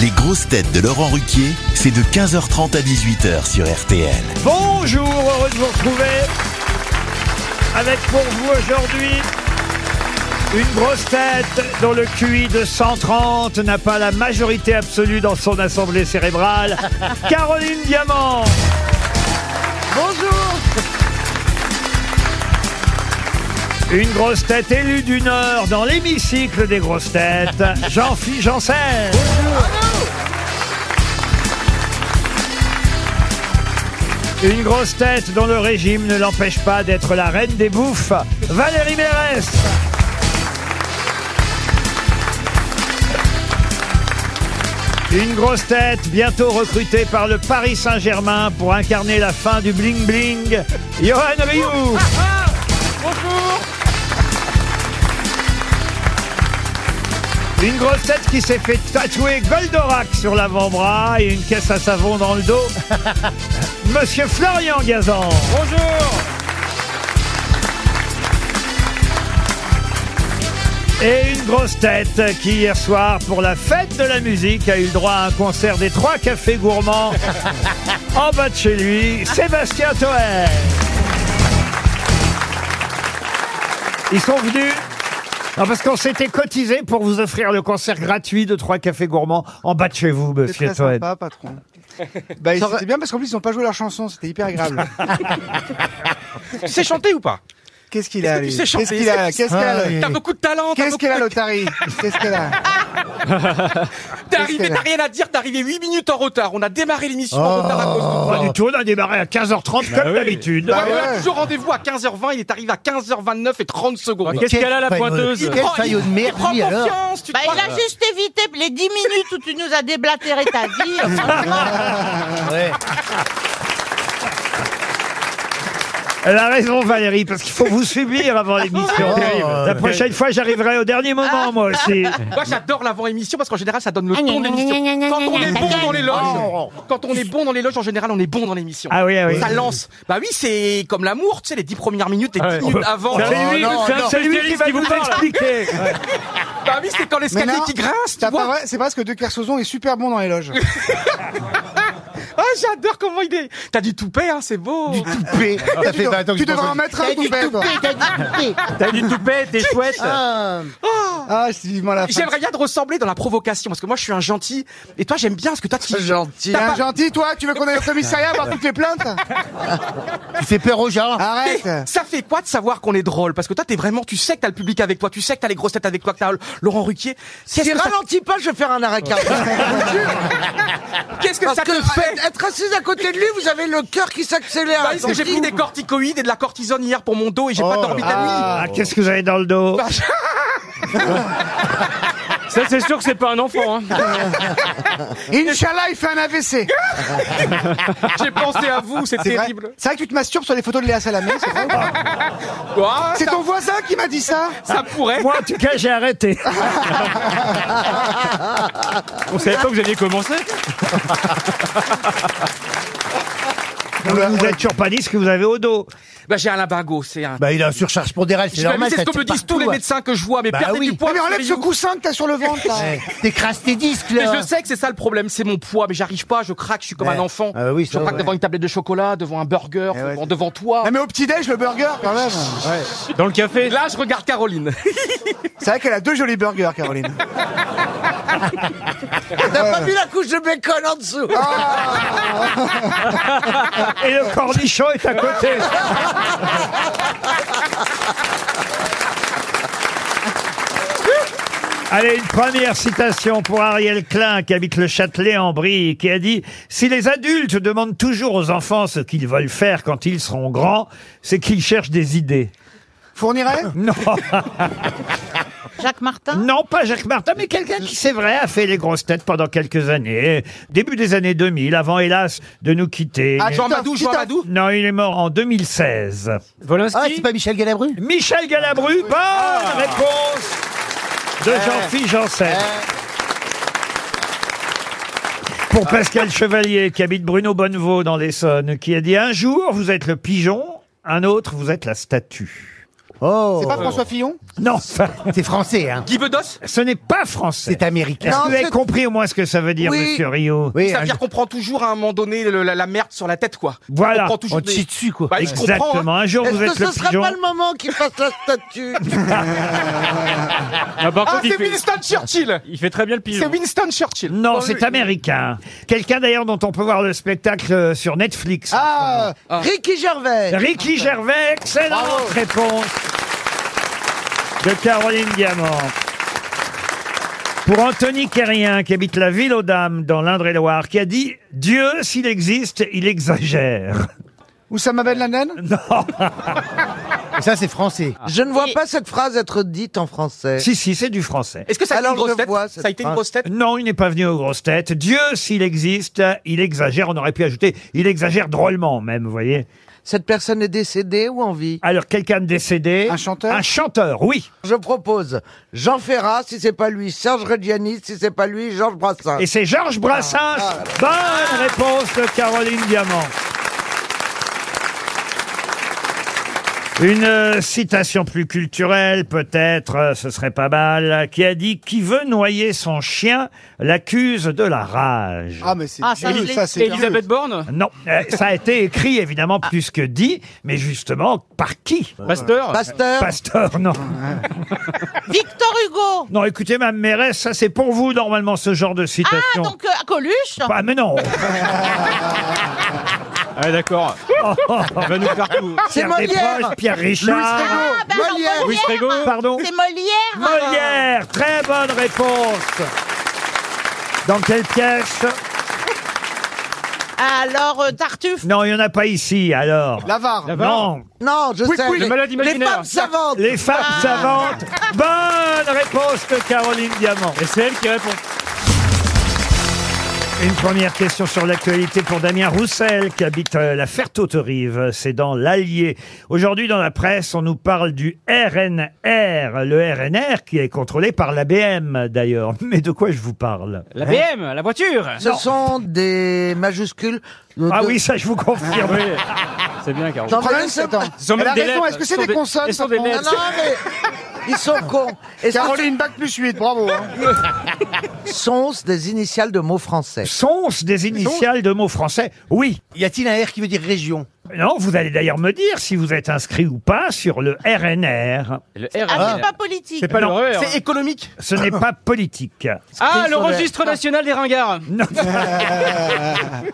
Les grosses têtes de Laurent Ruquier, c'est de 15h30 à 18h sur RTL. Bonjour, heureux de vous retrouver. Avec pour vous aujourd'hui une grosse tête dont le QI de 130 n'a pas la majorité absolue dans son assemblée cérébrale, Caroline Diamant. Bonjour. Une grosse tête élue du Nord dans l'hémicycle des grosses têtes, Jean-Philippe Janssen. Une grosse tête dont le régime ne l'empêche pas d'être la reine des bouffes, Valérie Mérès. Une grosse tête bientôt recrutée par le Paris Saint-Germain pour incarner la fin du bling-bling, Johan Rioux. Une grosse tête qui s'est fait tatouer Goldorak sur l'avant-bras et une caisse à savon dans le dos. Monsieur Florian Gazan. Bonjour. Et une grosse tête qui hier soir, pour la fête de la musique, a eu le droit à un concert des trois cafés gourmands en bas de chez lui, Sébastien Toer. Ils sont venus. Non, parce qu'on s'était cotisé pour vous offrir le concert gratuit de trois cafés gourmands en bas de chez vous, C'est monsieur très Toen. sympa, patron. Bah, ils- c'était bien parce qu'en plus, ils n'ont pas joué leur chanson, c'était hyper agréable. Tu sais chanter ou pas Qu'est-ce qu'il a, Est-ce que lui tu sais Qu'est-ce chanter qu'il a Qu'est-ce qu'il Ah, a oui. le- T'as beaucoup de talent, t'as Qu'est-ce beaucoup qu'elle a, de- l'otarie Qu'est-ce qu'elle a T'es arrivé, qu'elle a t'as rien à dire, t'es arrivé 8 minutes en retard. On a démarré l'émission en retard à cause de toi. Oh. Pas du tout, on a démarré à 15h30 comme d'habitude. Ouais, mais on a Bah ouais. toujours rendez-vous à 15h20, il est arrivé à 15h29 et 30 secondes. Qu'est-ce qu'elle a la pointeuse Il prend, il, il prend confiance, tu te Bah, crois- il a juste évité les 10 minutes où tu nous as déblatéré ta vie. Franchement, Elle a raison, Valérie, parce qu'il faut vous subir avant l'émission. La prochaine fois, j'arriverai au dernier moment, moi aussi. Moi j'adore l'avant-émission parce qu'en général ça donne le ton de l'émission. Quand on est bon dans les loges, quand on est bon dans les loges en général on est bon dans l'émission. Ah oui, ah oui. Ça lance. Bah oui c'est comme l'amour, tu sais les 10 premières minutes, les 10 minutes avant. C'est lui, c'est- c'est lui qui va vous expliquer. Bah oui c'est quand Mais l'escalier non, qui grince, tu t'as pas vois. vrai- c'est parce que De Kersozon est super bon dans les loges. Ah j'adore comment il est. T'as du toupet hein, c'est beau. Toupé. Ça fait 20 ans que Ah, Tu je pense devrais à- en mettre un, t'as dit Toupé. toi. coupé, t'as dit coupé. T'as du toupet, t'es chouette. Ah, c'est vivement la fin. J'aimerais bien te ressembler dans la provocation, parce que moi je suis un gentil, et toi j'aime bien ce que toi tu Gentil. T'es un gentil, toi Tu veux qu'on aille au commissariat voir toutes les plaintes Tu fais peur aux gens. Arrête Mais ça fait quoi de savoir qu'on est drôle Parce que toi t'es vraiment, tu sais que t'as le public avec toi, tu sais que t'as les grosses têtes avec toi, que t'as Laurent Ruquier. Qu'est-ce que, ça, ralentis pas, je vais faire un arrêt qu'est-ce que ça te fait être assise à côté de lui, vous avez le cœur qui s'accélère. Parce que Bah, j'ai pris des corticoïdes et de la cortisone hier pour mon dos et j'ai Oh. pas dormi de la nuit. Ah, qu'est-ce que vous avez dans le dos Bah, Ça, c'est sûr que c'est pas un enfant. hein. Inch'Allah, il fait un AVC. J'ai pensé à vous, c'est C'est vrai. terrible. C'est vrai que tu te masturbes sur les photos de Léa Salamé, c'est vrai Ah, C'est ça, ton voisin qui m'a dit ça ça pourrait. Moi, en tout cas, j'ai arrêté. On savait pas que vous aviez commencé. Vous n'êtes toujours pas dit ce que vous avez au dos. Bah, j'ai un limbago, c'est un. Bah, il a un surcharge pondérale, Je c'est sais Ah, pas, normal. c'est ce ça que me tire disent tous les hein. partout, médecins que je vois, mais Ah Bah perdez oui. du Eh, poids. Mais enlève ce Fabio. coussin que t'as sur le ventre, là. ouais. T'écrases tes disques, là. Mais je sais que c'est ça le problème, c'est mon poids, mais j'arrive pas, je craque, je suis comme Ouais. un enfant. Ah bah oui, je ça, craque ouais. devant une tablette de chocolat, devant un burger, Eh ouais, devant, c'est- devant toi. Non mais au petit déj le burger quand même. Dans le café. Là, je regarde Caroline. C'est vrai qu'elle a deux jolis burgers Caroline. T'as pas vu la couche de bacon en dessous Ah. Et le cornichon est à côté. Allez, une première citation pour Ariel Klein, qui habite le Châtelet en Brie, qui a dit « Si les adultes demandent toujours aux enfants ce qu'ils veulent faire quand ils seront grands, c'est qu'ils cherchent des idées. Fournirait » Non, Jacques Martin non, pas Jacques Martin, mais quelqu'un qui, c'est vrai, a fait les grosses têtes pendant quelques années. Début des années 2000, avant, hélas, de nous quitter. Ah, Jean Titoff, Madou, Jean Titoff. Madou. Non, il est mort en 2016. Ah, c'est pas Michel Galabru Michel Galabru, bonne réponse de Eh. Jean-Philippe Janssen. Pour Ah. Pascal Chevalier, qui habite Bruno Bonnevaux dans l'Essonne, qui a dit Un jour, vous êtes le pigeon, un autre, vous êtes la statue. Oh. C'est pas François Fillon Non, C'est français, hein. Guy Bedos ce n'est pas français. C'est américain. Est-ce que Non, vous avez c'est- compris au moins ce que ça veut dire, Oui. hein. monsieur Rio Oui, Ça un- veut dire qu'on prend toujours à un moment donné le- la, la merde sur la tête, quoi. Voilà. On prend toujours on des- te chie dessus, quoi. Bah, je comprends, hein. Exactement. Un jour, Est-ce vous que êtes le ce serait pigeon. pas le moment qu'il fasse la statue Ah, c'est Winston Churchill Il fait très bien le C'est pigeon. Winston Churchill Non, c'est américain. Quelqu'un d'ailleurs dont on peut voir le spectacle euh, sur Netflix. Ah, Ricky Gervais. Ricky Ah. Gervais, excellente réponse de Caroline Diamant. Pour Anthony Quérien, qui habite la ville aux Dames dans l'Indre-et-Loire, qui a dit « Dieu, s'il existe, il exagère Oussama Ben Laden ». Non, Ah. Et ça, c'est français. Ah. Je ne vois pas cette phrase être dite en français. si, si, c'est du français. Est-ce que ça a Alors, été une grosse je tête vois cette Ça a été une phrase. grosse tête Non, il n'est pas venu aux grosses têtes. Dieu, s'il existe, il exagère. On aurait pu ajouter « il exagère drôlement » même, vous voyez. Cette personne est décédée ou en vie Alors, quelqu'un de décédé... Un chanteur Un chanteur, oui. Je propose Jean Ferrat si c'est pas lui, Serge Reggiani si c'est pas lui, Georges Brassens. Ah, Et c'est Georges Brassens. Bonne réponse de Caroline Diamant. Une euh, citation plus culturelle, peut-être, euh, ce serait pas mal, qui a dit Qui veut noyer son chien l'accuse de la rage. Ah, mais c'est Ah, ça, vieux, je ça, l'ai- c'est Elisabeth Borne Non, euh, ça a été écrit évidemment plus que dit, mais justement par qui Pasteur Pasteur, Pasteur, non. Victor Hugo. Non, écoutez, ma mairesse, ça c'est pour vous normalement ce genre de citation. Ah, donc euh, Coluche. Ah, mais non. Ah d'accord. Il va nous faire tout. c'est Pierre Molière. Desproges, Pierre Richard. Ah, bah alors, Molière. Louis Frégo Pardon C'est Molière. Molière, très bonne réponse. Dans quelle pièce Alors euh, Tartuffe. Non, il n'y en a pas ici, alors. L'avare. Non, Non, je sais. le malade les imaginaire. femmes savantes. Ah. les femmes savantes. Bonne réponse de Caroline Diamant. Et c'est elle qui répond. Une première question sur l'actualité pour Damien Roussel, qui habite euh, la Ferté-Haute-Rive. C'est dans l'Allier. Aujourd'hui, dans la presse, on nous parle du RNR. Le RNR qui est contrôlé par l'ABM, d'ailleurs. Mais de quoi je vous parle La BM, la voiture. Ce sont des majuscules. de- Ah Ah de- oui, ça, je vous confirme. Oui. C'est bien Caro. J'en Prenez prenais sept sept ans. ans. Ils ont Elle même a des raison, lettres. est-ce que c'est Ils sont des consonnes, Ils sont ça des prend- Non, lettres. non, mais ils sont cons. Et ce Caroline, bac plus 8, bravo. hein. sont des initiales de mots français. Sons des initiales de mots français Oui. Y a-t-il un R qui veut dire région Non, vous allez d'ailleurs me dire si vous êtes inscrit ou pas sur le RNR. Le Ah, c'est RNR. pas politique. C'est pas Non, l'horreur. C'est économique Ce n'est pas politique. Ah, le sur le- registre national des ringards. Non.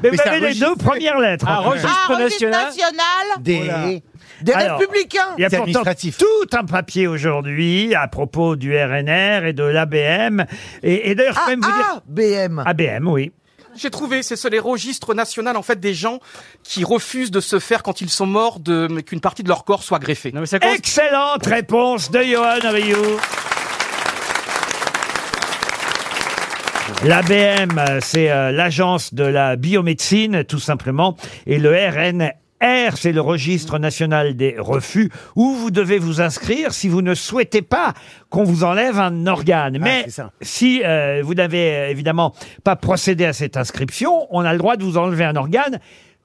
Mais vous c'est avez un les registre. deux premières lettres. Ah, registre Ah, registre national. national. Des. Des Alors, républicains. Il y a C'est pourtant administratif. tout un papier aujourd'hui à propos du RNR et de l'ABM. Et, et d'ailleurs, je Ah, peux même vous dire... ah, BM. ABM, oui. J'ai trouvé, c'est ce, les registres nationaux en fait des gens qui refusent de se faire quand ils sont morts de qu'une partie de leur corps soit greffée. Non mais ça commence. Excellente réponse de Johan Rioux. L'ABM, euh, c'est euh, l'agence de la biomédecine, tout simplement, et le RNR, c'est le registre national des refus, où vous devez vous inscrire si vous ne souhaitez pas qu'on vous enlève un organe. Mais Ah, c'est ça. si euh, vous n'avez euh, évidemment pas procédé à cette inscription, on a le droit de vous enlever un organe.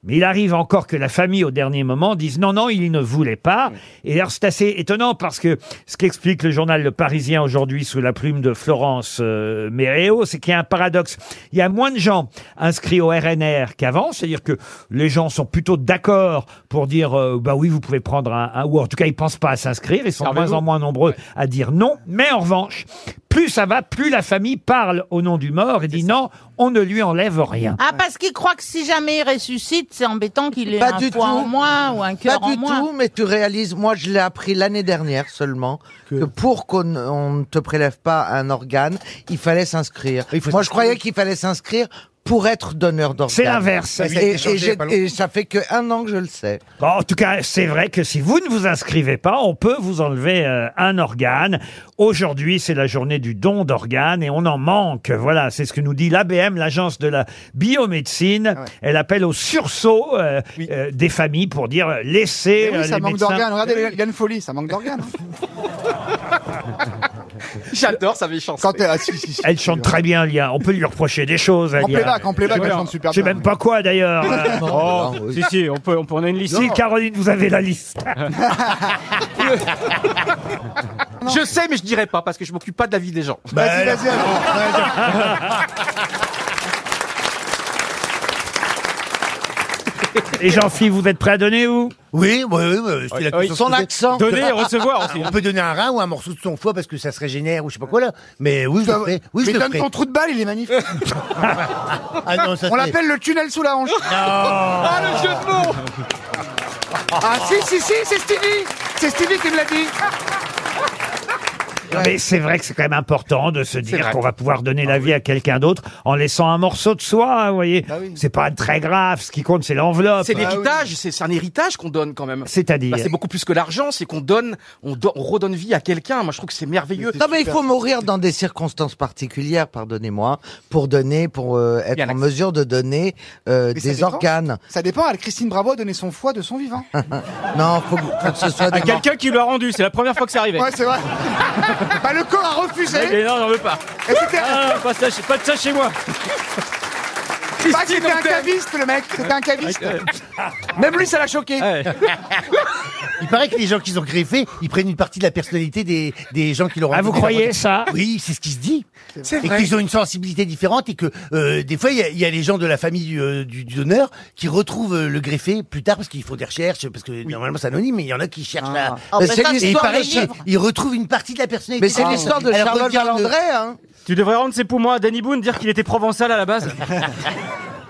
Mais il arrive encore que la famille, au dernier moment, dise non, non, il ne voulait pas. Et alors, c'est assez étonnant parce que ce qu'explique le journal Le Parisien aujourd'hui sous la plume de Florence euh, Méréo, c'est qu'il y a un paradoxe. Il y a moins de gens inscrits au RNR qu'avant. C'est-à-dire que les gens sont plutôt d'accord pour dire, euh, bah oui, vous pouvez prendre un, un- ou en tout cas, ils pensent pas à s'inscrire. Ils sont de moins en moins nombreux à dire non. Mais en revanche, plus ça va, plus la famille parle au nom du mort et dit non, on ne lui enlève rien. Ah, parce qu'il croit que si jamais il ressuscite, c'est embêtant qu'il ait Pas un du foie tout. en moins ou un Pas cœur en du moins. tout, mais tu réalises, moi je l'ai appris l'année dernière seulement, que, pour qu'on on ne te prélève pas un organe, il fallait s'inscrire. Il faut Moi je s'inscrire. croyais qu'il fallait s'inscrire pour être donneur d'organe. C'est l'inverse. Ça, ça a Et, été changé et il y a j'ai- pas longtemps. et ça fait que un an que je le sais. Bon, en tout cas, c'est vrai que si vous ne vous inscrivez pas, on peut vous enlever euh, un organe. Aujourd'hui, c'est la journée du don d'organes et on en manque. Voilà, c'est ce que nous dit l'ABM, l'agence de la biomédecine. Ah Elle appelle au sursaut euh, euh, des familles pour dire euh, laissez Eh oui, euh, ça les manque médecins- d'organes. Regardez, il y a une folie, ça manque d'organes. hein. J'adore ça, méchante. Quand t'es- ah, si, si, si. Elle chante très bien, Lia. On peut lui reprocher des choses. En Lia. playback, en playback, Je elle vois. chante super Je sais bien. même pas quoi d'ailleurs. Euh, Si si, on peut, on peut, on a une liste. si Caroline, vous avez la liste. hein. Je sais, mais je dirai pas parce que je m'occupe pas de la vie des gens. Bah, Vas-y, vas-y, Oh, alors. Et Jean-Philippe, vous êtes prêt à donner ou Oui, oui, oui. oui, si la oui. question Son c'était- accent. Donner et recevoir aussi. Ah, hein. On peut donner un rein ou un morceau de son foie parce que ça se régénère ou je sais pas quoi là. Mais oui, je le ferai. Oui, je Mais le donne ferai. ton trou de balle, il est magnifique. Ah non, ça On c'est- l'appelle le tunnel sous la hanche. Ah, le jeu de mots Ah si, si, si, c'est Stevie C'est Stevie qui me l'a dit Non, Mais c'est vrai que c'est quand même important de se dire qu'on va pouvoir donner Ah la vie à quelqu'un d'autre en laissant un morceau de soi, hein, vous voyez. Bah C'est pas très grave, ce qui compte c'est l'enveloppe. Bah C'est l'héritage, c'est c'est un héritage qu'on donne quand même. Bah, C'est-à-dire Bah, c'est beaucoup plus que l'argent, c'est qu'on donne, on, do- on redonne vie à quelqu'un. Moi, je trouve que c'est merveilleux. Non, mais il faut mourir dans des circonstances particulières, pardonnez-moi, pour donner, pour euh, être Bien, en Alex. mesure de donner euh, Mais ça des dépend. organes. Ça dépend, elle, Christine Bravo a donné son foie de son vivant. Non, faut, que- faut que ce soit À des quelqu'un qui lui a rendu, c'est la première fois que ça arrivait. Ouais, c'est vrai. bah, le corps a refusé. Et non, j'en veux pas. Et c'était Ah, pas, ça, chez- pas de ça chez moi. bah, c'était un caviste, le mec. C'était un caviste. Même lui, ça l'a choqué. Ouais. Il paraît que les gens qu'ils ont greffés, ils prennent une partie de la personnalité des, des gens qui l'ont Ah, vous rendu- croyez ça Oui, c'est ce qui se dit. C'est Et qu'ils ont une sensibilité différente et que euh, des fois, il y, a- il y a les gens de la famille euh, du, du donneur qui retrouvent euh, le greffé plus tard parce qu'ils font des recherches, parce que normalement c'est anonyme, mais il y en a qui cherchent la... Ah, Et mais c'est il l'histoire paraît de qu'ils livre. ils retrouvent une partie de la personnalité. Mais c'est l'histoire de Alors, Charlotte regarde, euh, Valandré, hein. Tu devrais rendre ses poumons à Danny Boone, dire qu'il était provençal à la base.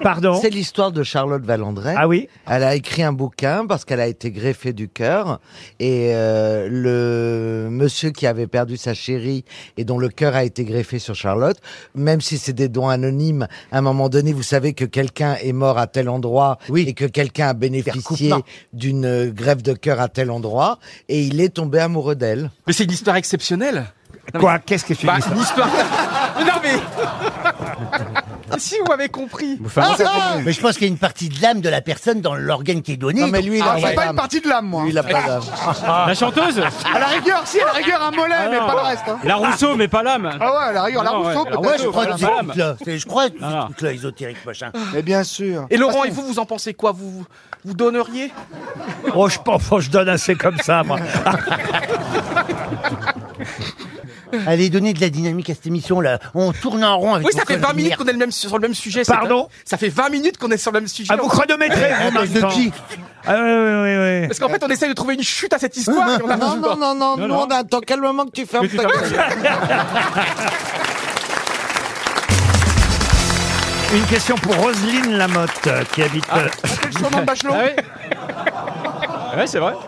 Pardon C'est l'histoire de Charlotte Valandré. Ah oui Elle a écrit un bouquin parce qu'elle a été greffée du cœur et euh, le monsieur qui avait perdu sa chérie et dont le cœur a été greffé sur Charlotte, même si c'est des dons anonymes, à un moment donné, vous savez que quelqu'un est mort à tel endroit Oui. et que quelqu'un a bénéficié Recoupement. d'une euh, greffe de cœur à tel endroit et il est tombé amoureux d'elle. Mais c'est une histoire exceptionnelle. Quoi Qu'est-ce que tu Bah, dis ça une histoire. Mais non, mais. si vous m'avez compris. Ah, Ah, Mais je pense qu'il y a une partie de l'âme de la personne dans l'organe qui est donné. Non mais lui, il Ah, a j'ai pas pas d'âme. une partie de l'âme, moi. Lui, il a pas d'âme. La chanteuse À la rigueur, si, à la rigueur, un mollet, mais Ah non. pas le reste. hein. La Rousseau, mais pas l'âme. Ah ouais, à la rigueur, la Non, ouais, rousseau, la peut-être. Ouais, je crois Voilà, que c'est madame. tout, là. C'est- Je crois que c'est Voilà. tout, là, ésotérique, machin. Mais bien sûr. Et Laurent, et vous, vous en pensez quoi vous, vous- vous donneriez Ah, Oh, je pense je donne assez comme ça, moi. Allez, donnez de la dynamique à cette émission, là. On tourne en rond avec Oui, ça vos fait 20 conneries. minutes qu'on est le même, sur le même sujet. c'est Pardon dingue. Ça fait 20 minutes qu'on est sur le même sujet. Ah, vous Eh, chronométrez, vous, Attends, maintenant de qui Ah, oui, oui, oui, oui. Parce qu'en fait, on essaye de trouver une chute à cette Euh, histoire. et on Non, arrive pas. non, non, non, Non, nous, non. on attend calmement que tu fermes ta gueule. Une question pour Roselyne Lamotte, euh, qui habite... euh, C'est Ah, le surnom de Bachelot. Ah oui Ouais, Ah c'est vrai. C'est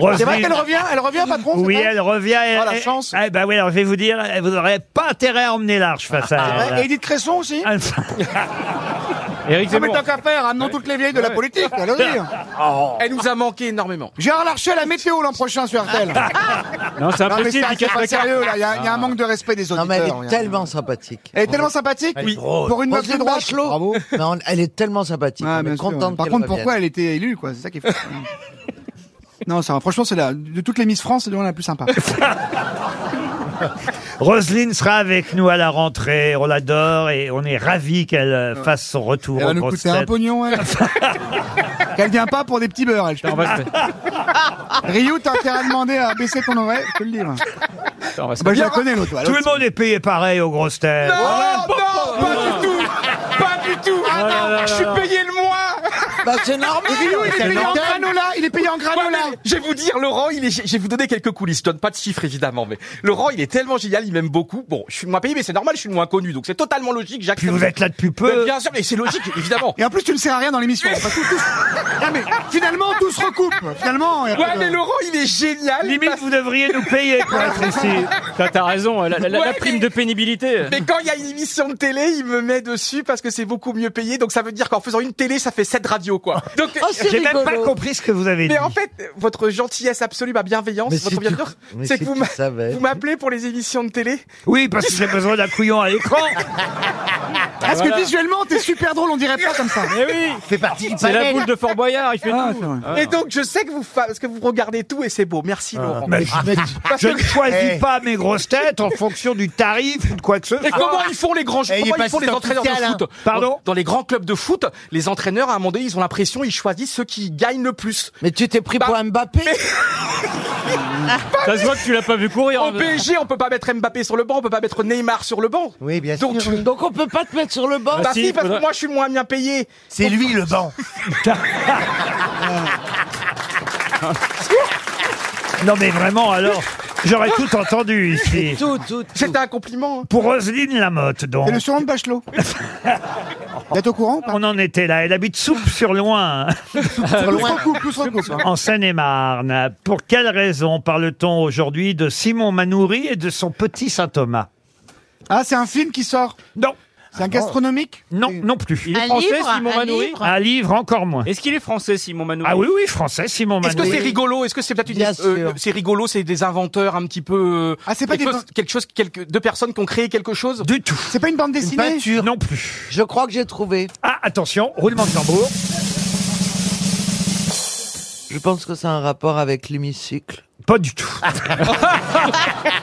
vrai Roselyne- qu'elle revient, elle revient, patron c'est Oui, vrai elle revient. Elle, Oh, la elle- chance. Eh ben oui, alors je vais vous dire, vous n'aurez pas intérêt à emmener l'arche face à Ah, Ouais, Et elle. Edith Cresson aussi Ah, Eric Non Ah, mais Zemmour. tant qu'à faire, amenons toutes les vieilles de la politique, allons dire. Oh. Elle nous a manqué énormément. Gérard Larcher, la météo l'an prochain sur RTL. Non, c'est Non mais c'est impossible, c'est pas sérieux là, il y, a il y a un manque de respect des Non, auditeurs. mais elle il y est a- tellement sympathique. Elle est tellement sympathique, est oui. drôle. Pour une meuf de Roselyne droite. Bachelot. Mais on- elle est tellement sympathique. Ah, on est bien sûr, contente Par qu'elle contre, revienne. pourquoi elle était élue quoi C'est ça qui est. fou. Non, ça, va, franchement, c'est la, de toutes les Miss France, c'est de loin la plus sympa. Roselyne sera avec nous à la rentrée. On l'adore et on est ravis qu'elle euh, fasse son retour Elle aux va nous grosses coûter un têtes. pognon, elle. Qu'elle vient pas pour des petits beurres, elle. je te Attends, on le dis. va se- Ryu, t'as intérêt à demander à baisser ton oreille, je te le dis. moi. Ah. attends, on va se- Bah, je la connais, l'autre. Tout le monde est payé pareil aux grosses têtes. Oh, non, pas du tout Pas du tout Oh Je suis payé le moins Bah, c'est Oh, normal. Ryu, il est payé en granola, il est payé en Ouais, granola. mais Je vais vous dire, Laurent, il est, je vais vous donner quelques coulisses. Je donne pas de chiffres, évidemment, mais Laurent, il est tellement génial, il m'aime beaucoup. Bon, je suis le moins payé, mais c'est normal, je suis le moins connu. Donc c'est totalement logique, Puis j'accepte. vous êtes là depuis Mais peu. Bien sûr, mais c'est logique, évidemment. Et en plus, tu ne sers à rien dans l'émission. Parce que tous- Ah, mais finalement, tout se recoupe. Finalement, il y a pas Ouais, de- mais Laurent, il est génial. Limite, vous devriez nous payer pour être ici. T'as- T'as raison, la, la- la Ouais, prime mais- de pénibilité. Mais quand il y a une émission de télé, il me met dessus parce que c'est beaucoup mieux payé. Donc ça veut dire qu'en faisant une télé, ça fait 7 radios, quoi. Donc, Oh, c'est J'ai même rigolo. pas compris ce que vous avez dit. mais en fait, votre gentillesse absolue, ma bienveillance, Mais votre si tu- bienveillance, mais c'est si que vous tu m'a- savais. vous m'appelez pour les émissions de télé. Oui, parce que j'ai besoin d'un couillon à l'écran. Parce que visuellement, t'es super drôle, on dirait pas comme ça. Eh oui Fait partie du C'est la panel. boule de Fort Boyard, il fait Ah, tout. c'est vrai. Ah. Et donc, je sais que vous, fa- parce que vous regardez tout et c'est beau. Merci, Laurent. Mais Ah, mais- Parce je que- ne choisis Eh. pas mes grosses têtes en fonction du tarif ou de quoi que ce Et soit. comment ils font les grands Eh, il est comment pas ils font les assistant entraîneurs fiscal, hein. de foot Pardon Dans les grands clubs de foot, les entraîneurs à un moment donné, ils ont l'impression ils choisissent ceux qui gagnent le plus. Bah, Mais tu t'es pris pour Mbappé Ça se voit que tu l'as pas vu courir. Au PSG, on peut pas mettre Mbappé sur le banc, on peut pas mettre Neymar sur le banc. Oui, bien sûr. Donc, tu- Donc on peut pas te mettre sur le banc. bah si, si, parce faudrait- que moi je suis le moins bien payé. C'est lui le banc. Non mais vraiment alors, j'aurais tout entendu ici. Tout, tout, tout. C'était un compliment. hein. Pour Roselyne Lamotte donc. C'est le surnom de Bachelot. Vous êtes au courant ou pas On en était là. Elle habite Soupe-sur-Loin, Sur Plus loin. recoupe, plus recoupe. hein. en Seine-et-Marne. Pour quelle raison parle-t-on aujourd'hui de Simon Manoury et de son petit Saint Thomas Ah, c'est un film qui sort. Non, Ah, C'est un gastronomique non, non plus. Il est Un français, livre, Simon un Manoury livre. Un livre encore moins. Est-ce qu'il est français, Simon Manoury Ah oui, oui, français, Simon Est-ce que Manoury. c'est rigolo Est-ce que c'est peut-être une Bien euh, sûr. c'est rigolo, c'est des inventeurs un petit peu euh, Ah, c'est pas quelque, des- chose, quelque chose quelques deux personnes qui ont créé quelque chose Du tout. C'est pas une bande Une dessinée peinture. Non plus. Je crois que j'ai trouvé. Ah, attention, roulement de tambour. Je pense que c'est un rapport avec l'hémicycle. Pas du tout.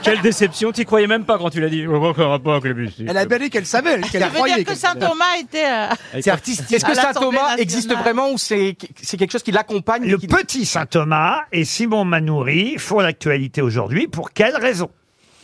Quelle déception, t'y croyais même pas quand tu l'as dit. Elle a bien dit qu'elle savait, elle- qu'elle Ah, Ça veut croyait. dire que qu'elle Saint savait. Thomas était. euh, C'est artistique. Est-ce que À Saint l'Assemblée Thomas nationale. existe vraiment ou c'est c'est quelque chose qui l'accompagne Le qui- petit Saint Thomas et Simon Manoury font l'actualité aujourd'hui. Pour quelle raison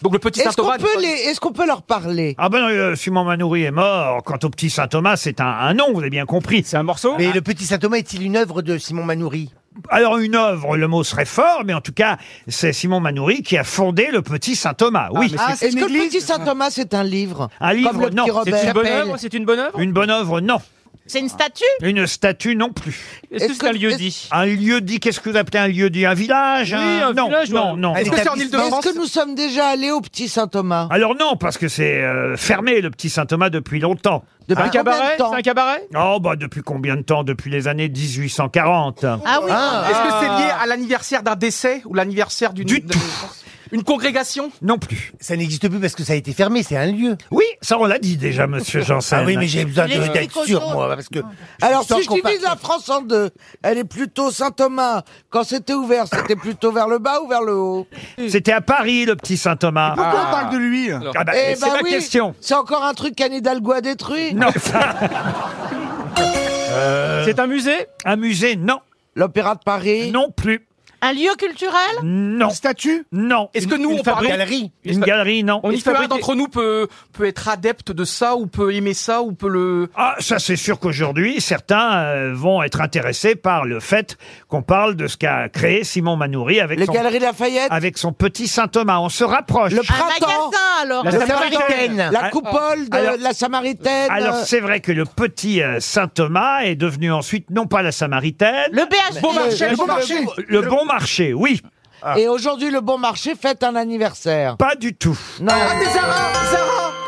Donc le petit Saint Est-ce qu'on Thomas peut, les... est qu'on peut leur parler Ah ben, euh, Simon Manoury est mort. Quant au petit Saint Thomas, c'est un, un nom, vous avez bien compris. C'est un morceau Mais le petit Saint Thomas est-il une œuvre de Simon Manoury Alors une œuvre, le mot serait fort, mais en tout cas, c'est Simon Manoury qui a fondé le petit Saint Thomas. Oui, Ah, c'est Est-ce une que le petit église Saint Thomas c'est un livre Un livre, Comme le non. petit C'est C'est une Robert. bonne Appel. œuvre C'est une bonne œuvre une bonne œuvre, non. C'est une statue Une statue, non plus. Est-ce que Est-ce c'est un que- lieu dit Un lieu dit, qu'est-ce que vous appelez un lieu dit Un village Oui, un non, village, non, ouais. non. Un Est-ce que c'est en Ile-de-France Est-ce que nous sommes déjà allés au petit Saint Thomas Alors non, parce que c'est euh, fermé le petit Saint Thomas depuis longtemps. Depuis Un combien de Hein cabaret C'est temps un cabaret Oh bah depuis combien de temps Depuis les années 1840. Ah oui. Est-ce que c'est lié à l'anniversaire d'un décès ou l'anniversaire d'une Du d'une- une congrégation Non plus. Ça n'existe plus parce que ça a été fermé, c'est un lieu. Oui, ça on l'a dit déjà, Monsieur Janssen. Ah oui, mais j'ai besoin Les de- petits d'être sûr, cochons. moi, parce que. Alors, sens si je qu'on part- divise la France en deux, elle est plutôt Saint-Thomas. Quand c'était ouvert, c'était plutôt vers le bas ou vers le haut C'était à Paris le petit Saint Thomas. Pourquoi on parle de lui Ah bah, Eh c'est bah la oui, question. C'est encore un truc qu'Anne Hidalgo a détruit Non, ça- Euh. C'est un musée un musée, non, L'Opéra de Paris non plus, Un lieu culturel non, Une statue non. Est-ce que nous on Une parle galerie. Une galerie, non. On y Est-ce que l'un fabrique- d'entre nous peut peut être adepte de ça ou peut aimer ça ou peut le Ah, ça c'est sûr qu'aujourd'hui, certains euh, vont être intéressés par le fait qu'on parle de ce qu'a créé Simon Manoury avec Les son, Galeries Lafayette avec son petit Saint Thomas. On se rapproche. Le Un printemps magasin alors La La Samaritaine. Samaritaine. La Ah. coupole de alors- la Samaritaine Alors c'est vrai que le petit euh, Saint Thomas est devenu ensuite non pas la Samaritaine, Le BHB Le bon marché le bon marché. Oui, Ah. Et aujourd'hui, le bon marché fête un anniversaire. pas du tout. Non, Ah, Zara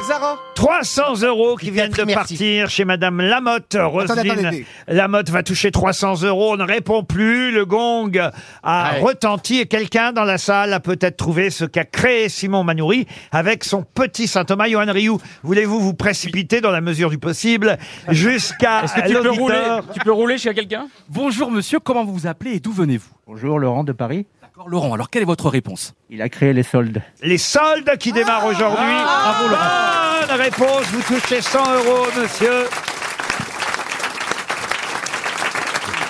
Zara 300 euros qui viennent de merci. partir chez Madame Lamotte. Roselyne attendez. Lamotte va toucher 300 euros. On ne répond plus. Le gong a Ah retenti et quelqu'un dans la salle a peut-être trouvé ce qu'a créé Simon Manoury avec son petit Saint Thomas. Johan Rioux, voulez-vous vous précipiter dans la mesure du possible jusqu'à Est-ce que tu peux rouler l'auditeur Tu peux rouler chez quelqu'un Bonjour monsieur, comment vous vous appelez et d'où venez-vous Bonjour Laurent de Paris. D'accord Laurent, alors quelle est votre réponse Il a créé les soldes. Les soldes qui démarrent aujourd'hui. Ah. Bonne réponse. Vous touchez 100 euros, monsieur.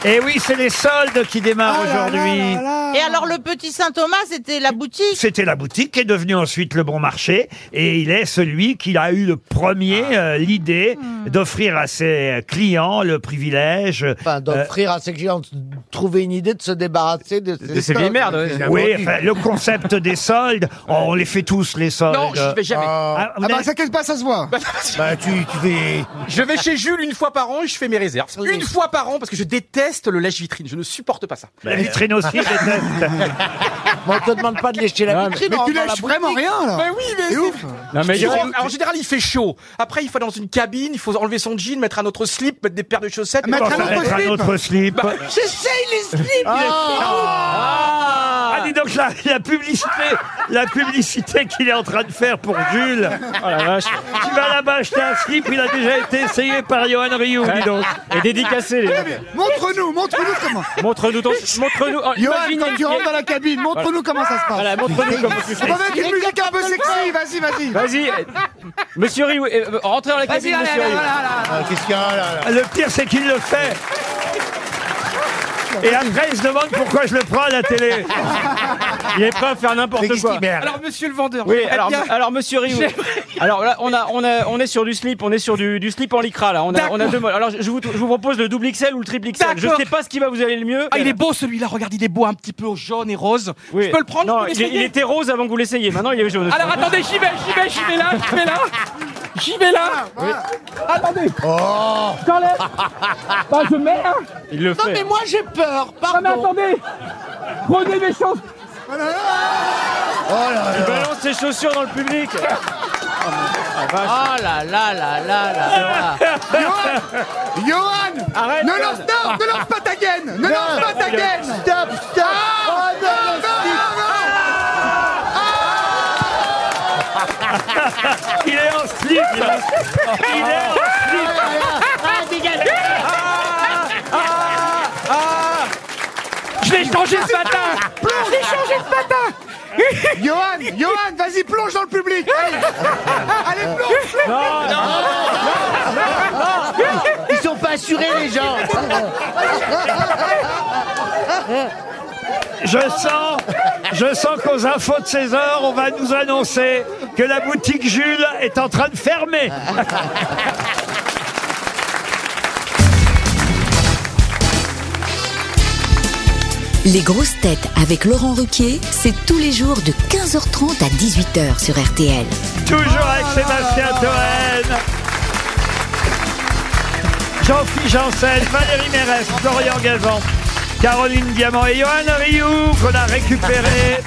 Et Eh oui, c'est les soldes qui démarrent aujourd'hui. Et alors le petit Saint Thomas, c'était la boutique C'était la boutique qui est devenue ensuite le bon marché et il est celui qui a eu le premier euh, l'idée d'offrir à ses clients le privilège. euh, enfin, d'offrir à ses clients de trouver une idée de se débarrasser de ces, C'est vieille stocks. merde. euh, oui, enfin, le concept des soldes, Oh, on les fait tous les soldes. Non, je vais jamais. Ah, vous Ah bah, n'avez- ça qu'elle passe, ça se voit. Bah, tu, tu fais. Je vais chez Jules une fois par an et je fais mes réserves. Une fois par an parce que je déteste le lèche-vitrine, je ne supporte pas ça. la vitrine aussi, je déteste. Mais on te demande pas de lécher la vitrine. Mais on tu rentre dans la lâches vraiment rien, là. Mais oui, mais C'est ouf. Non, mais Et en- alors, en général, il fait chaud. Après, il faut dans une cabine, il faut enlever son jean, mettre un autre slip, mettre des paires de chaussettes. Bah, Mettre Bon, ça un va être autre un slip. Ah. autre slip. J'essaye les slips. Ah, dis oui, donc la, la publicité, la publicité qu'il est en train de faire pour Jules. Oh la vache. Tu vas là-bas acheter un slip, il a déjà été essayé par Johan Rioux, dis donc. Et dédicacé, les Oui, mais Montre-nous, montre-nous comment. Montre-nous ton. Montre-nous. oh, Johan, imaginez- quand tu rentres dans la cabine, montre-nous comment ça se passe. Voilà, montre-nous comment tu On fais. va mettre une musique un peu sexy, vas-y, vas-y. Vas-y, euh, monsieur Rioux, euh, rentrez dans la Vas-y, cabine, allez, monsieur allez, Rioux. voilà, Ah, Qu'est-ce qu'il y a là, là Le pire, c'est qu'il le fait. Et après, il se demande pourquoi je le prends à la télé. Il est prêt à faire Mais n'importe qu'est-ce quoi. qu'il merde Alors, monsieur le vendeur, Oui, eh alors, bien, alors monsieur Rioux. Alors là, on, a, on, a, on est sur du slip, on est sur du, du slip en lycra là. On a, on a deux modes. Alors je je vous, je vous propose le double XL ou le triple XL. Je D'accord. sais pas ce qui va vous aller le mieux. ah, il est beau celui-là, regarde, il est beau, un petit peu jaune et rose. Oui. Je peux le prendre Non, je peux il, est- il l'essayer était rose avant que vous l'essayiez. Maintenant, il est jaune. Alors attendez, j'y vais, j'y vais, j'y vais là, j'y vais là. J'y vais là. Ah, Attendez. Oh. Je t'enlève. Bah, je mets. hein. il le fait. moi j'ai peur, Non, mais attendez. Prenez mes chances. Il balance ses chaussures dans le public. Ah, Oh là là là là là là. Johan Johan Arrête, Ne Johan. lance, non, ne lance pas ta gaine Ne lance pas ta gaine Ah, Stop, stop Oh non, Non, non, Il est en slip. Il est en il est en slip. Ah, Je l'ai changé ce matin. Je l'ai changé ce matin. non. Johan, Johan, vas-y, plonge dans le public Allez, allez plonge, plonge Ils sont pas assurés, les gens Je sens, je sens qu'aux infos de 16 heures, on va nous annoncer que la boutique Jules est en train de fermer. Les grosses têtes avec Laurent Ruquier, c'est tous les jours de 15h30 à 18h sur RTL. Oh Toujours avec Sébastien Toen. Jean-Philippe Janssen, Valérie Mérès, Florian Gazan, Caroline Diamant et Johan Rioux qu'on a récupéré.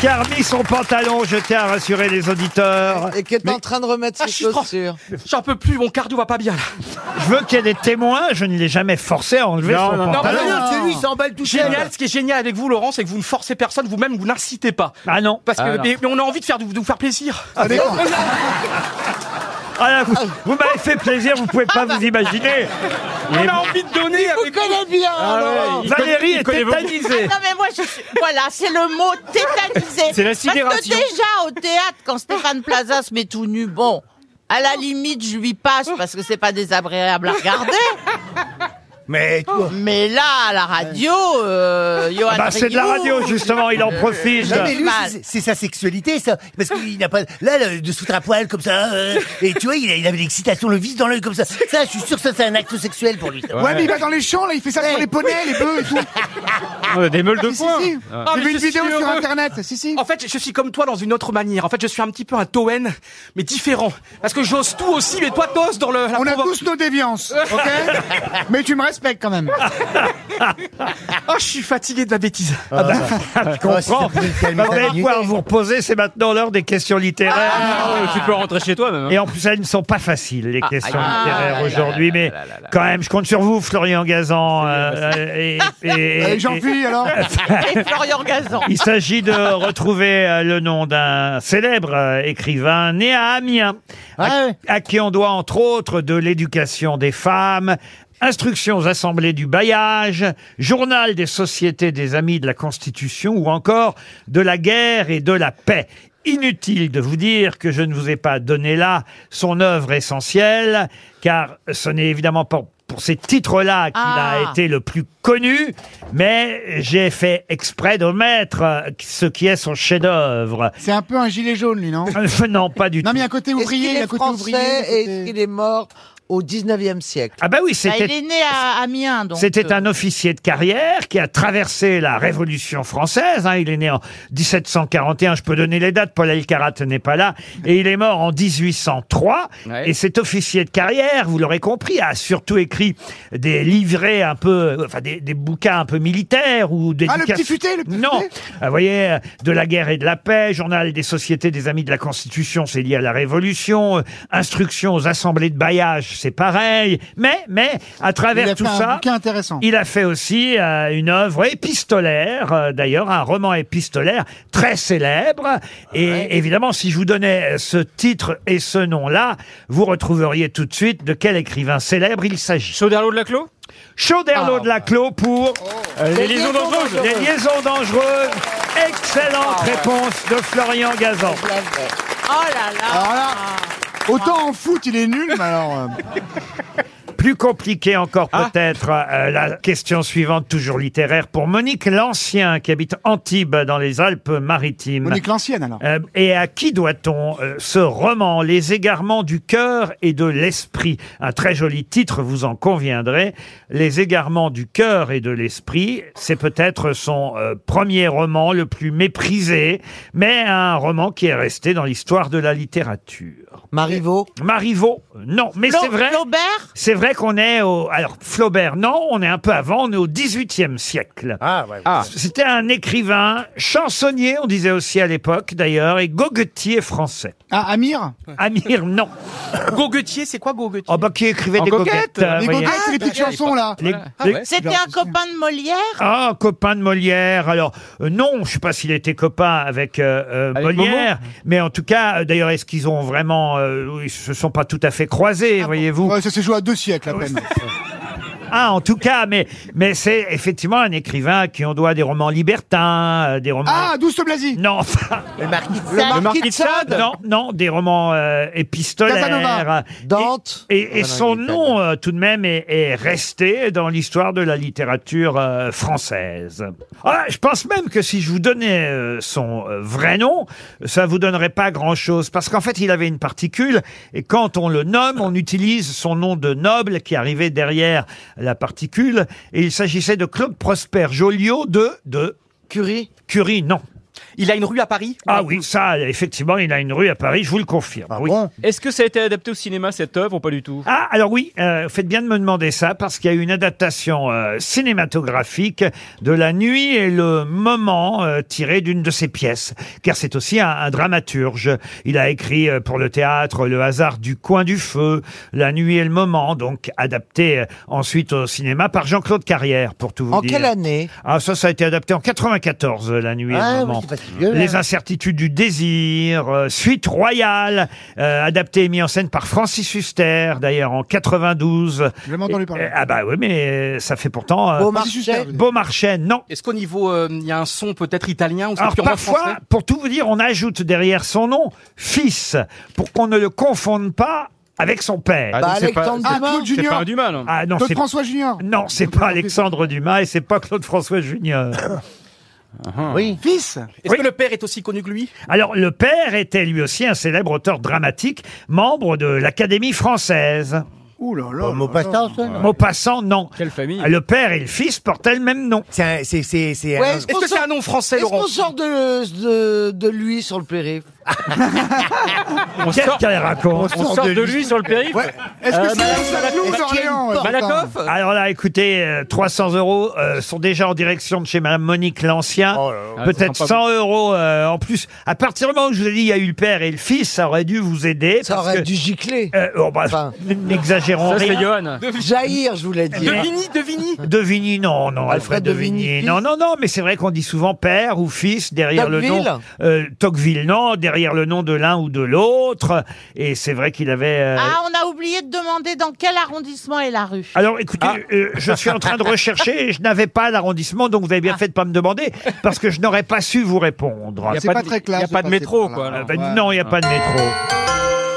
Qui a remis son pantalon, je tiens à rassurer les auditeurs. Et qui est en train de remettre Ah, ses je suis trop- chaussures. J'en peux plus, mon cardio va pas bien là. Je veux qu'il y ait des témoins, je ne l'ai jamais forcé à enlever Non, son non, non. pantalon. Ah non, c'est lui, il s'emballe tout seul Génial, ce qui est génial avec vous, Laurent, c'est que vous ne forcez personne, vous-même, vous n'incitez pas. Ah non. Parce que, Ah, non. mais, mais on a envie de, faire, de vous faire plaisir. Ah là, vous vous m'avez fait plaisir, vous pouvez pas vous imaginer. on a envie de donner Vous avec connaissez bien, Ah ouais, Laurent. il connaît- Valérie il est connaît beaucoup. tétanisée. Ah Non mais moi je suis... Voilà, c'est le mot tétanisé. C'est la Parce que sidération. déjà au théâtre, quand Stéphane Plaza se met tout nu, bon, à la limite je lui passe parce que c'est pas désagréable à regarder. Mais toi Mais là, à la radio, euh, Johan Ah bah, c'est de la Rioux, radio, justement, il en profite. Euh, Non, mais lui, Mal. c'est- c'est sa sexualité, ça. Parce qu'il n'a pas. Là, le- de soutre à poil, comme ça. euh, et tu vois, il, a- il avait l'excitation, le vice dans l'œil, comme ça. Ça, je suis sûr que ça, c'est un acte sexuel pour lui. ça. Ouais, mais il va dans les champs, là, il fait ça sur les poneys, les bœufs et tout On a des meules de Ah, Si, si, poing. si Ah, J'ai mais vu une je suis vidéo sur heureux. internet, si, si En fait, je suis comme toi dans une autre manière. En fait, je suis un petit peu un Toen, mais différent. Parce que j'ose tout aussi, mais toi, t'oses dans le, la On a provoque. tous nos déviances, ok Mais tu me respectes quand même Oh, je suis fatigué de ma bêtise. Ah, bah, Je comprends. Oh, si ça pouvait le calmer, Bah, Vous allez ça lui- pouvoir vous reposer, c'est maintenant l'heure des questions littéraires. Ah, tu peux rentrer chez toi même. hein. Et en plus, elles ne sont pas faciles, les questions ah, littéraires là, là, aujourd'hui. Mais quand même, je compte sur vous, Florian Gazan. euh, euh, et- et- Allez, et- Jean-Philippe, alors Ah, et Florian Gazan. il s'agit de retrouver euh, le nom d'un célèbre euh, écrivain né à Amiens, à, à qui on doit entre autres de l'éducation des femmes, instructions assemblées du bailliage, journal des sociétés des amis de la Constitution ou encore de la guerre et de la paix. Inutile de vous dire que je ne vous ai pas donné là son œuvre essentielle, car ce n'est évidemment pas pour ces titres-là qu'il a Ah. été le plus connu, mais j'ai fait exprès de mettre euh, ce qui est son chef-d'œuvre. C'est un peu un gilet jaune, lui, non non, pas du Non, tout. mais il y a un côté Est-ce ouvrier, qu'il il y a est un côté ouvrier. français et est-ce côté- qu'il est mort au 19e siècle Ah bah oui, Bah, il c'était est né à Amiens, donc. euh. C'était un officier de carrière qui a traversé la Révolution française. hein. Il est né en 1741. Je peux donner les dates. Paul Elkarat n'est pas là. Et il est mort en 1803. Ouais. Et cet officier de carrière, vous l'aurez compris, a surtout écrit des livrets un peu, enfin des, des bouquins un peu militaires ou des. Ah, le petit futé, le petit Non, futé Ah, vous voyez, euh, de la guerre et de la paix, journal des sociétés des amis de la Constitution, c'est lié à la Révolution, euh, instruction aux assemblées de bailliage, c'est pareil. Mais, mais, à travers Il a tout fait un ça, bouquin intéressant. il a fait aussi euh, une œuvre épistolaire, euh, d'ailleurs, un roman épistolaire très célèbre. Et évidemment, si je vous donnais euh, ce titre et ce nom-là, vous retrouveriez tout de suite de quel écrivain célèbre il s'agit. Chauderlot de la Clos Ah. Oh. Chauderlot de la Clos pour Les Les liaisons liaisons dangereuses. Ah. dangereuses. Les liaisons dangereuses. Excellente réponse de Florian Gazan. Oh là là Alors là, Ah, autant en foot, il est nul, mais alors. euh, Plus compliqué encore peut-être euh, la question suivante, toujours littéraire, pour Monique L'Ancien, qui habite Antibes dans les Alpes-Maritimes. Monique L'Ancienne, alors. Euh, et à qui doit-on euh, ce roman Les égarements du cœur et de l'esprit Un très joli titre, vous en conviendrez. Les égarements du cœur et de l'esprit, c'est peut-être son euh, premier roman le plus méprisé, mais un roman qui est resté dans l'histoire de la littérature. Marivaux Marivaux, non, mais Flau- c'est vrai. Flaubert C'est vrai qu'on est au. Alors, Flaubert, non, on est un peu avant, on est au 18e siècle. Ah, ouais. C'était un écrivain, chansonnier, on disait aussi à l'époque d'ailleurs, et goguetier français. Ah, Amir Amir, non. Goguetier, c'est quoi Ah, Goguetier Oh, bah, qui écrivait En des goguette, goguettes. les euh, vous goguettes, voyez. c'est les petites chansons, là. Les- Ah, les- C'était un copain de Molière Ah, un copain de Molière. Alors, euh, non, je sais pas s'il était copain avec, euh, euh, Molière, mais en tout cas, euh, d'ailleurs, est-ce qu'ils ont vraiment, euh, ils se sont pas tout à fait croisés, voyez-vous Ouais, ça s'est joué à deux siècles à peine. Ah, en tout cas, mais, mais c'est effectivement un écrivain à qui on doit des romans libertins, euh, des romans... Ah, Douce Blasi Non, enfin... Le marquis de Le Marquis de Sade Non, non, des romans euh, Casanova. épistolaires. Dante. euh, Et, et- et Romain son Guittel. nom, euh, tout de même, est, est resté dans l'histoire de la littérature euh, française. Ah, je pense même que si je vous donnais euh, son euh, vrai nom, ça vous donnerait pas grand-chose, parce qu'en fait, il avait une particule, et quand on le nomme, on utilise son nom de noble qui arrivait derrière la particule, et il s'agissait de Claude Prosper Joliot de... de Curie Curie, non. Il a une rue à Paris Ah oui, ça, effectivement, il a une rue à Paris, je vous le confirme. Ah oui. Est-ce que ça a été adapté au cinéma cette œuvre ou pas du tout Ah, alors oui, euh, faites bien de me demander ça, parce qu'il y a eu une adaptation euh, cinématographique de La nuit et le moment euh, tiré d'une de ses pièces, car c'est aussi un, un dramaturge. Il a écrit euh, pour le théâtre Le hasard du coin du feu, La nuit et le moment, donc adapté euh, ensuite au cinéma par Jean-Claude Carrière, pour tout vous En dire. quelle année Ah, ça, ça a été adapté en 94, euh, La nuit et Ah, le oui, moment. c'est pas si vieux, là. Les incertitudes du désir, euh, Suite royale, euh, adapté et mis en scène par Francis Huster, d'ailleurs en 92. J'ai jamais entendu parler. Euh, ah bah oui, mais euh, ça fait pourtant... euh, Beaumarchais Beaumarchais, non. Est-ce qu'au niveau, euh, il y a un son peut-être italien ou c'est Alors purement parfois, français pour tout vous dire, on ajoute derrière son nom « fils » pour qu'on ne le confonde pas avec son père. Bah, Alexandre Ah, Dumas Claude Junior du mal. Ah non, Claude c'est François Junior non, c'est pas Alexandre Dumas et c'est pas Claude François Junior. Oui. Fils Ah. Est-ce Oui. que le père est aussi connu que lui Alors, le père était lui aussi un célèbre auteur dramatique, membre de l'Académie française. Ouh là là. Bon, Maupassant, ça non Maupassant, non. Quelle famille Le père et le fils portaient le même nom. C'est un- C'est c'est- c'est Ouais, un- est-ce Est-ce qu'on que c'est sort- un nom français, est-ce Laurent qu'on sort de, de, de lui sur le périph' Qu'est-ce qu'elle raconte On sort de lui sur le périph' Ouais. Est-ce que Euh, c'est bah, Madame Ah, la Est-ce qu'il y a une d'Orléans porte Malakoff Alors là, écoutez, euh, 300 euros euh, sont déjà en direction de chez Madame Monique L'Ancien. Oh là là. Ah, Peut-être ça sera pas 100 euros euh, en plus. À partir du moment où je vous ai dit il y a eu le père et le fils, ça aurait dû vous aider. Ça parce aurait que, dû gicler. euh, oh, bah, Enfin. N'exagérons Ça, c'est rien. Johan. Jair, je voulais dire. Devini, Devini De Vigny, non, non, Alfred Alfred de de Vigny, Vigny. fils. Non, non, non, mais c'est vrai qu'on dit souvent père ou fils derrière le nom. Tocqueville. Euh, Tocqueville, non, derrière le nom de l'un ou de l'autre. Et c'est vrai qu'il avait. euh, Ah, on a oublié de demander dans quel arrondissement est la rue. Alors écoutez, Ah. euh, je suis en train de rechercher et je n'avais pas l'arrondissement, donc vous avez Ah. bien fait de pas me demander, parce que je n'aurais pas su vous répondre. Il y a C'est pas pas de- très clair. il y a pas de métro, quoi, Euh, alors. ben Non, il n'y a pas de métro.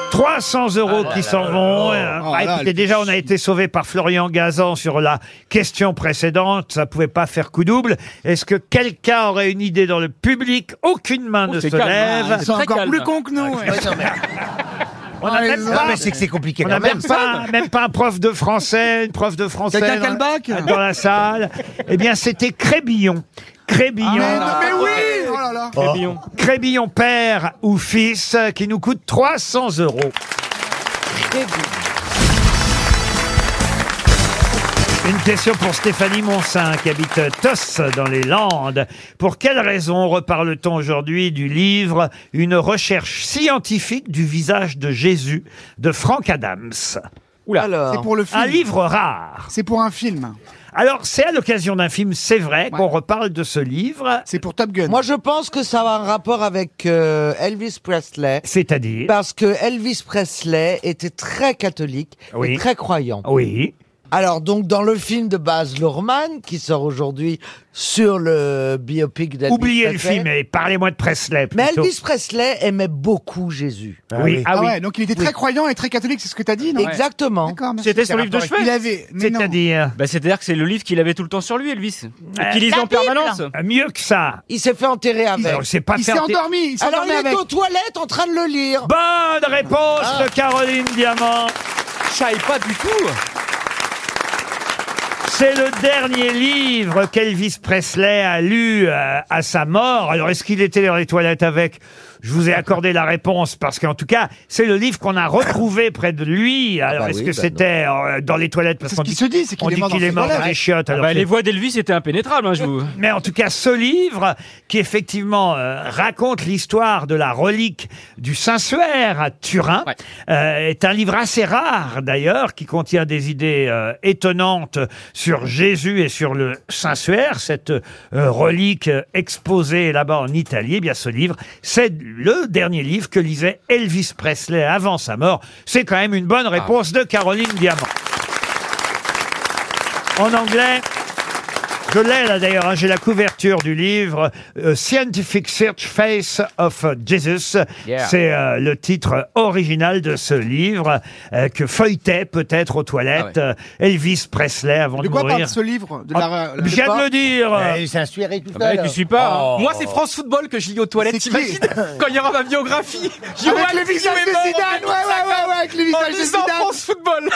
300 euros qui s'en vont. Euh, Oh bah, Ah là là, écoutez, elle déjà, on a été sauvé par Florian Gazan sur la question précédente. Ça pouvait pas faire coup double. Est-ce que quelqu'un aurait une idée dans le public Aucune main Oh, ne se c'est calme, hein, lève. c'est C'est Ah, très encore calme. plus con que nous. ouais. On n'a Ah, même les Non, pas, mais c'est que c'est compliqué on quand a même. même pas, même pas un prof de français, une prof de français Quelqu'un dans, qui a le bac dans la salle. Eh bien, c'était Crébillon. Crébillon. Ah, Ah. Mais Ah, non, mais oui Oh là là Très bien. Crébillon père ou fils euh, qui nous coûte 300 euros. Une question pour Stéphanie Monsin qui habite Tos dans les Landes. Pour quelle raison reparle-t-on aujourd'hui du livre Une recherche scientifique du visage de Jésus de Frank Adams Oula. C'est pour le film. Un livre rare. C'est pour un film. Alors, c'est à l'occasion d'un film, c'est vrai, qu'on reparle de ce livre. C'est pour Top Gun. Moi, je pense que ça a un rapport avec euh, Elvis Presley. C'est-à-dire Parce que Elvis Presley était très catholique Oui. et très croyant. Oui. Alors, donc, dans le film de Baz Luhrmann, qui sort aujourd'hui sur le biopic d'Elvis Oubliez le Presley, film et parlez-moi de Presley. Mais plutôt. Elvis Presley aimait beaucoup Jésus. Ah oui. Ah oui. ouais, donc il était très Oui. croyant et très catholique, c'est ce que t'as dit, non Exactement. D'accord, merci. C'était son Quel livre de rapport chevet. Il avait, mais non. C'est-à-dire bah, C'est-à-dire que c'est le livre qu'il avait tout le temps sur lui, Elvis. Euh, qu'il lisait la en permanence. Bible. Euh, Mieux que ça. Il s'est fait enterrer avec. Alors, il s'est pas Il fait s'est enterrer- endormi, il s'est Alors, il endormi est avec. aux toilettes en train de le lire. Bonne réponse Ah. de Caroline Diamant. Je savais pas du tout. C'est le dernier livre qu'Elvis Presley a lu euh, à sa mort. Alors, est-ce qu'il était dans les toilettes avec Je vous ai accordé la réponse parce qu'en tout cas, c'est le livre qu'on a retrouvé près de lui. Ah Alors, bah est-ce oui, que bah c'était euh, dans les toilettes parce C'est qu'on ce qu'il se dit, c'est on qu'il est dit mort dans qu'il est ses mort dans les toilettes. chiottes. Ah alors bah, que- les voix d'Elvis étaient impénétrables, hein, je vous. Mais en tout cas, ce livre, qui effectivement euh, raconte l'histoire de la relique du Saint-Suaire à Turin, euh, est un livre assez rare d'ailleurs, qui contient des idées euh, étonnantes sur Jésus et sur le Saint-Suaire, cette euh, relique euh, exposée là-bas en Italie. Eh bien, ce livre, c'est le dernier livre que lisait Elvis Presley avant sa mort. C'est quand même une bonne Ah. réponse de Caroline Diamant. En anglais, je l'ai là d'ailleurs, hein, j'ai la couverture du livre euh, Scientific Search Face of Jesus. Yeah. C'est euh, le titre original de ce livre euh, que feuilletait peut-être aux toilettes euh, Elvis Presley avant de, De quoi parle mourir. ce livre de Ah, la, Eh, je viens de le dire Euh, C'est un suéré tout Ah bah, seul. tu suis pas. hein. Oh. Moi, c'est France Football que je lis aux toilettes, C'est t'imagines Quand il y aura ma biographie, j'y Avec aurai le Elvis visage de Presley Zidane, ouais, ouais, ouais, ouais, avec le en visage de lisant Zidane. France Football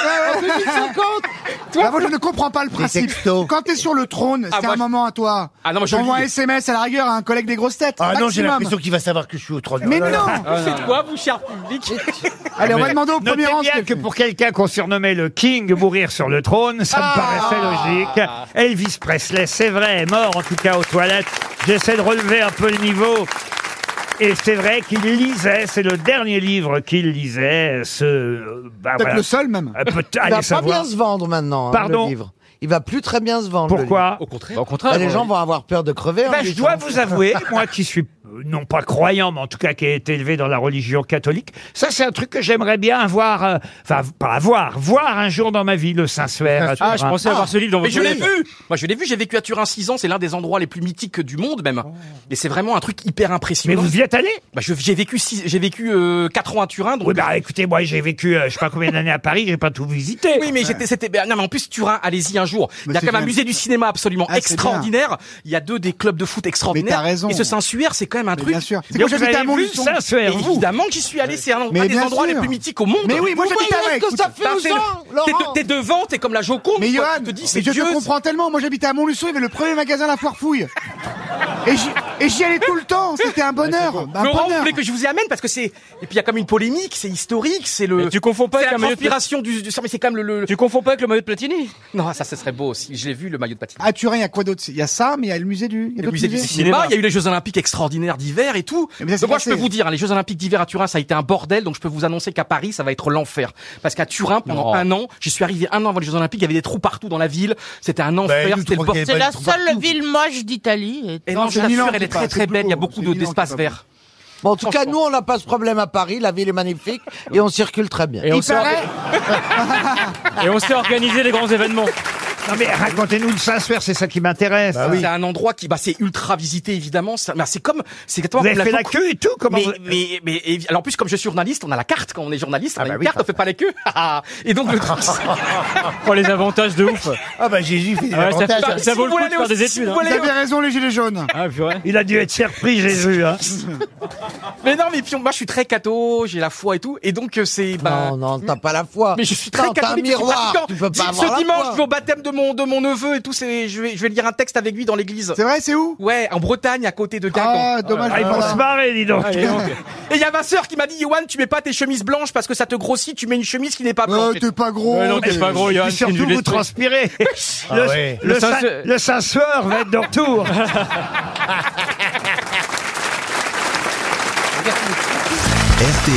Bah, moi, je ne comprends pas le principe. textos. Quand t'es sur le trône, Ah, c'est moi, un je- moment à toi. Ah, non, moi, je J'envoie un lis. SMS à la rigueur à un collègue des grosses têtes. Ah non, j'ai maximum. l'impression qu'il va savoir que je suis au Oh troisième. Mais non Vous Ah faites quoi, vous, cher public Allez, on va demander au Notez premier rang. ce bien qu'il que fait. pour quelqu'un qu'on surnommait le King, mourir sur le trône, ça Ah. me paraissait logique. Elvis Presley, c'est vrai, est mort en tout cas aux toilettes. J'essaie de relever un peu le niveau. Et c'est vrai qu'il lisait, c'est le dernier livre qu'il lisait, ce... Bah, Peut-être voilà. le seul même. Euh, peut- Il allez va pas savoir. bien se vendre maintenant, hein, Pardon le livre. Il va plus très bien se vendre. le livre. Pourquoi Au contraire. Bah, au contraire. Bah, Les moi, gens vont avoir peur de crever. Eh, hein, en Ben, Je lisant. dois vous avouer, moi qui suis euh, non pas croyant, mais en tout cas qui ai été élevé dans la religion catholique, ça c'est un truc que j'aimerais bien avoir, euh, enfin pas avoir, voir un jour dans ma vie, le Saint-Suaire. hein. à Ah, je Turin. pensais avoir ce livre dans Mais votre je l'ai toilette. vu Moi, je l'ai vu, j'ai vécu à Turin 6 ans, c'est l'un des endroits les plus mythiques du monde, même. Et c'est vraiment un truc hyper Oh. Mais impressionnant. vous y êtes allé Bah, je- j'ai vécu, six- j'ai vécu euh, 4 ans à Turin, donc... Oui, bah écoutez, moi j'ai vécu euh, je sais pas combien d'années à Paris, j'ai pas tout visité. Oui, mais j'étais, c'était, bah, non, mais en plus, Turin, allez-y un jour. Il y a Mais quand c'est même un bien. musée du cinéma absolument Ah, c'est extraordinaire. Il y a deux des clubs de foot extraordinaires. t'as raison. Et ce Saint-Suaire, c'est quand même un Mais truc. Bien sûr. C'est Donc, quand vous j'habitais avez à vu Montluçon. Saint-Suaire, Et vous évidemment que j'y suis allé, c'est un, Mais un des bien endroits sûr. les plus mythiques au monde. Mais oui, moi Vous j'habitais à voyez Montluçon. ce que ça fait Enfin, aux c'est- gens, t'es, Laurent t'es devant, t'es comme la Joconde. Mais quoi. Johan, tu te dis, mais c'est je Dieu. te comprends tellement. Moi, j'habitais à Montluçon, il y avait le premier magasin à la foire fouille. Et j'y, et j'y allais tout le temps. C'était un bonheur. Bah, un Laurent, vous bonheur. voulez que je vous y amène parce que c'est et puis il y a comme une polémique, c'est historique, c'est le Mais tu confonds pas c'est avec la un maillot de- transpiration du, du- mais c'est quand même le, le- Tu confonds pas avec le maillot de Platini non ça ce serait beau aussi. Je l'ai vu le maillot de Platini. À Turin, il y a quoi d'autre Il y a ça, mais il y a Ah, le musée du. Il y a le d'autres musée du musées cinéma, il y a eu les Jeux Olympiques extraordinaires d'hiver et tout. Mais ça, c'est donc moi, je passé. peux vous dire, hein, les Jeux Olympiques d'hiver à Turin, ça a été un bordel. Donc je peux vous annoncer qu'à Paris, ça va être l'enfer. Parce qu'à Turin, pendant Non. un an, j'y suis arrivé un an avant les Jeux Olympiques, il y avait des trous partout dans la ville. C'était Bah, un enfer, nous, c'était le trois, bordel. pas C'est la du tout seule partout. ville moche d'Italie. bah, Et non, c'est je vous Milan assure, qui elle est est pas- très c'est très plus belle. Il y a beau, beaucoup c'est de- Milan qui est d'espaces pas beau. verts. Bon, en tout cas, nous, on n'a pas ce problème à Paris. La ville est magnifique et on circule très bien. Et on Il s'est paraît. et on s'est organisé les grands événements. Non mais racontez-nous le Saint-Suaire, c'est ça qui m'intéresse. C'est un endroit qui, bah, c'est ultra visité évidemment. Ça- bah, c'est comme, c'est exactement Vous avez comme fait la Joconde. queue et tout comment Mais, vous- mais, mais, et- alors en plus comme je suis journaliste, on a la carte quand on est journaliste, on Ah a bah une oui, carte, on fait pas la queue. Ah, et donc le truc, c'est- Oh, les avantages de ouf. Ah bah Jésus fait des Ah ouais, ça, avantages. ça- ça si vaut le coup vous de voulez faire des aussi- si études. vous hein. voulez- Vous avez raison, les gilets jaunes. Ah, purée. Il a dû être surpris, Jésus. Hein. Mais non, mais puis moi je suis très catho, j'ai la foi et tout, et donc euh, c'est ben. Non, non, t'as pas la foi. Mais je suis très Non, t'as un catholique. je suis miroir. pratiquant. Tu peux pas Dis- avoir Ce la dimanche, foi. je vais au baptême de mon de mon neveu et tout. C'est je vais je vais lire un texte avec lui dans l'église. C'est vrai, c'est où Ouais, en Bretagne, à côté de Guingamp. Ah, dommage. Ah, ils vont voilà. se marrer, dis donc. Allez, donc. Et il y a ma sœur qui m'a dit, Yoann, tu mets pas tes chemises blanches parce que ça te grossit. Tu mets une chemise qui n'est pas Euh, blanche. t'es pas gros. Ouais, non, t'es pas gros, Johan. Et c'est une vue surtout, de vous l'esprit. transpirez. Ah le, ouais. le Le Saint- Saint- le Saint-Suaire va être de retour. RTL,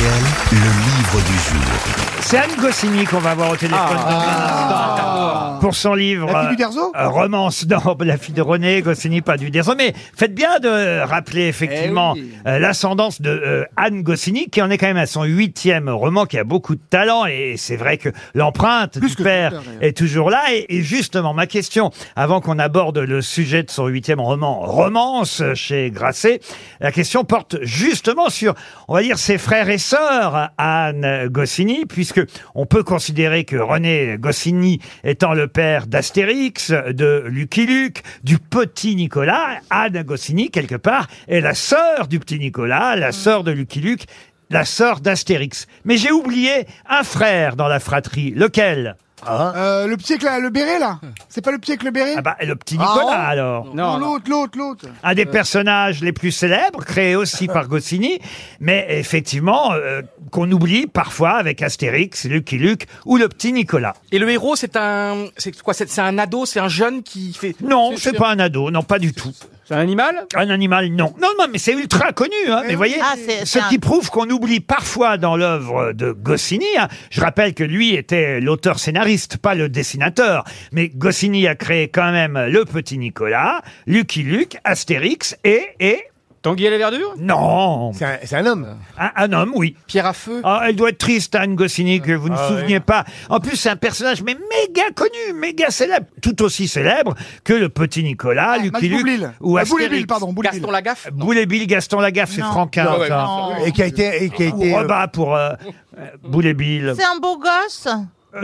le livre du jour. C'est Anne Goscinny qu'on va avoir au téléphone dans un instant pour son livre. Ah. La fille du euh, Derzo euh, Romance, non, la fille de René Goscinny, pas du Derzo. Mais faites bien de rappeler effectivement Eh oui. euh, l'ascendance de euh, Anne Goscinny, qui en est quand même à son huitième roman, qui a beaucoup de talent. Et c'est vrai que l'empreinte du père hein. est toujours là. Et, et justement, ma question, avant qu'on aborde le sujet de son huitième roman, Romance, euh, chez Grasset, la question porte justement sur, on va dire, ses frères et sœurs à Anne Goscinny, puisque on peut considérer que René Goscinny étant le père d'Astérix, de Lucky Luke, du petit Nicolas, Anne Goscinny, quelque part, est la sœur du petit Nicolas, la sœur de Lucky Luke, la sœur d'Astérix. Mais j'ai oublié un frère dans la fratrie. Lequel Euh, le petit avec la- le béret là C'est pas le petit avec le béret Ah bah, le petit Nicolas, Ah, alors. Non, l'autre, l'autre, l'autre. un des personnages les plus célèbres, créé aussi par Goscinny, mais effectivement, euh, qu'on oublie parfois avec Astérix, Lucky Luke ou le petit Nicolas. Et le héros, c'est un, c'est quoi C'est c'est un ado, c'est un jeune qui fait. Non, c'est pas un ado, non, pas du tout. C'est un animal Un animal, non. Non, non, mais c'est ultra connu, hein, mais oui. voyez, Ah, ce c'est- c'est qui un- prouve qu'on oublie parfois dans l'œuvre de Goscinny. hein. Je rappelle que lui était l'auteur scénariste, pas le dessinateur. Mais Goscinny a créé quand même Le Petit Nicolas, Lucky Luke, Astérix et... et Tanguy et la verdure Non C'est un, homme un, un homme, oui. Pierre à feu Elle doit être triste, Anne Goscinny, que vous ne Ah, souveniez pas. En plus, c'est un personnage mais méga connu, méga célèbre, tout aussi célèbre que Le Petit Nicolas, Lucky Max Luke Boublil. ou Ah, Astérix. Boublil, pardon, Boublil. Gaston Lagaffe Boulet Bill, Gaston Lagaffe, c'est Non. Franquin. Non, ouais, ça. bien sûr. Et qui a été- et qui a Ou été, euh, Rebat pour euh, euh, Boulet Bill. C'est un beau gosse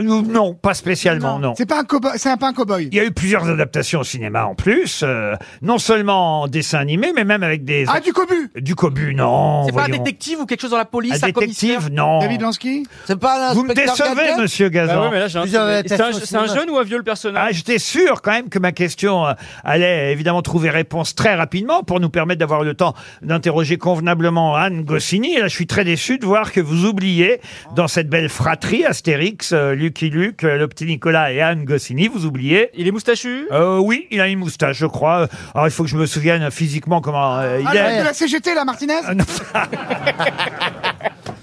Euh, non, pas spécialement, non. C'est pas un cowboy, c'est un pas un cowboy. Il y a eu plusieurs adaptations au cinéma en plus, euh, non seulement en dessin animé, mais même avec des... Ah, du cobu Du cobu, non, C'est pas un voyons. détective ou quelque chose dans la police, Un détective, non. David Lansky C'est pas Ah, Vous me décevez, monsieur Gazan. Bah oui, mais là, j'ai un- Plusieurs c'est un- adaptations c'est un au cinéma. jeune ou un vieux personnage ah, J'étais sûr quand même que ma question euh, allait évidemment trouver réponse très rapidement pour nous permettre d'avoir le temps d'interroger convenablement Anne Goscinny. Et là, je suis très déçu de voir que vous oubliez dans cette belle fratrie Astérix, euh, Lucky Luke, euh, le petit Nicolas et Anne Goscinny, vous oubliez. Il est moustachu Oui, il a une moustache, je crois. Euh, Alors, il faut que je me souvienne physiquement comment euh, il Ah, est. Ah, le- de la CGT, la Martinez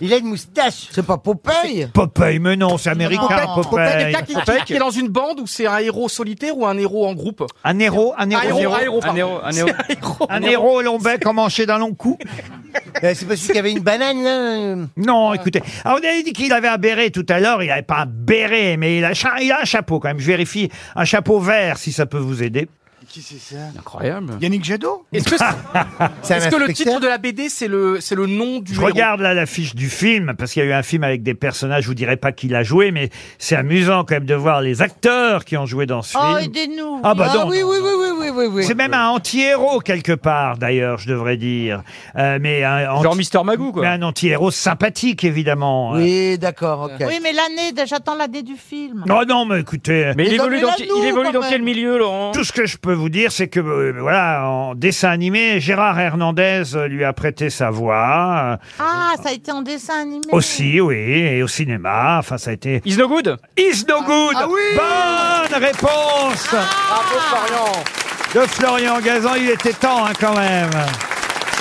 Il a une moustache. C'est pas Popeye Popeye, mais non, c'est américain, Non. Popeye. Quelqu'un qui, qui est dans une bande ou c'est un héros solitaire ou un héros en groupe Un héros, un héros, Un héros, un héros, un héros, pardon. un C'est héros. un héros. Un héros au long bec emmanché d'un long cou. Euh, c'est parce qu'il y avait une banane, là euh. Non, écoutez. Ah, on avait dit qu'il avait un béret tout à l'heure. Il n'avait pas un béret, mais il a, cha- il a un chapeau quand même. Je vérifie. Un chapeau vert, si ça peut vous aider. Qui c'est ça Incroyable. Yannick Jadot Est-ce que, C'est un est-ce que le inspecteur titre de la BD, c'est le, c'est le nom du Je héros regarde là l'affiche du film, parce qu'il y a eu un film avec des personnages, je vous dirais pas qui l'a joué, mais c'est amusant quand même de voir les acteurs qui ont joué dans ce Oh, film. aidez-nous Ah, bah non, oui, non, oui, oui, oui, oui, oui, oui. C'est même un anti-héros quelque part, d'ailleurs, je devrais dire. Euh, mais un anti- Mais un anti-héros sympathique, évidemment. Oui, d'accord, ok. Oui, mais l'année, j'attends l'année du film. Non, Oh, non, mais écoutez. Mais il Mais évolue dans- donnez-la il nous, évolue quand dans même. quel milieu, Laurent Tout ce que je peux vous dire, c'est que, euh, voilà, en dessin animé, Gérard Hernandez euh, lui a prêté sa voix. euh, Ah, ça a été en dessin animé. Aussi, oui, et au cinéma. Enfin, ça a été. Is no good Is no good Ah oui Bonne réponse Ah Bravo, Florian. de Florian Gazan. Il était temps, hein, quand même.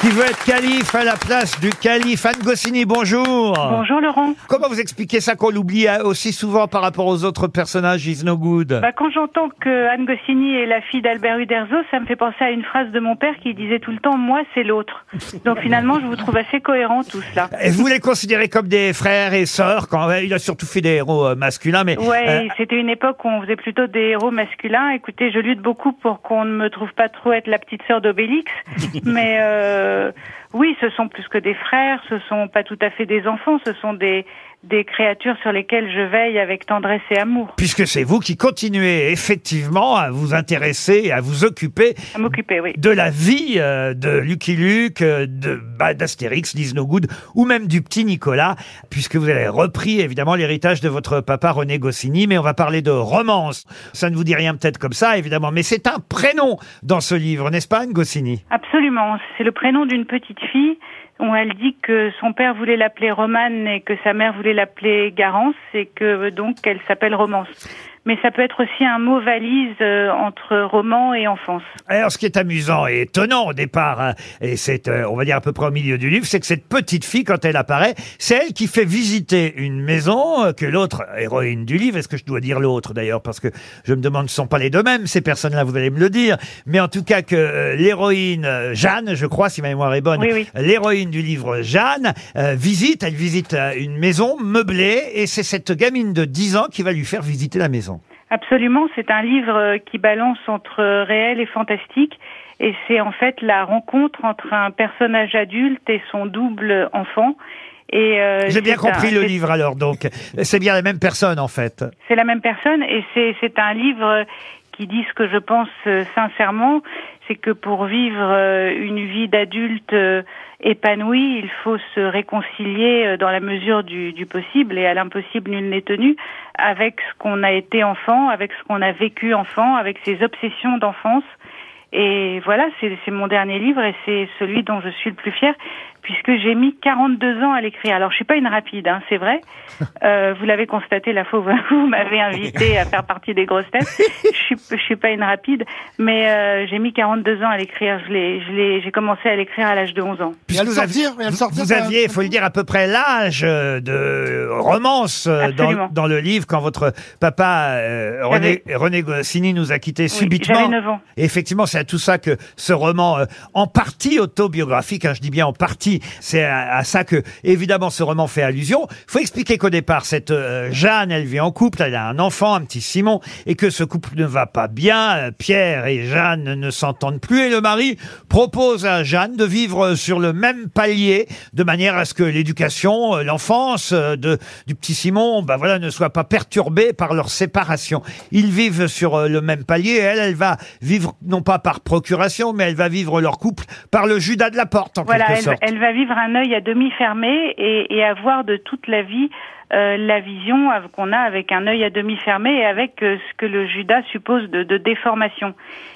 Qui veut être calife à la place du calife. Anne Goscinny, bonjour. Bonjour, Laurent. Comment vous expliquez ça qu'on l'oublie euh, aussi souvent par rapport aux autres personnages Is no good Bah, quand j'entends que Anne Goscinny est la fille d'Albert Uderzo, ça me fait penser à une phrase de mon père qui disait tout le temps Moi, c'est l'autre. Donc finalement, je vous trouve assez cohérent tous là. Et vous les considérez comme des frères et sœurs quand il a surtout fait des héros euh, masculins, mais Ouais, euh, c'était une époque où on faisait plutôt des héros masculins. Écoutez, je lutte beaucoup pour qu'on ne me trouve pas trop être la petite sœur d'Obélix. mais euh, oui, ce sont plus que des frères, ce sont pas tout à fait des enfants, ce sont des, des créatures sur lesquelles je veille avec tendresse et amour. puisque c'est vous qui continuez effectivement à vous intéresser, et à vous occuper À m'occuper, oui. de la vie euh, de Lucky Luke, euh, de bah, d'Astérix, Liz No Good, ou même du petit Nicolas, puisque vous avez repris évidemment l'héritage de votre papa René Goscinny, mais on va parler de romance. Ça ne vous dit rien peut-être comme ça, évidemment, mais c'est un prénom dans ce livre, n'est-ce pas, Anne Goscinny Absolument. C'est le prénom d'une petite fille où elle dit que son père voulait l'appeler Romane et que sa mère voulait l'appeler Garance et que euh, donc elle s'appelle Romance. mais ça peut être aussi un mot valise euh, entre roman et enfance. Alors, ce qui est amusant et étonnant au départ, hein, et c'est, euh, on va dire à peu près au milieu du livre, c'est que cette petite fille, quand elle apparaît, c'est elle qui fait visiter une maison euh, que l'autre héroïne du livre. Est-ce que je dois dire l'autre d'ailleurs Parce que je me demande, ne sont pas les deux mêmes ces personnes-là. Vous allez me le dire. Mais en tout cas, que euh, l'héroïne euh, Jeanne, je crois, si ma mémoire est bonne, l'héroïne du livre Jeanne euh, visite. Elle visite euh, une maison meublée, et c'est cette gamine de 10 ans qui va lui faire visiter la maison. Absolument, c'est un livre euh, qui balance entre euh, réel et fantastique. Et c'est en fait la rencontre entre un personnage adulte et son double enfant. Et euh, J'ai bien c'est un- compris le c'est- livre alors, donc c'est bien la même personne en fait. C'est la même personne et c'est c'est un livre qui dit ce que je pense euh, sincèrement, c'est que pour vivre euh, une vie d'adulte euh, épanouie, il faut se réconcilier euh, dans la mesure du, du possible et à l'impossible nul n'est tenu avec ce qu'on a été enfant, avec ce qu'on a vécu enfant, avec ses obsessions d'enfance. Et voilà, c'est c'est mon dernier livre et c'est celui dont je suis le plus fière puisque j'ai mis 42 ans à l'écrire. Alors, je suis pas une rapide, hein, c'est vrai. Euh, vous l'avez constaté, la fauve, hein, vous m'avez invité à faire partie des grosses têtes. Je suis, je suis pas une rapide, mais euh, j'ai mis 42 ans à l'écrire. Je l'ai, je l'ai, j'ai commencé à l'écrire à l'âge de 11 ans. Puisque vous aviez- vous, vous aviez, il faut le dire, à peu près l'âge euh, de romance euh, dans, Absolument. dans le livre quand votre papa euh, René, René Goscinny nous a quittés subitement. j'avais 9 ans. Et effectivement, c'est à tout ça que ce roman, euh, en partie autobiographique, hein, je dis bien en partie, c'est à, à ça que, évidemment, ce roman fait allusion. faut expliquer qu'au départ, cette euh, Jeanne, elle vit en couple, elle a un enfant, un petit Simon, et que ce couple ne va pas bien. Euh, Pierre et Jeanne ne s'entendent plus, et le mari propose à Jeanne de vivre euh, sur le même palier, de manière à ce que l'éducation, euh, l'enfance euh, de, du petit Simon, bah voilà, ne soit pas perturbée par leur séparation. Ils vivent sur euh, le même palier. et Elle, elle va vivre non pas par procuration, mais elle va vivre leur couple par le Judas de la porte en Voilà, quelque elle, sorte. elle va vivre un œil à demi fermé et, et avoir de toute la vie euh, la vision av- qu'on a avec un œil à demi fermé et avec euh, ce que le Judas suppose de, de déformation.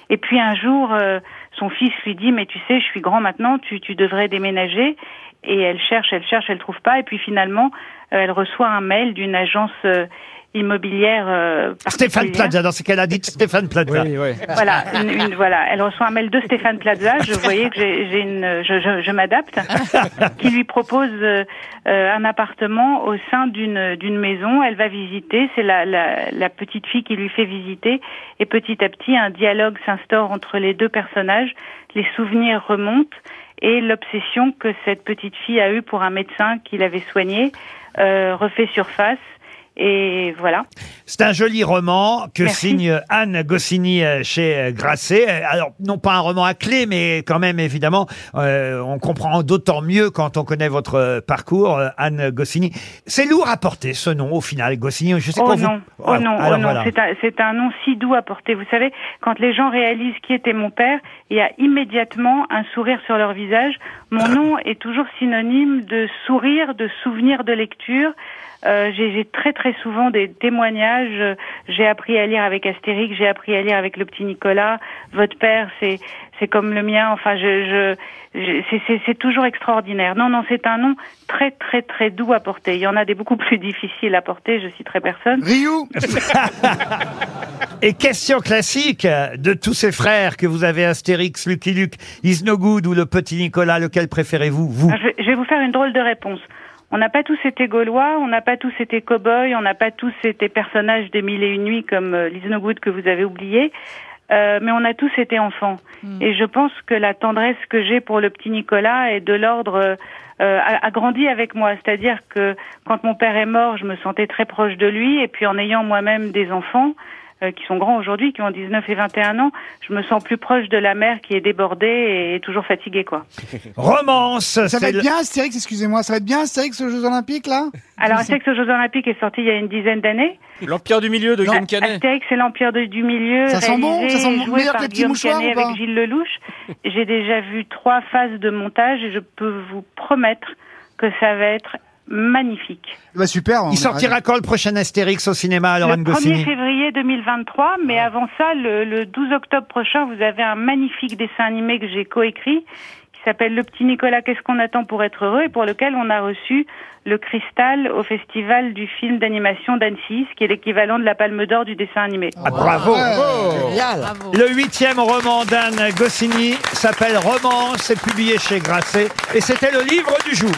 Et puis un jour, euh, son fils lui dit mais tu sais, je suis grand maintenant, tu, tu devrais déménager. Et elle cherche, elle cherche, elle trouve pas. Et puis finalement, euh, elle reçoit un mail d'une agence euh, immobilière. euh, Stéphane particulière. Plaza, dans ce qu'elle a dit, Stéphane Plaza. Voilà, une, une- voilà, elle reçoit un mail de Stéphane Plaza. Je voyais que j'ai j'ai une, je, je, je m'adapte, qui lui propose euh, euh, un appartement au sein d'une d'une maison. Elle va visiter. C'est la, la la petite fille qui lui fait visiter. Et petit à petit, un dialogue s'instaure entre les deux personnages. Les souvenirs remontent et l'obsession que cette petite fille a eue pour un médecin qui l'avait soignée euh, refait surface. Et voilà. C'est un joli roman que Merci. signe Anne Goscinny euh, chez euh, Grasset. Euh, Alors, non pas un roman à clé, mais quand même, évidemment, euh, on comprend d'autant mieux quand on connaît votre euh, parcours, euh, Anne Goscinny. C'est lourd à porter, ce nom, au final, Goscinny. Je sais oh, qu'on vous- non. oh Ah, non, oh alors non, voilà. c'est un, c'est un nom si doux à porter. Vous savez, quand les gens réalisent qui était mon père, il y a immédiatement un sourire sur leur visage. Mon nom est toujours synonyme de sourire, de souvenir de lecture. Euh, j'ai j'ai très très souvent des témoignages. Euh, J'ai appris à lire avec Astérix, j'ai appris à lire avec le petit Nicolas. Votre père, c'est c'est comme le mien. Enfin, je, je, je- c'est- c'est c'est toujours extraordinaire. Non, non, c'est un nom très très très doux à porter. Il y en a des beaucoup plus difficiles à porter. Je citerai personne. Ryu. Et question classique euh, de tous ces frères que vous avez, Astérix, Lucky Luke, Isnogood ou le petit Nicolas, lequel préférez-vous, vous Ah, Je, vais- je vais vous faire une drôle de réponse. On n'a pas tous été gaulois, on n'a pas tous été cow-boys, on n'a pas tous été personnages des mille et une nuits comme euh, Liz Norwood que vous avez oublié, euh, mais on a tous été enfants. Et je pense que la tendresse que j'ai pour le petit Nicolas est de l'ordre euh, euh, a, a grandi avec moi. C'est-à-dire que quand mon père est mort, je me sentais très proche de lui, et puis en ayant moi-même des enfants, euh, qui sont grands aujourd'hui, qui ont 19 et 21 ans, je me sens plus proche de la mère qui est débordée et toujours fatiguée, quoi. Romance Ça va c'est être le- bien, Astérix, excusez-moi. Ça va être bien, Astérix, aux Jeux Olympiques, là Alors, Astérix aux Jeux Olympiques est sorti il y a une dizaine d'années. Euh, L'Empire du Milieu de Guillaume Canet. Astérix et l'Empire de- du Milieu. Ça sent bon, réalisé ça sent et joué meilleur par que les petits Guillaume mouchoirs Canet ou pas avec Gilles Lelouch. J'ai déjà vu trois phases de montage et je peux vous promettre que ça va être magnifique. Bah, super. on Il est sortira ravis. quand le prochain Astérix au cinéma, alors Anne le 1er Goscinny février 2023, mais avant ça, le, le 12 octobre prochain, vous avez un magnifique dessin animé que j'ai coécrit qui s'appelle Le Petit Nicolas, qu'est-ce qu'on attend pour être heureux et pour lequel on a reçu le cristal au festival du film d'animation d'Annecy, ce qui est l'équivalent de la palme d'or du dessin animé. Ah, bravo Oh. Le huitième roman d'Anne Goscinny s'appelle Romance, c'est publié chez Grasset, et c'était le livre du jour.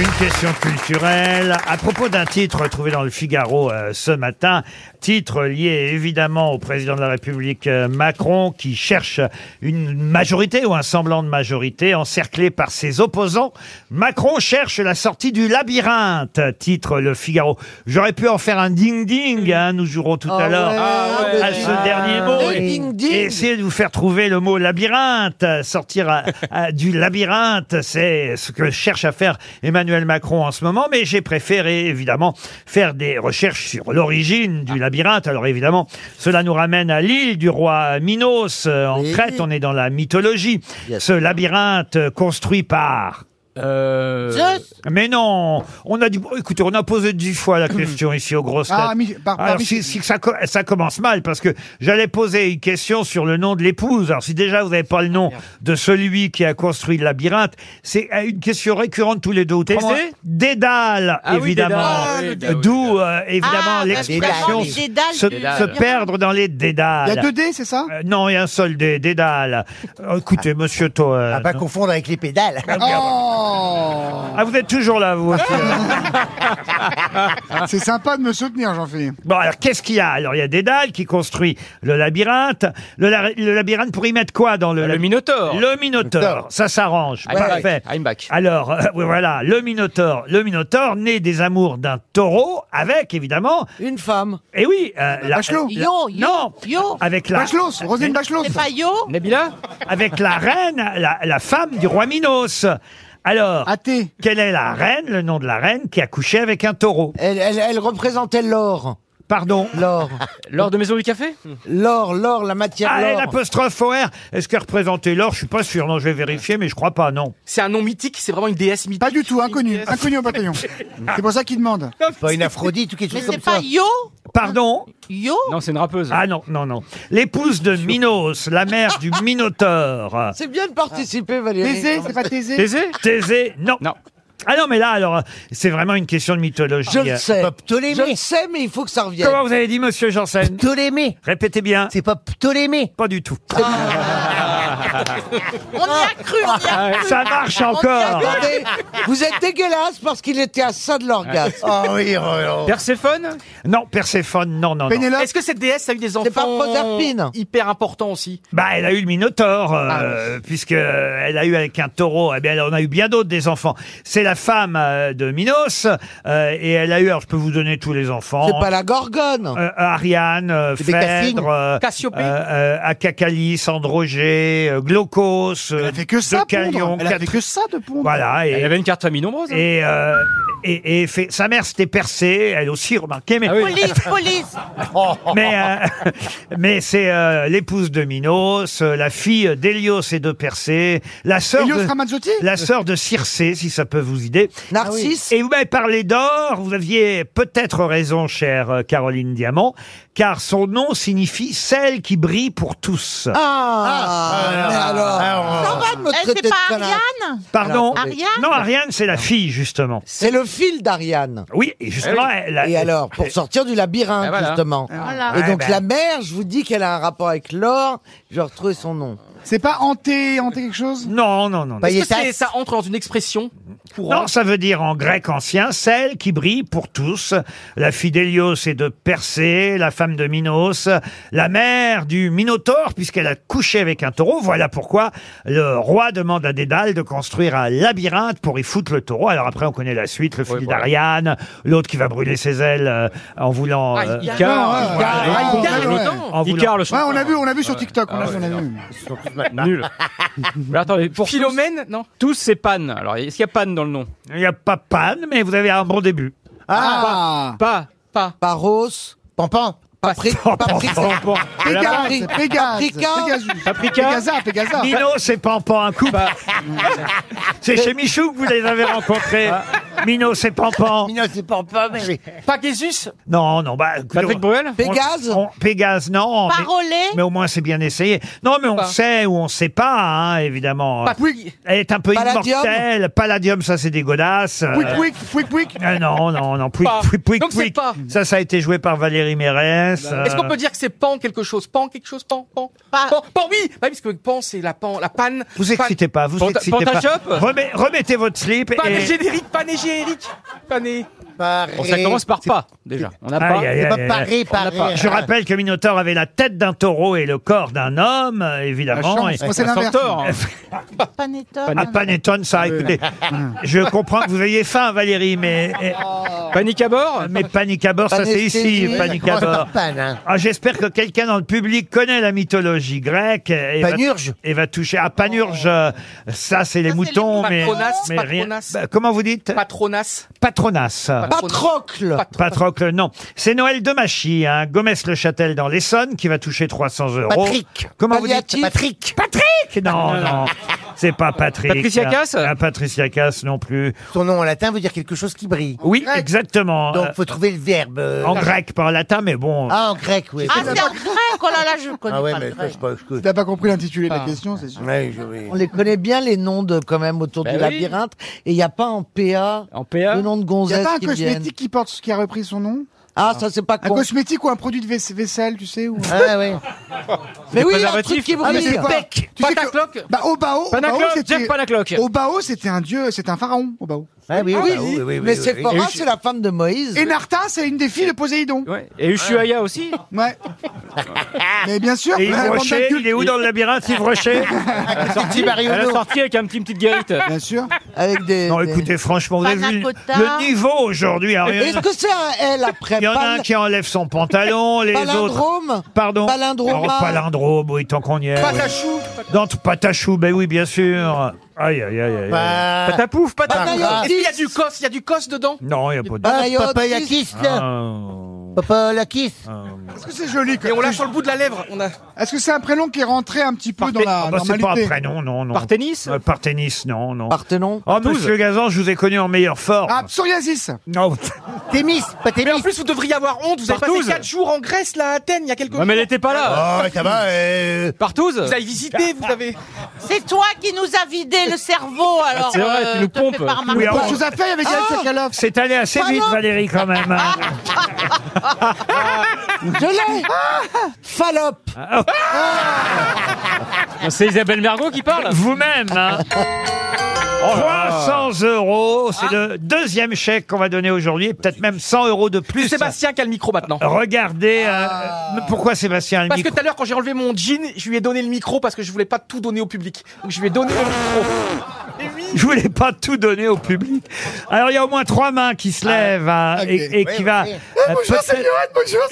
Une question culturelle à propos d'un titre trouvé dans le Figaro euh, ce matin, titre lié évidemment au président de la République euh, Macron qui cherche une majorité ou un semblant de majorité encerclé par ses opposants. Macron cherche la sortie du labyrinthe, titre le Figaro. J'aurais pu en faire un ding-ding, hein, nous jouerons tout à l'heure Ah ouais, à le ce ding-ding. dernier mot. Le Et- ding-ding. et essayer de vous faire trouver le mot labyrinthe, euh, sortir à- à- du labyrinthe, c'est ce que cherche à faire Emmanuel Macron en ce moment, mais j'ai préféré évidemment faire des recherches sur l'origine du labyrinthe. Alors évidemment, cela nous ramène à l'île du roi Minos euh, en Crète, on est dans la mythologie. Ce labyrinthe euh, construit par Zeus mais non, on a dit, écoutez, on a posé dix fois la question ici aux grosses têtes. Ah, mi- par- par- Alors, mi- si, si ça, co- ça commence mal, parce que j'allais poser une question sur le nom de l'épouse. Alors, si déjà vous n'avez pas le nom de celui qui a construit le labyrinthe, c'est euh, une question récurrente tous les deux ou trois Thésée mois. Dédale, Ah oui, évidemment. Dédale. Ah, le Dédale. D'où, euh, évidemment, Ah, l'expression vraiment, les dédales se, du se labyrinthe. perdre dans les dédales. Il y a deux dés, c'est ça Euh, Non, il y a un seul dé, dédale. Euh, Écoutez, monsieur Toa. À pas confondre avec les pédales. Oh, Oh. Ah, vous êtes toujours là, vous aussi. C'est sympa de me soutenir, Jean-Philippe. Bon, alors qu'est-ce qu'il y a Alors il y a Dédale qui construit le labyrinthe. Le, la- le labyrinthe pour y mettre quoi dans le Le Minotaure. Le Minotaure. Ça s'arrange. I'm back. Parfait. Alors euh, oui, voilà, le Minotaure. Le Minotaure né des amours d'un taureau avec évidemment une femme. Et oui, euh, la- Bachelot. la- Yo, yo, non, yo. avec la Bachelot, Roselyne Bachelot. C'est pas yo Nabila Avec la reine, la, la femme du roi Minos. Alors, quelle est la reine, le nom de la reine qui a couché avec un taureau Elle, elle- elle représentait l'or. Pardon L'or. L'or de Maison du Café L'or, l'or, la matière Ah, et l'or. l'apostrophe OR, est-ce qu'elle représentait l'or Je suis pas sûr, non, je vais vérifier, mais je crois pas, non. C'est un nom mythique, c'est vraiment une déesse mythique. Pas du tout, inconnu. Inconnu au bataillon. C'est pour ça qu'il demande. Pas une Aphrodite ou quelque Mais chose c'est comme pas ça. yo Pardon Yo Non, c'est une rappeuse. Ah non, non, non. L'épouse de Minos, la mère du Minotaure. C'est bien de participer, Valérie. Thésée, c'est pas Thésée Thésée, non. Ah non, mais là, alors, c'est vraiment une question de mythologie. Je le sais. Pas Ptolémée. Je le sais, mais il faut que ça revienne. Comment vous avez dit, monsieur Janssen Ptolémée. Répétez bien. C'est pas Ptolémée. Ah, Pas du tout. On y a cru, on y a cru. Ah Ça marche On y a encore. cru. Attendez, vous êtes dégueulasse parce qu'il était à ça de l'orgasme. Ah Perséphone oh, Non, Perséphone, non, non, non. Est-ce que cette déesse a eu des enfants pas Proserpine. hyper importants aussi Bah, elle a eu le Minotaure, euh, Ah puisque euh, elle a eu avec un taureau. Eh bien, elle en a eu bien d'autres des enfants. C'est la femme euh, de Minos, euh, et elle a eu. Alors, je peux vous donner tous les enfants. C'est pas la gorgone. Euh, Ariane, euh, C'est des castings. Phèdre, euh, Cassiopée. euh, euh, Acacali, Androgé, euh, Glaucos, euh, Deucalion, Elle a fait Cat- que ça de pondre. Voilà. Et, Elle avait une carte famille nombreuse. hein. et, euh, et- et fait- sa mère s'était percée, elle aussi remarquée, Eh, Ah Ah mais Police, police Oh. mais euh, mais c'est euh, l'épouse de Minos, euh, la fille d'Hélios et de Persée, la sœur Hélios de Ramazzotti la sœur de Circé, si ça peut vous aider. Ah Narcisse. Et vous m'avez parlé d'or, vous aviez peut-être raison, chère euh, Caroline Diamant, car son nom signifie celle qui brille pour tous. Ah, mais alors, ça va de me Elle, traiter c'est de pas connard. Ariane Pardon Alors, Ariane Non, Ariane, c'est la fille, justement. C'est le fil d'Ariane. Oui, et justement, elle a- Et alors, pour sortir du labyrinthe, Ah, voilà. justement. Voilà. Et Ouais, donc, ben. la mère, je vous dis qu'elle a un rapport avec l'or. Je vais retrouver son nom. C'est pas hanté, hanté quelque chose Non, non, non. non. Est-ce que Pailletas. c'est- ça entre dans une expression courante Non, ça veut dire en grec ancien, celle qui brille pour tous, la fille d'Hélios et de Persée, la femme de Minos, la mère du Minotaure, puisqu'elle a couché avec un taureau. Voilà pourquoi le roi demande à Dédale de construire un labyrinthe pour y foutre le taureau. Alors après, on connaît la suite, le fil voilà. d'Ariane, l'autre qui va brûler ses ailes euh, en voulant... Ah, euh, il y a- Icare, Ah, ouais, voilà, ouais, les ouais, courses ouais, de ouais. l'OTAN. En voulant- Icare, le Ouais, on l'a chanteur. vu, on l'a vu sur TikTok. on l'a vu, on l'a vu. Nul. Mais attendez, pour tous, Philomène Non. tous, c'est panne. Alors, est-ce qu'il y a panne dans le nom Il n'y a pas panne, mais vous avez un bon début. Ah, Pas. Pas. Paros. Pampan. Papri- Papri- Pégase, Paprika. Pégase, Paprika. Pégasus. Paprika. Pégasa, Pégasa. Ah. Minos et Pampan, un couple. C'est chez Michou que vous les avez rencontrés. Mino, c'est Pampan. Mino, c'est Pampan, mais. Pegasus Non, non, bah. écoute, Patrick on- Bruel on- Pégase on- Pégase, non. mais- Parolé mais, au moins, c'est bien essayé. Non, mais on Pas. sait ou on sait pas, hein, évidemment. Pas- Elle est un peu Palladium immortelle. Palladium, ça, c'est dégueulasse. Pouic, Euh, pouic, pouic, pouic. ah non, non, non. Pouic, Pas. pouic, pouic, Donc c'est pouic. pas. Ça, ça a été joué par Valérie Mérès. euh, Est-ce qu'on peut dire que c'est pan quelque chose Pan quelque chose Pan Pan Pan, pan oui bah, oui, Parce que pan, c'est la, pan, la panne. Vous excitez pas, vous excitez pas. Remet- remettez votre slip. et... Panégérique, panégérique Pané. Bon, ça commence par pas, déjà. On n'a Aïe, pas. aïe, aïe, aïe, aïe. Je rappelle que Minotaur avait la tête d'un taureau et le corps d'un homme, euh, évidemment. La chance, Et- moi, c'est Un l'inverse. centaure. hein. Panettone. Ah, Panettone, ça, écoutez. je comprends que vous ayez faim, Valérie, mais. Panique à bord Mais panique à bord, ça c'est ici, Panesthésie. panique à bord. Pan, hein. Ah, J'espère que quelqu'un dans le public connaît la mythologie grecque. Et Panurge. Va, et va toucher. Ah, Panurge, euh, ça c'est les moutons, mais. Patronas, mais rien- Patronas. Bah, comment vous dites Patronas. Patronas. Patrocle. Patrocle, non. C'est Noël de Machy, hein. Gomez le Châtel dans l'Essonne qui va toucher 300 euros. Patrick. Oh. Comment vous dites Palliatif. Patrick. Patrick Non, non. C'est pas Patrick. Patricia Cass Ah, Patricia Cass non plus. Son nom en latin veut dire quelque chose qui brille. Oui, exactement. Donc Euh, faut trouver le verbe. euh, En grec, pas en latin, mais bon. Ah, en grec, oui. Ah, c'est en grec, oh là là, je connais Ah ouais, pas le mais ça, grec. je pas. je- T'as pas compris l'intitulé de la Ah. question, c'est sûr. Ouais, je vais- On les connaît bien les noms de quand même autour Ben du oui. labyrinthe et il n'y a pas en PA, en PA le nom de Y a gonzesse pas un qui viennent. cosmétique qui porte ce qui a repris son nom Ah ça c'est pas Un con. cosmétique ou un produit de vais- vaisselle, tu sais ou... Ah, ouais. Mais oui, un truc qui Ah, brille. c'est quoi Pec. Tu sais que- Panacloc. Bah, Obao, Panacloc, Obao, c'était- Jack Panacloc. Obao, c'était un dieu, c'était un pharaon, Obao. Ah oui, Ah oui, bah oui, oui, oui, mais oui, c'est oui. Sephora, Et je- c'est la femme de Moïse. Et Narta, c'est une des filles de Poséidon. Et Ushuaïa aussi Ouais. Mais bien sûr, Et Yves la bande Rocher, d'incultes. il est où dans le labyrinthe, Yves Rocher Elle a sorti, elle a sorti avec un petit petite guérite. Bien sûr. Avec des. Non, des- écoutez, franchement, vous avez Panna vu cotta. le niveau aujourd'hui. hein. Il y en Est-ce a- que c'est un L après il y en a un pal- qui enlève son pantalon, les autres. palindrome Pardon Palindrome. Oh, palindrome, oui, tant qu'on y est. oui. Patachou. Dante Patachou, ben oui, bien sûr. Aïe, aïe, aïe, aïe. Bah, Patapouf, patapouf. Est-ce qu'il y a du cos Il y a du cos dedans Non, il n'y a pas de. Ah, Papayakis, Papayakis. là. Papayakis. Ah, Ah, Est-ce que c'est joli Et on comme... l'a sur le bout de la lèvre. On a... Est-ce que c'est un prénom qui est rentré un petit peu dans la Ah bah, c'est pas un normalité prénom, non, non. Parthénis Euh, Parthénis, non, non. Parthenon. Oh, monsieur Gazan, je vous ai connu en meilleure forme. Ah, psoriasis Non. Thémis, pas Mais en Thémis. plus, vous devriez avoir honte. Vous avez passé Partouze. 4 jours en Grèce, là, à Athènes, il y a quelques Ouais, mais elle jours. était pas là. Ah Oh, ça va. eh. eh. euh, Partouze Vous avez visité, vous avez. C'est toi qui nous as vidé le cerveau, alors. Ah, euh, c'est vrai, tu nous te fais pompes. pas remarquer. Ah. Oui, alors, Pas de choses à faire avec Yann Chakalov. C'est allé assez vite, Valérie, quand même. hein. Je l'ai. Fallope. Ah, oh. C'est Isabelle Mergot qui parle Vous-même, hein. 300 euros, c'est Ah. le deuxième chèque qu'on va donner aujourd'hui, et peut-être même 100 euros de plus. Sébastien qui a le micro maintenant. Ah. Regardez, euh, euh, pourquoi Sébastien a le Parce que micro tout à l'heure, quand j'ai enlevé mon jean, je lui ai donné le micro parce que je voulais pas tout donner au public. Donc je lui ai donné le micro. Je voulais pas tout donner au public. Alors il y a au moins trois mains qui Ah. se lèvent hein, et, et qui va. Eh, euh, peut-être- bonjour,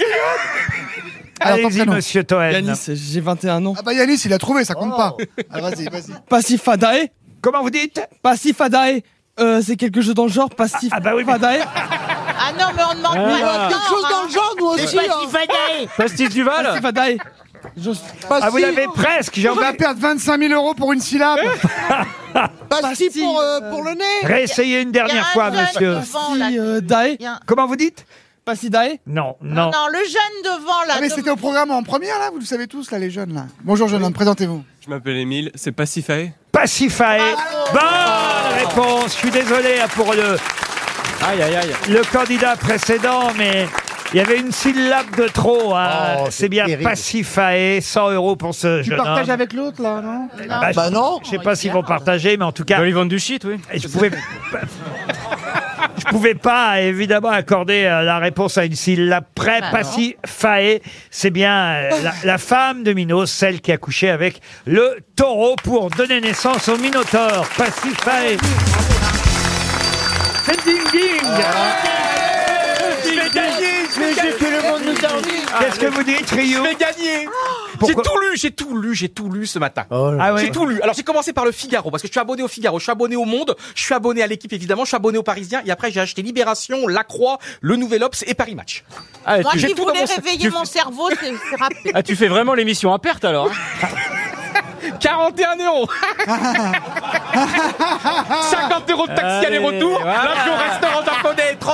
Allez-y, Monsieur Toen. j'ai 21 ans. Ah bah Yanis, il a trouvé, ça compte pas. Ah, vas-y, vas-y. Passifadae Comment vous dites Passifadae euh, C'est quelque chose dans le genre passif. Ah, ah bah oui, mais- Fadae. Ah non, mais on demande Ah. pas Quelque chose dans le genre, nous aussi. hein. Pastis Duval Passifadae. Je- Ah, vous l'avez presque. J'ai On va envie. perdre 25 000 euros pour une syllabe. Pastille pour, euh, pour le nez. Réessayez une dernière fois, monsieur. Passi, euh, dae. Comment vous dites Passidae. Non, non. Non, non, le jeune devant, là. Ah, mais de- c'était au programme en première, là, vous le savez tous, là, les jeunes, là. Bonjour, jeune homme, présentez-vous. Je m'appelle Émile, c'est Pacify. Pacifae. Bonne réponse. Je suis désolé hein, pour le, Aïe, aïe, aïe. le candidat précédent, mais. Il y avait une syllabe de trop. hein. Oh, c'est c'est bien terrible. Pacifae, 100 euros pour ce Tu jeune partages homme. avec l'autre, là, non Bah, je- Bah non. Je sais pas s'ils vont partager, mais en tout cas, Ils lui vendre du shit, oui. Et je pouvais. Je pouvais pas, évidemment, accorder euh, la réponse à une syllabe près. Bah non. Passy Faé, c'est bien euh, la, la femme de Minos, celle qui a couché avec le taureau pour donner naissance au Minotaure. Passy Faé. C'est ding ding Ah, Je vais gagner, je vais gagner. Ah, Qu'est-ce que vous dites, Rio Je vais gagner Ah. J'ai Pourquoi tout lu, j'ai tout lu, j'ai tout lu ce matin. Ah oui. J'ai tout lu. Alors j'ai commencé par le Figaro parce que je suis abonné au Figaro, je suis abonné au Monde, je suis abonné à l'équipe évidemment, je suis abonné au Parisien et après j'ai acheté Libération, La Croix, Le Nouvel Obs et Paris Match. Eh, Ah, Moi tu- qui tout dans mon- voulais réveiller tu- mon cerveau, c'est c'est rapide. Ah, tu fais vraiment l'émission à perte alors hein 41 euros 50 euros de taxi Allez, aller-retour, voilà. là je suis au resto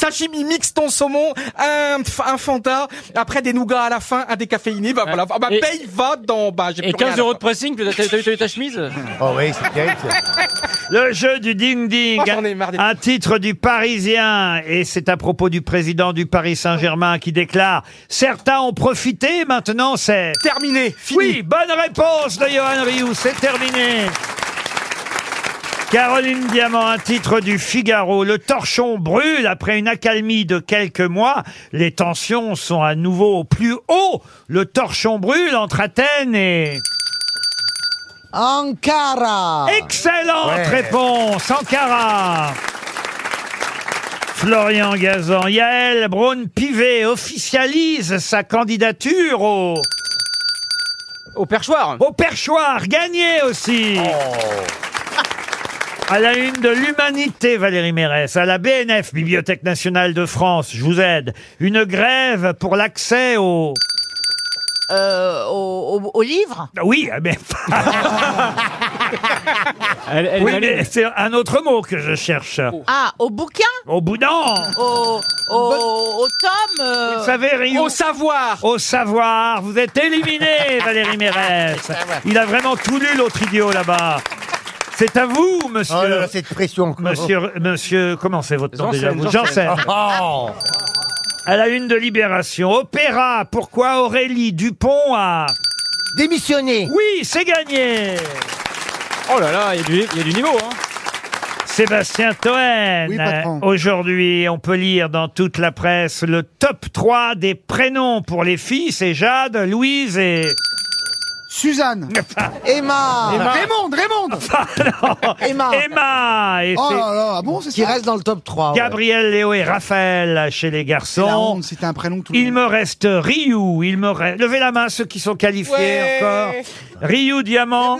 31,50€. Sashimi mix ton saumon, un, un Fanta, après des nougats à la fin, un décaféiné. Bah voilà. Ah Bah Et- paye, va dans. Bah j'ai Et plus rien à 15 euros de pressing, t'as t'as- t'as eu ta chemise Oh oui, c'est terrible. Le jeu du Oh, ding-ding, un titre du Parisien, et c'est à propos du président du Paris Saint-Germain qui déclare « Certains ont profité, maintenant c'est... » Terminé, fini. Oui, bonne réponse de Johan Rioux, c'est terminé Caroline Diamant, un titre du Figaro. Le torchon brûle après une accalmie de quelques mois. Les tensions sont à nouveau au plus haut. Le torchon brûle entre Athènes et... Ankara Excellente Ouais. réponse, Ankara. Florian Gazan, Yael Braun-Pivet officialise sa candidature au... Au perchoir. Au perchoir, gagné aussi. Oh. À la une de l'humanité, Valérie Mérès, à la BNF, Bibliothèque nationale de France, je vous aide, une grève pour l'accès au... Euh, au, au- au livre Ah Oui, ah, mais... elle oui, est mais maligne. c'est un autre mot que je cherche. Ah, au bouquin Au boudin Au, au, au tome euh, Vous savez, Rioux- Au savoir. Vous êtes éliminé, Valérie Mérès. Il a vraiment tout lu, l'autre idiot, là-bas. C'est à vous, monsieur. Oh là là, cette pression. Monsieur, monsieur, comment c'est votre nom Janssen, déjà vous Janssen. Janssen. Oh. À la une de Libération. Opéra, pourquoi Aurélie Dupont a... Démissionné. Oui, c'est gagné. Oh là là, il y a du- il y, a du niveau, hein. Sébastien Toen. Oui, patron. Euh, Aujourd'hui, on peut lire dans toute la presse le top 3 des prénoms pour les filles. C'est Jade, Louise et... Suzanne. Emma. Raymond, Raymond. Emma. Emma. Et Oh c'est- là là, ah bon, c'est Qui ça reste dans le top 3. ouais. Gabriel, Léo et Raphaël chez C'est les la garçons. honte, C'était un prénom tout le Il me reste Ryu, il me reste... Levez la main ceux qui sont qualifiés Ouais. encore. Ryu, Diamant,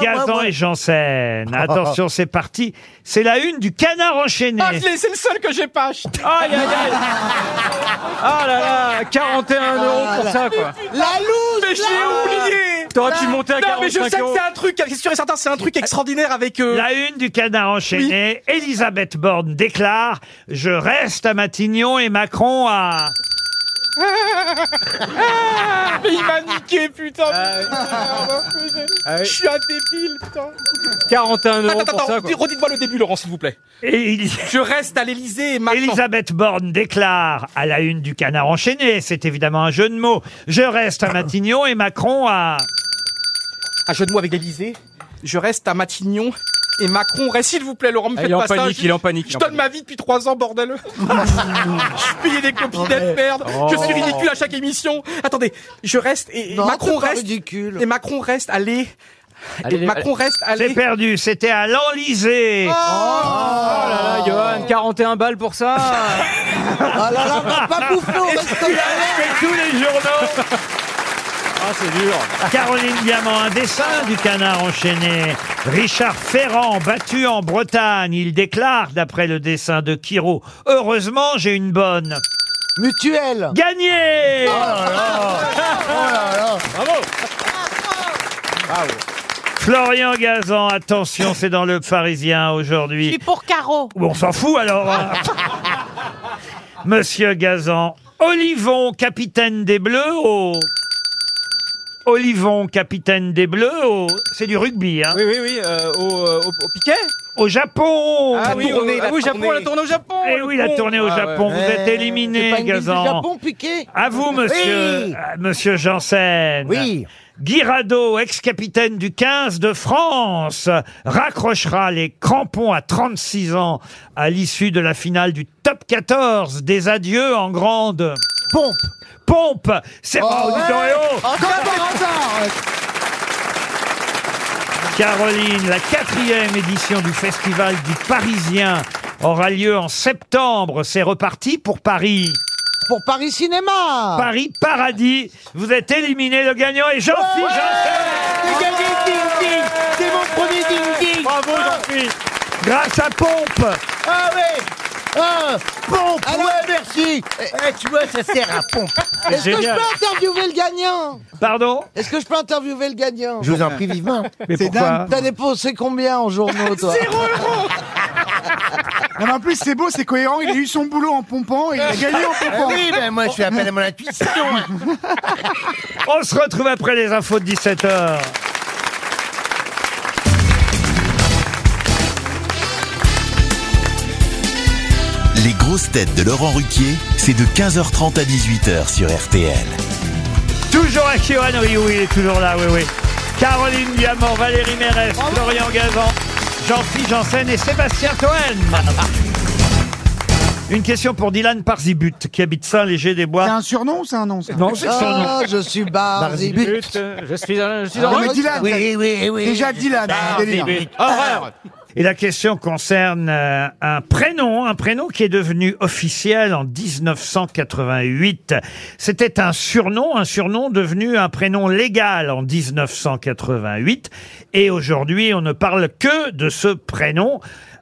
Gazan et Janssen. Attention, c'est parti. C'est la une du canard enchaîné. Ah, je l'ai, c'est le seul que j'ai pas acheté. Aïe, aïe, aïe. Ah là là, 41 euros pour ça, quoi. La loose Mais je l'ai oublié T'aurais pu monter à Non, mais je 45 sais que euros. c'est un truc, c'est sûr et certain, c'est un truc extraordinaire avec... euh, La une du canard enchaîné. Elisabeth Borne déclare « Je reste à Matignon et Macron à... Ah, mais il m'a niqué, putain. Ah Ah, Je suis un débile, putain. 41 euros Attends, pour attends, ça, attends, quoi. redites-moi le début, Laurent, s'il vous plaît. » Et il- Je reste à l'Elysée et maintenant... Elisabeth Borne déclare à la une du canard enchaîné, c'est évidemment un jeu de mots, je reste à Matignon et Macron à... À jeu de mots avec l'Elysée, je reste à Matignon et Macron reste, s'il vous plaît, Laurent, me Ah, faites il est en pas ça, panique, je- il est en panique, il est Je en donne ma vie depuis trois ans, bordel. je payais des copies d'être merde. Je suis ridicule à chaque émission. Attendez, je reste et et Oh. Non, Macron c'est pas reste. Et Macron reste, allez. Allez, Et Macron allez. reste, allez. C'est perdu, c'était à l'Enlisée. Oh là là, Johan, 41 balles pour ça. Ah là là, va pas bouffer au restaurant. tous les journaux. Ah, c'est dur. Caroline Diamant, un dessin du canard enchaîné. Richard Ferrand, battu en Bretagne, il déclare, d'après le dessin de Kiro, heureusement j'ai une bonne. Mutuelle. Gagné Oh Bravo. Florian Gazan, attention, c'est dans le Parisien Je suis aujourd'hui. pour Caro. Bon, on s'en fout alors. hein. Monsieur Gazan, Olivon, capitaine des Bleus au... Olivon, capitaine des Bleus au... C'est du rugby, hein Oui, oui, oui, euh, au, euh, au, au piquet Au Japon Ah La oui, tournée, au- la ah oui, au Japon, tournée. la tournée au Japon Eh le oui, la con. tournée au Ah Japon, ouais. vous êtes éliminé, Gazan. piqué À vous, monsieur, Oui. euh, monsieur Janssen. Oui. Guirado, ex-capitaine du 15 de France, raccrochera les crampons à 36 ans à l'issue de la finale du top 14 des adieux en grande pompe. Pompe C'est oh, dis donc, eh oh Caroline, la quatrième édition du Festival du Parisien aura lieu en septembre. C'est reparti pour Paris. Pour Paris Cinéma. Paris Paradis. Vous êtes éliminé, le gagnant est Jean-Philippe Janssen. C'est mon premier ding-ding Bravo Ah. Jean-Philippe. Grâce à Pompe. Ah ouais ah, Pompe Alors- Ouais, merci Eh, tu vois, ça sert à pompe. Est-ce que je Génial. peux interviewer le gagnant Pardon Est-ce que je peux interviewer le gagnant Je vous en prie vivement. Mais pourquoi T'as dépensé combien en journaux, toi Zéro euro Non, mais en plus, c'est beau, c'est cohérent. Il a eu son boulot en pompant et il a gagné en pompant. Eh oui, ben, moi, je fais appel à mon intuition. hein. On se retrouve après les infos de 17h. Les grosses têtes de Laurent Ruquier, c'est de 15h30 à 18h sur RTL. Toujours à Kyohan oui, oui, il est toujours là, oui, oui. Caroline Diamant, Valérie Mérès, Florian Gazan, Jean-Philippe Janssen et Sébastien Toen. Une question pour Dylan Parzibut, qui habite Saint-Léger-des-Bois. C'est un surnom ou c'est un nom, ça Non, c'est son nom. Ah, je suis Barzibut. Je suis, je suis Ah, en mais route. Dylan, Oui, oui, oui. déjà Dylan, Ah, c'est un délire. Zibut. Horreur. Et la question concerne euh, un prénom, un prénom qui est devenu officiel en 1988. C'était un surnom, un surnom devenu un prénom légal en 1988. Et aujourd'hui, on ne parle que de ce prénom,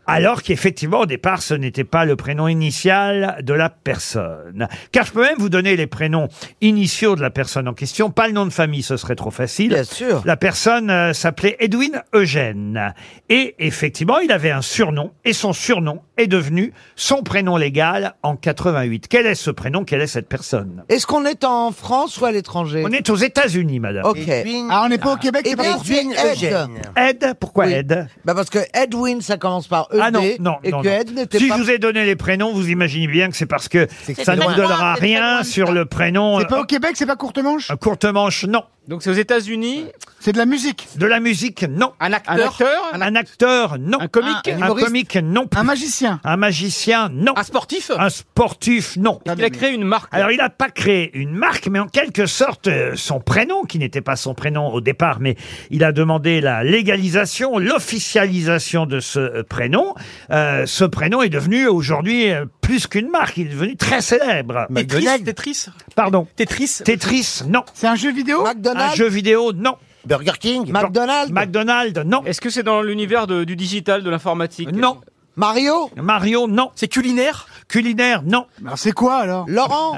alors qu'effectivement, au départ, ce n'était pas le prénom initial de la personne. Car je peux même vous donner les prénoms initiaux de la personne en question, pas le nom de famille, ce serait trop facile. Bien sûr. La personne euh, s'appelait Edwin Eugène. Et effectivement, il avait un surnom, et son surnom est devenu son prénom légal en 88. Quel est ce prénom Quelle est cette personne Est-ce qu'on est en France ou à l'étranger On est aux États-Unis, madame. Ok. Eh Ah, on n'est pas au Québec, c'est pas Edwin Ed. Eugène. Ed, pourquoi Oui. Ed bah Parce que Edwin, ça commence par ED. Ah non, non, E Et non, que non. Ed n'était Si pas. je vous ai donné les prénoms, vous imaginez bien que c'est parce que C'est ça ne très vous loin. donnera C'est très rien loin, sur le prénom. C'est pas au Québec, c'est pas courte manche Un courte manche, non. Donc c'est aux États-Unis. C'est de la musique. De la musique, non. Un acteur. Un acteur, non. Un comique Un Un, humoriste comique, non. plus. Un magicien. Un magicien, non. Un sportif Un sportif, non. Il a créé une marque. Alors, il n'a pas créé une marque, mais en quelque sorte, euh, son prénom, qui n'était pas son prénom au départ, mais il a demandé la légalisation, l'officialisation de ce euh, prénom. Euh, ce prénom est devenu aujourd'hui euh, plus qu'une marque, il est devenu très célèbre. Tetris, Tetris. Pardon. Tetris. Tetris, non. C'est un jeu vidéo Un jeu vidéo, non. Burger King. McDonald's. McDonald's, non. Est-ce que c'est dans l'univers de- du digital, de l'informatique Non. Mario Mario, non. C'est culinaire Culinaire, non. Alors, c'est quoi alors Laurent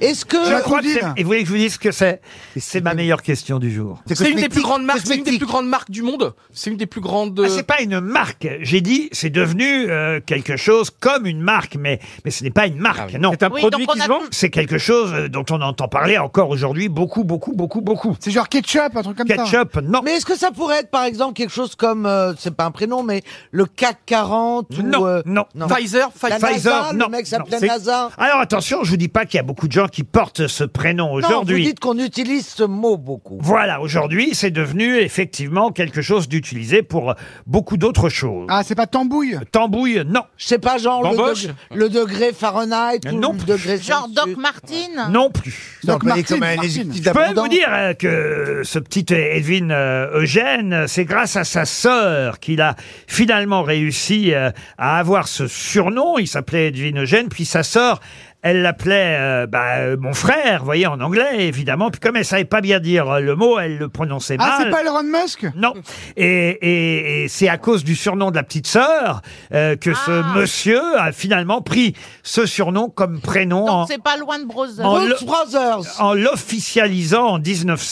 Est-ce que. Je crois que c'est- Et vous voulez que je vous dise ce que c'est C'est ma meilleure question du jour. C'est une des plus grandes marques, c'est une des plus grandes marques du monde. C'est une des plus grandes. Ah, c'est pas une marque. J'ai dit, c'est devenu euh, quelque chose comme une marque, mais, mais ce n'est pas une Ah marque, non. C'est un Oui, produit donc on qui a se vend tout- C'est quelque chose euh, dont on entend parler encore aujourd'hui beaucoup, beaucoup, beaucoup, beaucoup. C'est genre ketchup, un truc comme ça. Ketchup, non. Mais est-ce que ça pourrait être par exemple quelque chose comme euh, c'est pas un prénom mais le CAC 40 ou Non, euh, non. Pfizer, la Pfizer. NASA, Pfizer, le non, mec non, s'appelait c'est- NASA. Alors attention, je vous dis pas qu'il y a beaucoup de gens qui portent ce prénom Non, vous aujourd'hui. dites qu'on utilise ce mot beaucoup. Voilà, aujourd'hui, c'est devenu effectivement quelque chose d'utilisé pour beaucoup d'autres choses. Ah, c'est pas tambouille. Tambouille, non. Je sais pas genre le, Bamboche deg- le degré Fahrenheit ou Non. le degré Genre Celsius. Doc Martin Non plus. Donc, appelé Martine, comme un Martine. Égyptien Je peux même d'abondance. vous dire euh, que ce petit Edwin euh, Eugène, c'est grâce à sa sœur qu'il a finalement réussi euh, à avoir ce surnom. Il s'appelait Edwin Eugène, puis sa sœur, elle l'appelait euh, bah, euh, mon frère, vous voyez, en anglais, évidemment. Puis comme elle savait pas bien dire euh, le mot, elle le prononçait Ah, mal. c'est pas Elon Musk Non. Et, et- et c'est à cause du surnom de la petite sœur euh, que ce monsieur a finalement pris ce surnom comme prénom en, Donc c'est pas loin de Brother. en Brooks le- Brothers. en l'officialisant en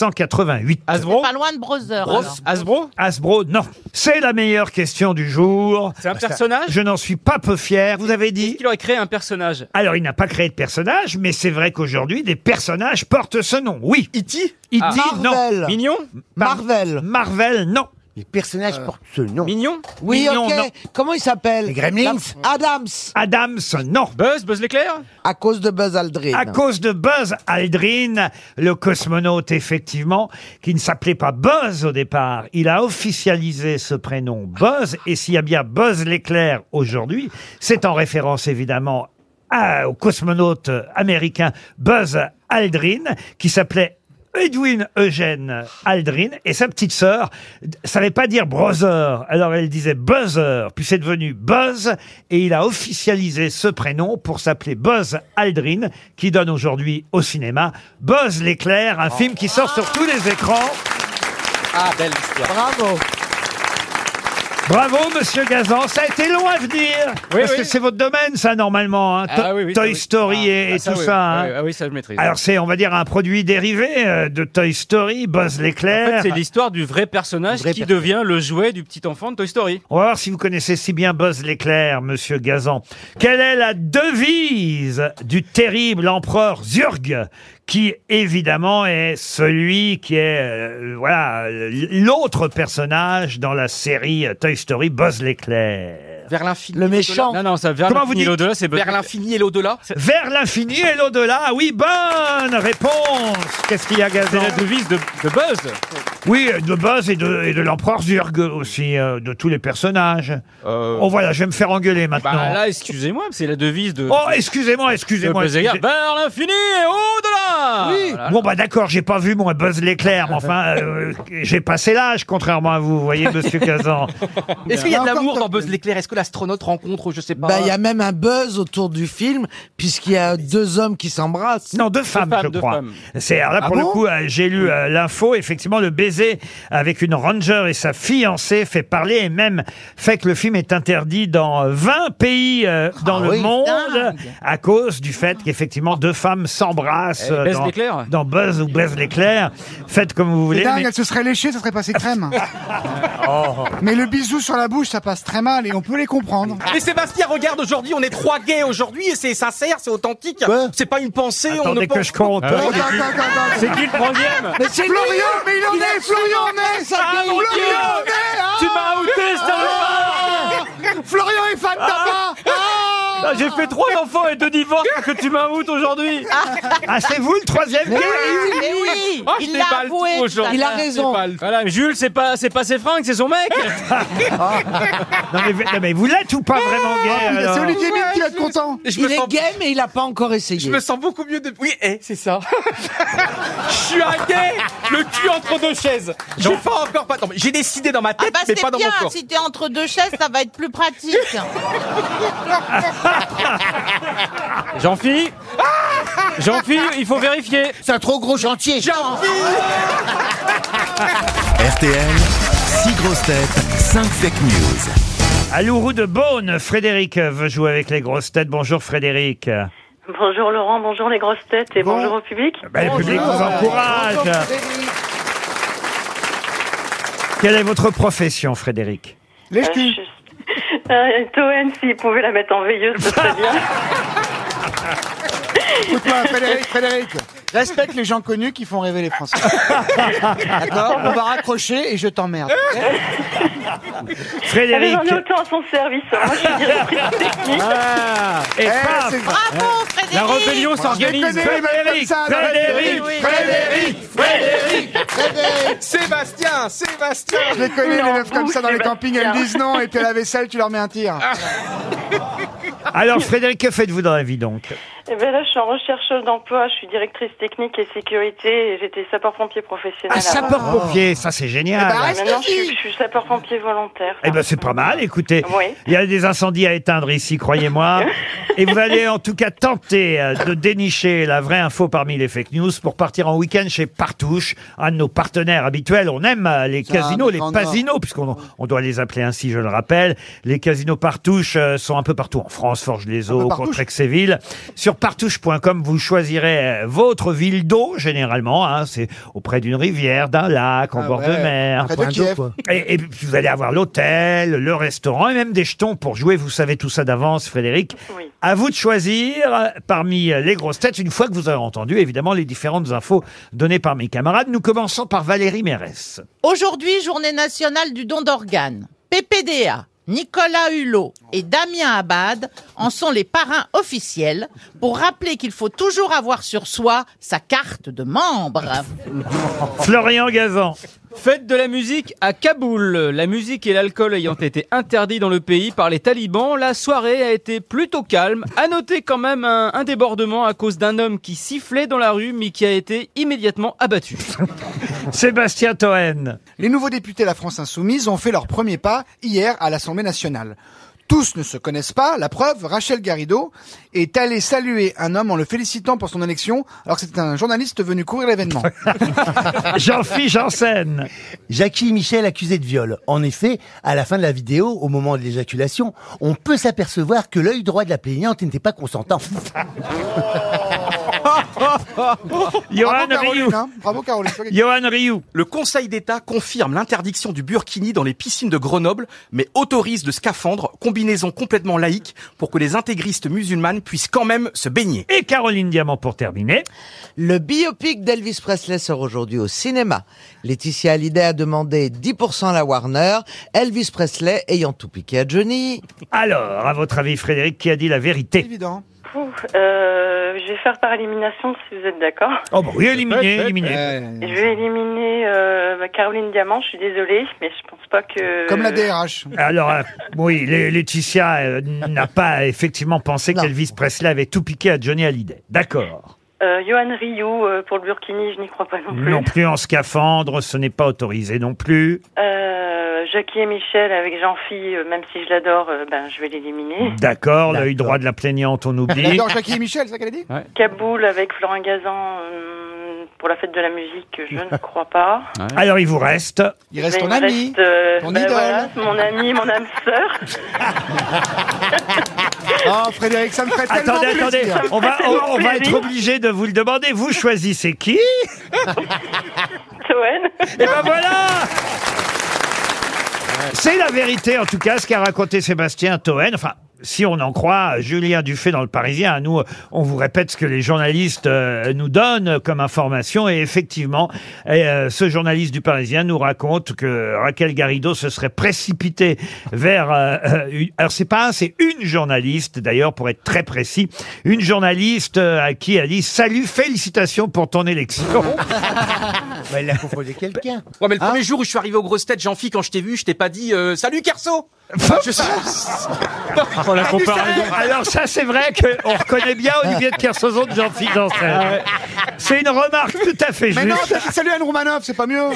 1988. Hasbro Pas loin de Brother. alors. Hasbro Hasbro, non. C'est la meilleure question du jour. C'est un personnage Je n'en suis pas peu fier. Vous avez dit. Qu'il aurait créé un personnage. Alors, il n'a pas créé de personnage, mais c'est vrai qu'aujourd'hui, des personnages portent ce nom. Oui. E.T. E.T., non. Marvel. E Ah. Mignon Mar- Marvel. Marvel, non. Euh, Les personnages portent ce nom. Mignon Oui, Mignon, OK. non. Comment il s'appelle Les Gremlins La- Adams Adams, non. Buzz Buzz l'éclair à cause de Buzz Aldrin. À cause de Buzz Aldrin, le cosmonaute, effectivement, qui ne s'appelait pas Buzz au départ. Il a officialisé ce prénom Buzz, et s'il y a bien Buzz l'éclair aujourd'hui, c'est en référence évidemment à- au cosmonaute américain Buzz Aldrin, qui s'appelait Edwin Eugène Aldrin et sa petite sœur d- savait pas dire brother, alors elle disait buzzer, puis c'est devenu Buzz et il a officialisé ce prénom pour s'appeler Buzz Aldrin qui donne aujourd'hui au cinéma Buzz l'éclair, un film qui sort sur tous les écrans. Ah, belle histoire. Bravo. Bravo, monsieur Gazan. Ça a été long à venir. Oui, parce oui. que c'est votre domaine, ça, normalement. hein. Ah, To- oui, oui, ça, Toy oui. Story Ah, et, ah, et ça, tout oui, ça. oui, hein. ah oui, ça, je maîtrise. Alors, c'est, on va dire, un produit dérivé euh, de Toy Story, Buzz l'éclair. En fait, c'est l'histoire du vrai personnage qui devient le jouet du petit enfant de Toy Story. On va voir si vous connaissez si bien Buzz l'éclair, monsieur Gazan. Quelle est la devise du terrible empereur Zurg, qui évidemment est celui qui est euh, voilà l'autre personnage dans la série Toy Story Buzz l'éclair. Vers l'infini. Le et méchant. l'au-delà. Non, non, ça, vers Comment l'infini vous dites et l'au-delà, c'est Buzz- Vers l'infini et l'au-delà. Vers l'infini et l'au-delà. Ah oui, bonne réponse. Qu'est-ce qu'il y a, Gazan C'est la devise de, de Buzz. Oui, de Buzz et de, et de l'empereur Zurg aussi, euh, de tous les personnages. Oh voilà, je vais me faire engueuler maintenant. Euh. Bah là, excusez-moi, c'est la devise de. Oh, excusez-moi, excusez-moi. de Buzz Lightyear. Vers l'infini et au-delà Oui. Voilà. Bon bah d'accord, j'ai pas vu mon Buzz l'éclair, mais enfin euh, j'ai passé l'âge contrairement à vous, vous voyez Monsieur Kazan. Est-ce qu'il y a de Encore l'amour dans Buzz l'éclair Est-ce que l'astronaute rencontre, je sais pas. Bah, il y a même un buzz autour du film, puisqu'il y a deux hommes qui s'embrassent. Ah Non, deux femmes, je crois. C'est Ah alors là pour le coup, euh, j'ai lu euh, l'info. Effectivement, le baiser avec une ranger et sa fiancée fait parler et même fait que le film est interdit dans euh, 20 pays euh, dans le Ah oui. monde Dingue. à cause du fait qu'effectivement deux femmes s'embrassent Eh, euh, baise dans, l'éclair. dans Buzz ou Baise l'éclair. Faites comme vous C'est voulez. dingue, mais- Oh. elle se serait léchée, ça serait passé crème. mais le bisou sur la bouche, ça passe très mal et on peut les comprendre. Mais Sébastien, regarde aujourd'hui, on est trois gays aujourd'hui et c'est sincère, c'est authentique. c'est pas une pensée, on ne Attendez pense que je compte. Ah oui. Attends, attends, attends, attends. C'est qui le première Mais c'est Florian, lui, mais il en il a est, Florian en est ça Ah, Florian mon Dieu. en est ah Tu m'as outé, Ah Florian est fan de tabac Ah Ah, J'ai fait trois enfants et deux divorces parce que tu m'as out aujourd'hui Ah, c'est vous le troisième gay Mais oui, Oh, Ah, je il déballe l'a tout avoué. tout à aujourd'hui. l'heure. Voilà, mais Jules, c'est pas, c'est pas ses fringues, c'est son mec. non, mais, non, mais vous l'êtes ou pas vraiment Oh, gay alors C'est Olivier Mine qui va être content Je me sens- gay, mais il n'a pas encore essayé. Je me sens beaucoup mieux depuis. Oui, eh, c'est ça. Je suis un gay, le cul entre deux chaises. J'ai pas encore pas. non, mais J'ai décidé dans ma Ah tête, bah mais c'est pas dans mon bien, corps. si t'es entre deux chaises, ça va être plus pratique. Jean-Philippe Jean-Philippe, il faut vérifier. C'est un trop gros chantier. RTL, 6 grosses têtes, 5 fake news. À Lourou de Beaune, Frédéric euh, veut jouer avec les grosses têtes. Bonjour Frédéric. Bonjour Laurent, bonjour les grosses têtes et bonjour au public. Euh, Bah, le public vous encourage. Quelle est votre profession, Frédéric Les ch'tis. Euh, Toen, s'il pouvait la mettre en veilleuse, ce serait bien. Écoute-moi, Frédéric, Frédéric, respecte les gens connus qui font rêver les Français. D'accord On va raccrocher et je t'emmerde. Frédéric. Ah, mais j'en ai autant à son service. Moi, je suis directrice technique. Et paf Bravo, Frédéric La rébellion s'organise. Frédéric, Frédéric, Frédéric, Sébastien, Sébastien. Je les connais, les meufs comme ça dans les campings, elles disent non, et puis à la vaisselle, tu leur mets un tir. Alors Frédéric, que faites-vous dans la vie donc Eh ben là, je suis en recherche d'emploi. Je suis directrice technique et sécurité. Et j'étais sapeur-pompier professionnel. Un avant. Ah, sapeur-pompier, Ah, ça c'est génial. oh. Eh ben, Ouais, maintenant, je suis, je suis sapeur-pompier volontaire. Eh ben c'est pas mal, écoutez. Oui. Il y a des incendies à éteindre ici, croyez-moi. Et vous allez en tout cas tenter euh, de dénicher la vraie info parmi les fake news pour partir en week-end chez Partouche, un de nos partenaires habituels. On aime euh, les C'est un casinos, les grand casinos, puisqu'on on doit les appeler ainsi, je le rappelle. Les casinos Partouche euh, sont un peu partout en France, Forge-les-Eaux, Partouche. Contrexéville. Sur partouche.com, vous choisirez euh, votre ville d'eau, généralement. hein. c'est auprès d'une rivière, d'un lac, en Ah bord de ouais, mer. près de Point d'eau, Kiev. quoi. Et, et puis vous allez avoir l'hôtel, le restaurant et même des jetons pour jouer. Vous savez tout ça d'avance, Frédéric. À vous de choisir euh, parmi les grosses têtes, une fois que vous aurez entendu évidemment les différentes infos données par mes camarades. Nous commençons par Valérie Mérès. Aujourd'hui, journée nationale du don d'organes. PPDA, Nicolas Hulot et Damien Abad en sont les parrains officiels pour rappeler qu'il faut toujours avoir sur soi sa carte de membre. Florian Gazan. Fête de la musique à Kaboul. La musique et l'alcool ayant été interdits dans le pays par les talibans, la soirée a été plutôt calme. À noter quand même un, un débordement à cause d'un homme qui sifflait dans la rue mais qui a été immédiatement abattu. Sébastien Toen. Les nouveaux députés de la France Insoumise ont fait leur premier pas hier à l'Assemblée nationale. Tous ne se connaissent pas. La preuve, Rachel Garrido est allée saluer un homme en le félicitant pour son élection, alors que c'était un journaliste venu couvrir l'événement. Jean-Philippe Janssen. Jackie Michel accusé de viol. En effet, à la fin de la vidéo, au moment de l'éjaculation, on peut s'apercevoir que l'œil droit de la plaignante n'était pas consentant. Ah, Bravo Caroline, hein. Bravo Caroline. Johan Rioux. Le Conseil d'État confirme l'interdiction du burkini dans les piscines de Grenoble, mais autorise le scaphandre, combinaison complètement laïque, pour que les intégristes musulmanes puissent quand même se baigner. Et Caroline Diamant pour terminer. Le biopic d'Elvis Presley sort aujourd'hui au cinéma. Laetitia Hallyday a demandé 10% à la Warner, Elvis Presley ayant tout piqué à Johnny. Alors, à votre avis, Frédéric, qui a dit la vérité Évident. Ouh, euh, je vais faire par élimination si vous êtes d'accord. Oh, bah oui, éliminé, éliminé. Je vais éliminer euh, bah, Caroline Diamant, je suis désolée, mais je pense pas que... DRH. Alors, euh, oui, Lé- Laetitia euh, n'a pas effectivement pensé qu'Elvis Presley avait tout piqué à Johnny Hallyday. D'accord. Euh, Johan Rioux, euh, pour le Burkini, je n'y crois pas non plus. Non plus en scaphandre, ce n'est pas autorisé non plus. Euh, Jackie et Michel avec Jean-Phi, euh, même si je l'adore, euh, ben, je vais l'éliminer. D'accord, l'œil droit de la plaignante, on oublie. J'adore Jackie et Michel, c'est ça qu'elle a dit Kaboul avec Florent Gazan euh, pour la fête de la musique, je ne crois pas. Alors, il vous reste. Il reste Mais ton il me ami, reste, euh, ton ben idole. voilà, mon ami, mon âme sœur. Oh Frédéric, ça me fait tellement Attendez, plaisir. attendez, on va, on, on va être obligé de vous le demander. Vous choisissez qui Toen. Et ben voilà C'est la vérité, en tout cas, ce qu'a raconté Sébastien Toen. Enfin, si on en croit Julien Dufay dans Le Parisien, hein, nous, on vous répète ce que les journalistes euh, nous donnent comme information. Et effectivement, euh, ce journaliste du Parisien nous raconte que Raquel Garrido se serait précipitée vers... euh, euh, une- alors, c'est pas un, c'est une journaliste, d'ailleurs, pour être très précis. Une journaliste euh, à qui elle dit « Salut, félicitations pour ton élection ». Bah, il a confondu quelqu'un. Ouais, mais le Hein premier jour où je suis arrivé au grosses têtes, Jean-Phi, quand je t'ai vu, je t'ai pas dit euh, Salut Carso Je sais- Oh, Ah, la comparaison. Alors ça, c'est vrai qu'on reconnaît bien Olivier de Kersauzon de Jean-Philippe Janssen. C'est une remarque tout à fait Mais non, juste. Euh, t'as dit salut Anne Roumanoff, c'est pas mieux.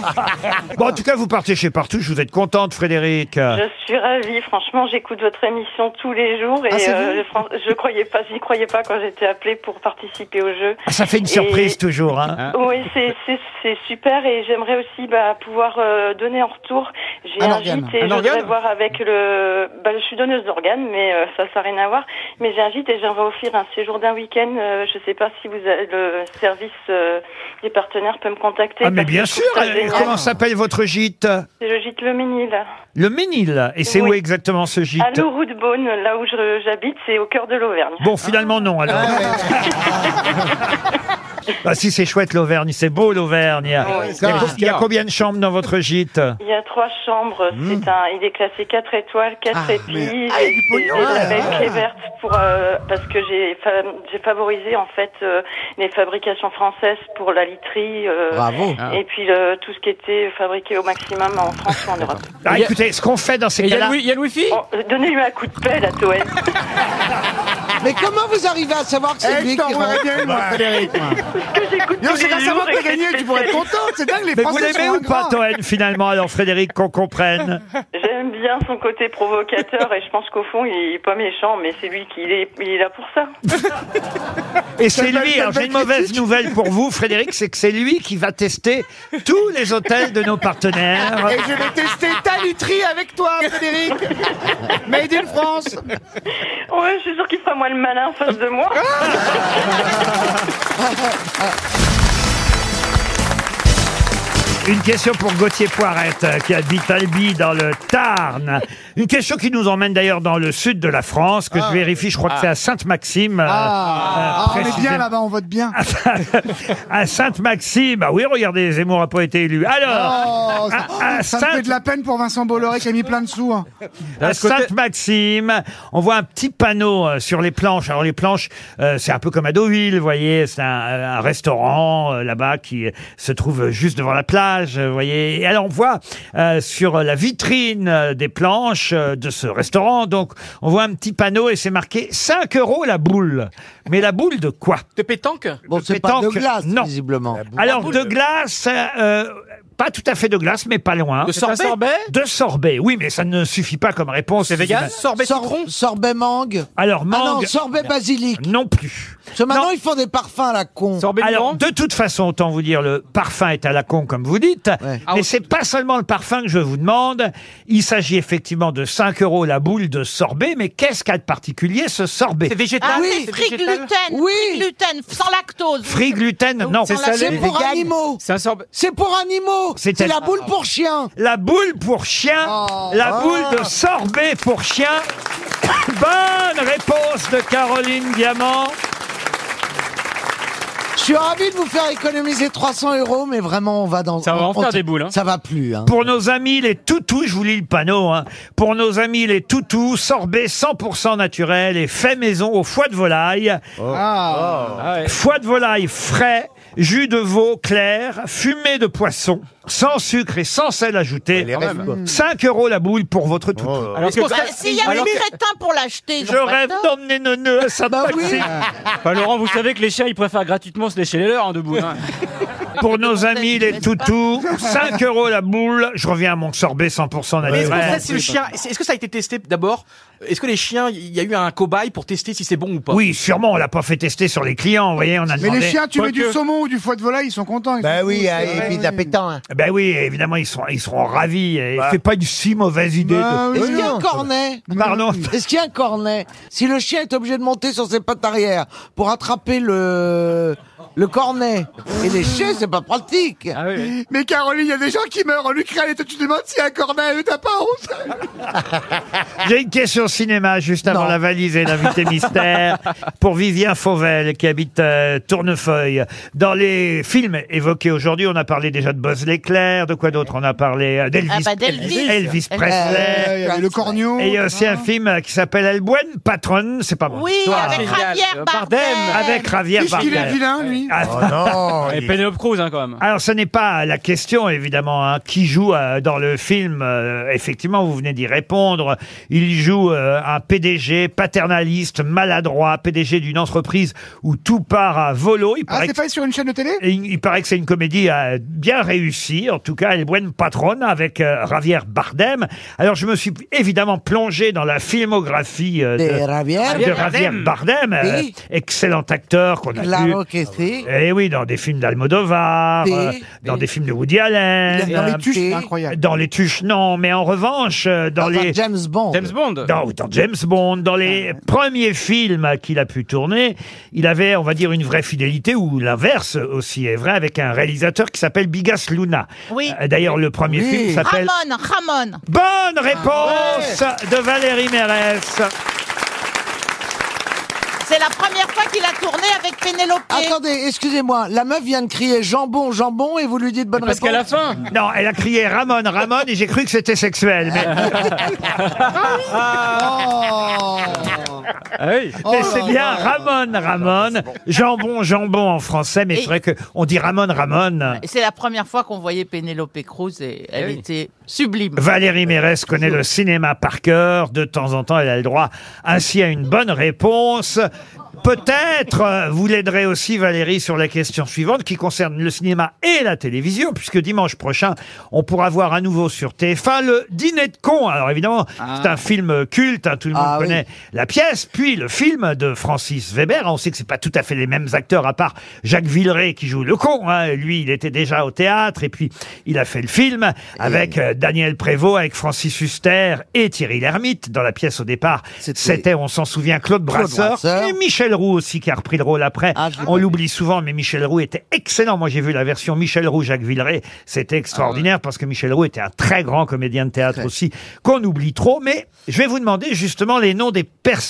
Bon, en tout cas, vous partez chez partout. Je vous êtes contente, Frédéric. Je suis ravie, franchement, j'écoute votre émission tous les jours et Ah, c'est vrai euh, fran- je croyais pas, j'y croyais pas quand j'étais appelée pour participer au jeu. Ah, ça fait une Et- surprise toujours. Hein. Oui, c'est- c'est c'est super et j'aimerais aussi bah, pouvoir euh, donner en retour. J'ai Un un, organe. gîte et Un je voudrais organe voir avec le. Bah, je suis donneuse d'organes, mais euh, ça, ça n'a rien à voir. Mais j'ai un gîte et j'aimerais offrir un séjour d'un week-end. Euh, je sais pas si vous avez le service euh, des partenaires peut me contacter. Ah, mais parce que bien je sûr. trouve ça euh, génial. Comment s'appelle votre gîte C'est le gîte Le Ménil. Le Ménil. Et c'est Oui. où exactement ce gîte À Louroux-de-Beaune, là où je- j'habite, c'est au cœur de l'Auvergne. Bon, finalement, non, alors. Ah, si, c'est chouette, l'Auvergne. C'est beau, l'Auvergne. Il y a- Ah, oui. il y a- il y a combien de chambres dans votre gîte Ah, Il y a trois chambres. C'est un, il est classé 4 étoiles, 4 épis. Hmm. Ah, J'ai du pognon. j'ai la belle Ah. clé verte pour euh, parce que j'ai fa- j'ai favorisé en fait euh, les fabrications françaises pour la literie. euh, Bravo. Et puis le- tout ce qui était fabriqué au maximum en France ou en Europe. Ah, écoutez, ce qu'on fait dans ces cas-là... Oh, euh, Donnez-lui un coup de pelle à Toen. Mais comment vous arrivez à savoir que Eh, c'est je lui qui t'envoierais rentre bien une, moi, Frédéric, moi. Non, tous c'est les grâce à jours moi que t'as avec les gagné, tu pourrais être contente, c'est dingue, les Mais vous Français l'aimez sont ou pas, ingrats. Toen, finalement Alors, Frédéric, qu'on comprenne. J'aime bien son côté provocateur et je pense qu'au fond il est pas méchant, mais c'est lui qui il est, il est là pour ça. Et c'est lui, alors j'ai une mauvaise nouvelle pour vous, Frédéric, c'est que c'est lui qui va tester tous les hôtels de nos partenaires. Et je vais tester ta literie avec toi, Frédéric. Made in France. Ouais, je suis sûr qu'il fera moins le malin en face de moi. Une question pour Gauthier Poirette, euh, qui habite Albi dans le Tarn. Une question qui nous emmène d'ailleurs dans le sud de la France, que je vérifie, je crois que c'est à Sainte-Maxime. euh, Ah, euh, on est bien précisément. Ah, là-bas, on vote bien. À Sainte-Maxime. Ah oui, regardez, Zemmour n'a pas été élu. Alors, Oh, ça, à ça me Saint- fait de la peine pour Vincent Bolloré qui a mis plein de sous. hein. À Sainte-Maxime, on voit un petit panneau euh, sur les planches. Alors les planches, euh, c'est un peu comme à Deauville, vous voyez, c'est un, euh, un restaurant euh, là-bas qui euh, se trouve juste devant la plage, euh, vous voyez. Et alors on voit euh, sur la vitrine euh, des planches euh, de ce restaurant, donc on voit un petit panneau et c'est marqué 5 euros la boule. Mais la boule de quoi De pétanque Bon, c'est pas de glace, visiblement. alors de glace, euh, Pas tout à fait de glace, mais pas loin. De C'est un sorbet sorbet De sorbet, oui, mais ça ne suffit pas comme réponse. C'est vegan Sorbet Sor- citron Sorbet mangue Alors, mangue... Ah non, sorbet basilic. Non plus. Parce que maintenant, ils font des parfums à la con. Alors, de toute façon, autant vous dire, le parfum est à la con, comme vous dites. Mais c'est pas seulement le parfum que je vous demande. Il s'agit effectivement de 5 euros la boule de sorbet, mais qu'est-ce qu'a de particulier ce sorbet C'est Ah, c'est free gluten, free gluten, sans lactose. Free gluten, non. C'est salé. C'est pour animaux. C'est pour animaux. C'est C'est un- la boule pour chien. Oh. Ah. La boule pour chien. La boule de sorbet pour chien. Bonne réponse de Caroline Diamant. Je suis ravi de vous faire économiser 300 euros, mais vraiment, on va dans. Ça va en faire des boules, hein. Ça va plus. Hein. Pour nos amis les toutous, je vous lis le panneau, hein. pour nos amis les toutous, sorbet 100% naturel et fait maison au foie de volaille. Ah. Foie de volaille frais, jus de veau clair, fumée de poisson, sans sucre et sans sel ajouté. rêve, quoi. 5 euros la boule pour votre toutou. Alors que s'il y avait des crétins pour l'acheter, je rêve d'emmener Neneu à sa taxi. Ah. Bah, Laurent, vous savez que les chiens, ils préfèrent gratuitement se lécher les leurs hein, debout. hein. Ah, Pour nos amis les toutous, 5 euros la boule. Je reviens à mon sorbet 100% Mais est-ce naturel. que, ça, si le chien, est-ce est-ce que ça a été testé d'abord Est-ce que les chiens, il y a eu un cobaye pour tester si c'est bon ou pas Oui, sûrement, on l'a pas fait tester sur les clients, vous voyez, on a Mais les demandé- chiens, tu Tu mets du saumon ou du foie de volaille, ils sont contents. Bah Bah ah, ils sont ah, cool, c'est vrai. pétanque. Ben oui, évidemment, ils, sont, ils seront ravis. et C'est pas une si mauvaise idée. Bah de... Est-ce qu'il y a un cornet Pardon Est-ce qu'il y a un cornet Si le chien est obligé de monter sur ses pattes arrière pour attraper le le cornet et les chiens, c'est pas pratique. Ah Mais Caroline, il y a des gens qui meurent en Ukraine et toi tu te demandes s'il y a un cornet, mais t'as pas honte J'ai une question cinéma juste avant la valise et l'invité mystère pour Vivien Fauvel qui habite euh, Tournefeuille. Dans les films évoqués aujourd'hui, on a parlé déjà de Buzz l'éclair, de quoi d'autre On a parlé euh, d'Elvis Ah bah, d'Elvis. Elvis Euh, Presley. il y avait le Cornio. Et il y a aussi un film euh, qui s'appelle El Buen Patron, c'est pas bon. Oui, avec Javier Bardem. Euh, Avec Javier Qu'est-ce qu'il est Bardem. Ah, vilain, lui Oh, Oh, non, Et Penelope Cruz, hein, quand même. Alors, ce n'est pas la question, évidemment, hein, qui joue euh, dans le film. euh, effectivement, vous venez d'y répondre. Il joue euh, un PDG paternaliste, maladroit, PDG d'une entreprise où tout part à volo. Il Ah, paraît c'est que- pas sur une chaîne de télé et il, il paraît que c'est une comédie euh, bien réussie, en tout cas, Elle est bonne patronne avec euh, Javier Bardem. Alors, je me suis évidemment plongé dans la filmographie euh, De de, Javier de Bardem. Javier Bardem, euh, Oui. excellent acteur qu'on a vu. Claro que si. Eh oui, dans des films d'Almodovar, Oui. euh, dans des films de Woody Allen. Il a- dans les tuches, euh, c'est incroyable. Dans les tuches, non, mais en revanche, euh, dans les... James Bond. Ah James Bond. Dans, dans James Bond, dans les premiers films qu'il a pu tourner, il avait, on va dire, une vraie fidélité, ou l'inverse aussi est vrai, avec un réalisateur qui s'appelle Bigas Luna. Oui. Euh, D'ailleurs, le premier Oui. film s'appelle... Ramon, Ramon. Ah Bonne réponse de Valérie Mérès. C'est la première fois qu'il a tourné avec Pénélope. Attendez, excusez-moi, la meuf vient de crier jambon, jambon et vous lui dites bonne Parce réponse. qu'à la fin. Non, elle a crié Ramon, Ramon, et j'ai cru que c'était sexuel. Mais, Ah Oh mais Ah c'est bien Ah, Ramon, Ramon. Jambon, jambon en français, mais Et- Ah, c'est vrai qu'on dit Ramon, Ramon. Et C'est la première fois qu'on voyait Pénélope Cruz et elle Eh était sublime. Valérie Mérès connaît le cinéma par cœur. De temps en temps, elle a le droit ainsi à une bonne réponse. Peut-être euh, vous l'aiderez aussi, Valérie, sur la question suivante qui concerne le cinéma et la télévision, puisque dimanche prochain, on pourra voir à nouveau sur TF1 le Dîner de cons. Alors évidemment, Ah. c'est un film culte, hein, tout le monde Ah oui. connaît la pièce, puis le film de Francis Weber. On sait que c'est pas tout à fait les mêmes acteurs, à part Jacques Villeray qui joue le con. hein. Lui, il était déjà au théâtre et puis il a fait le film avec euh, Daniel Prévost, avec Francis Huster et Thierry Lhermitte. Dans la pièce au départ, c'était, on s'en souvient, Claude Claude Brasseur, Brasseur. et Michel Roux aussi qui a repris le rôle après. on l'oublie souvent, mais Michel Roux était excellent. Moi, j'ai vu la version Michel Roux, Jacques Villeray. C'était extraordinaire parce que Michel Roux était un très grand comédien de théâtre aussi qu'on oublie trop. Mais je vais vous demander justement les noms des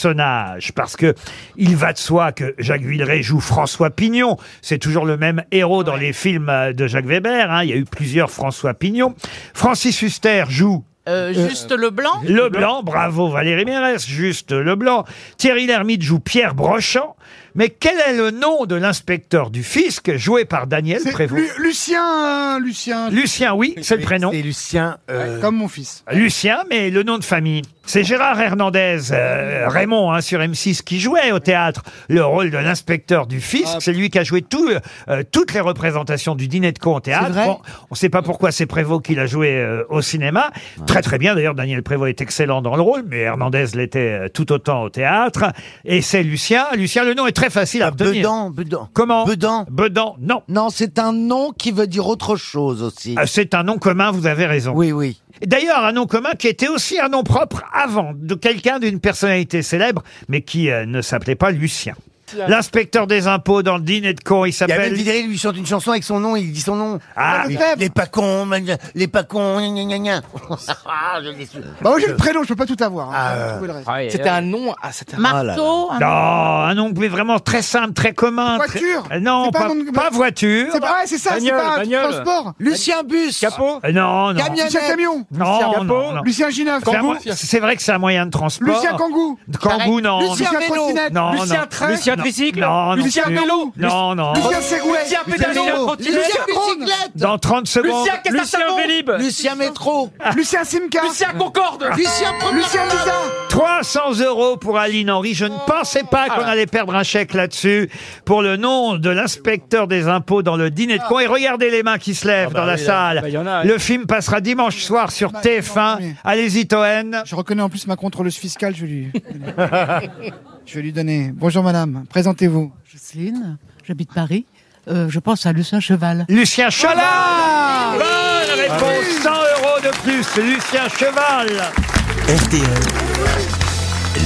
personnages parce que il va de soi que Jacques Villeray joue François Pignon. C'est toujours le même héros dans les films euh, de Jacques Weber. hein. Il y a eu plusieurs François Pignon. Francis Huster joue Euh, juste Leblanc. Leblanc, bravo Valérie Mérès, juste Leblanc. Thierry Lhermitte joue Pierre Brochant. Mais quel est le nom de l'inspecteur du fisc joué par Daniel Prévost Lu- Lucien, euh, Lucien. Lucien, oui, c'est le prénom. C'est Lucien. euh, comme mon fils. Lucien, mais le nom de famille. C'est Gérard Hernandez, euh, Raymond, hein, sur M6, qui jouait au théâtre le rôle de l'inspecteur du fisc. C'est lui qui a joué tout, euh, toutes les représentations du dîner de con au théâtre. vrai Bon, on ne sait pas pourquoi c'est Prévost qui l'a joué euh, au cinéma. Très très bien, d'ailleurs, Daniel Prévost est excellent dans le rôle, mais Hernandez l'était euh, tout autant au théâtre. Et c'est Lucien. Lucien, le nom est très facile à retenir. Bedan, Bedan. Comment Bedan. Bedan, non. Non, c'est un nom qui veut dire autre chose aussi. Ah, C'est un nom commun, vous avez raison. Oui, oui. Et D'ailleurs, un nom commun qui était aussi un nom propre avant, de quelqu'un d'une personnalité célèbre, mais qui euh, ne s'appelait pas Lucien. L'inspecteur des impôts dans le dîner de con, il Il y a même s'appelle... Vidal, il lui chante une chanson avec son nom, il dit son nom. Bah, Ah, les, Lefebvre. les pas cons, man- les pas cons, gna gna gna gna. Ah, je l'ai su. Bah, moi j'ai le prénom, je peux pas tout avoir. hein. Ah, euh. Je peux le reste. C'était un nom. Ah, c'était un- Marteau, Non, un nom mais vraiment très simple, très commun. très- Voiture. Euh, Non, C'est pas, pas un nom de- pas voiture. C'est pas- ouais, c'est ça, c'est Bagnole, pas un bagnole. transport. Lucien Bus. Capot Euh, Non, non. Camionnette. Lucien Camion. Non, Lucien Capot. non, non. Lucien Gineuf. C'est un Kangou. mo- C'est vrai que c'est un moyen de transport. Lucien Kangou. Kangou, non. Lucien Lucien Vélo. trottinette. Non, Lucien non. train. Lucien tricycle. Non, non. Lucien plus. vélo. Non, non. Lucien Segway. Lucien pédalo. Lucien Lucien Crone. Dans 30 secondes. Lucien Castasavon. Lucien Métro. Lucien Simca. Lucien Concorde. Ah. Lucien Première Lucien Dame. Lisa. 300 euros pour Aline Henry. Je ne pensais pas qu'on allait perdre un chèque là-dessus pour le nom de l'inspecteur des impôts dans le dîner de con. Et regardez les mains qui se lèvent bah dans la oui, là. salle. Bah, il y en a, ouais. Le film passera dimanche soir sur Bah, TF1. Allez-y, Toen. Je reconnais en plus ma contrôleuse fiscale, je vais lui. je vais lui donner. Bonjour madame, présentez-vous. Jocelyne, j'habite Paris. Euh, je pense à Lucien Cheval. Lucien Cheval Bonne réponse, 100 euros de plus, Lucien Cheval.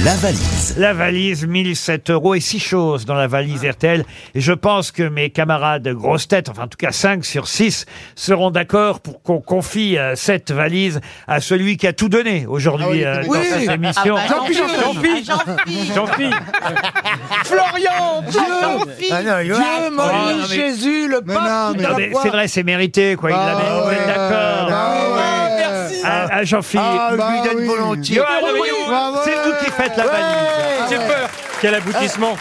La valise. La valise, 1007 euros et six choses dans la valise RTL. Et je pense que mes camarades grosses têtes, enfin en tout cas 5 sur 6, seront d'accord pour qu'on confie euh, cette valise à celui qui a tout donné Ah oui, aujourd'hui il euh, était dans d'accord. Oui. cette émission. Ah bah, Jean-Phi, Jean-Phi. Jean-Phi. Jean-Phi. Florian, Florian, Ah non, il y Dieu, a- Moïse, Oh, non, mais- Jésus, le pape. tout Non, à mais fois. c'est vrai, c'est mérité, quoi. Il l'a mis- vous êtes d'accord. Ah, ah, Jean-Philippe. Ah, bah. je lui donne volontiers. Johan Rioux, ah, bah c'est vous qui faites la valise. J'ai peur. Quel Euh, honnêtement,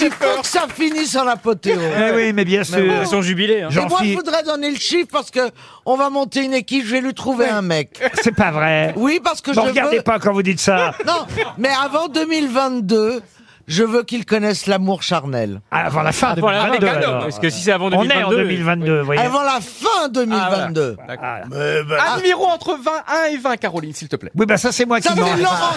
il faut que ça finisse en apothéose. Mais Eh oui, mais bien sûr. bon. Ils sont jubilés. hein. Et moi, je voudrais donner le chiffre parce que on va monter une équipe, je vais lui trouver un mec. C'est pas vrai. Oui, parce que Bon, je regardez veux- pas quand vous dites ça. Non, mais avant 2022, je veux qu'il connaisse l'amour charnel. Ah, Avant la fin Avant la fin 2022. des cadeaux, alors. parce que si c'est avant On est en 2022, 2022, vous voyez. Avant la fin 2022. Ah. Euh, bah, Un numéro entre 21 et 20, Caroline, s'il te plaît. Oui, bah ça, c'est moi Ça, qui c'est mange. Laurent,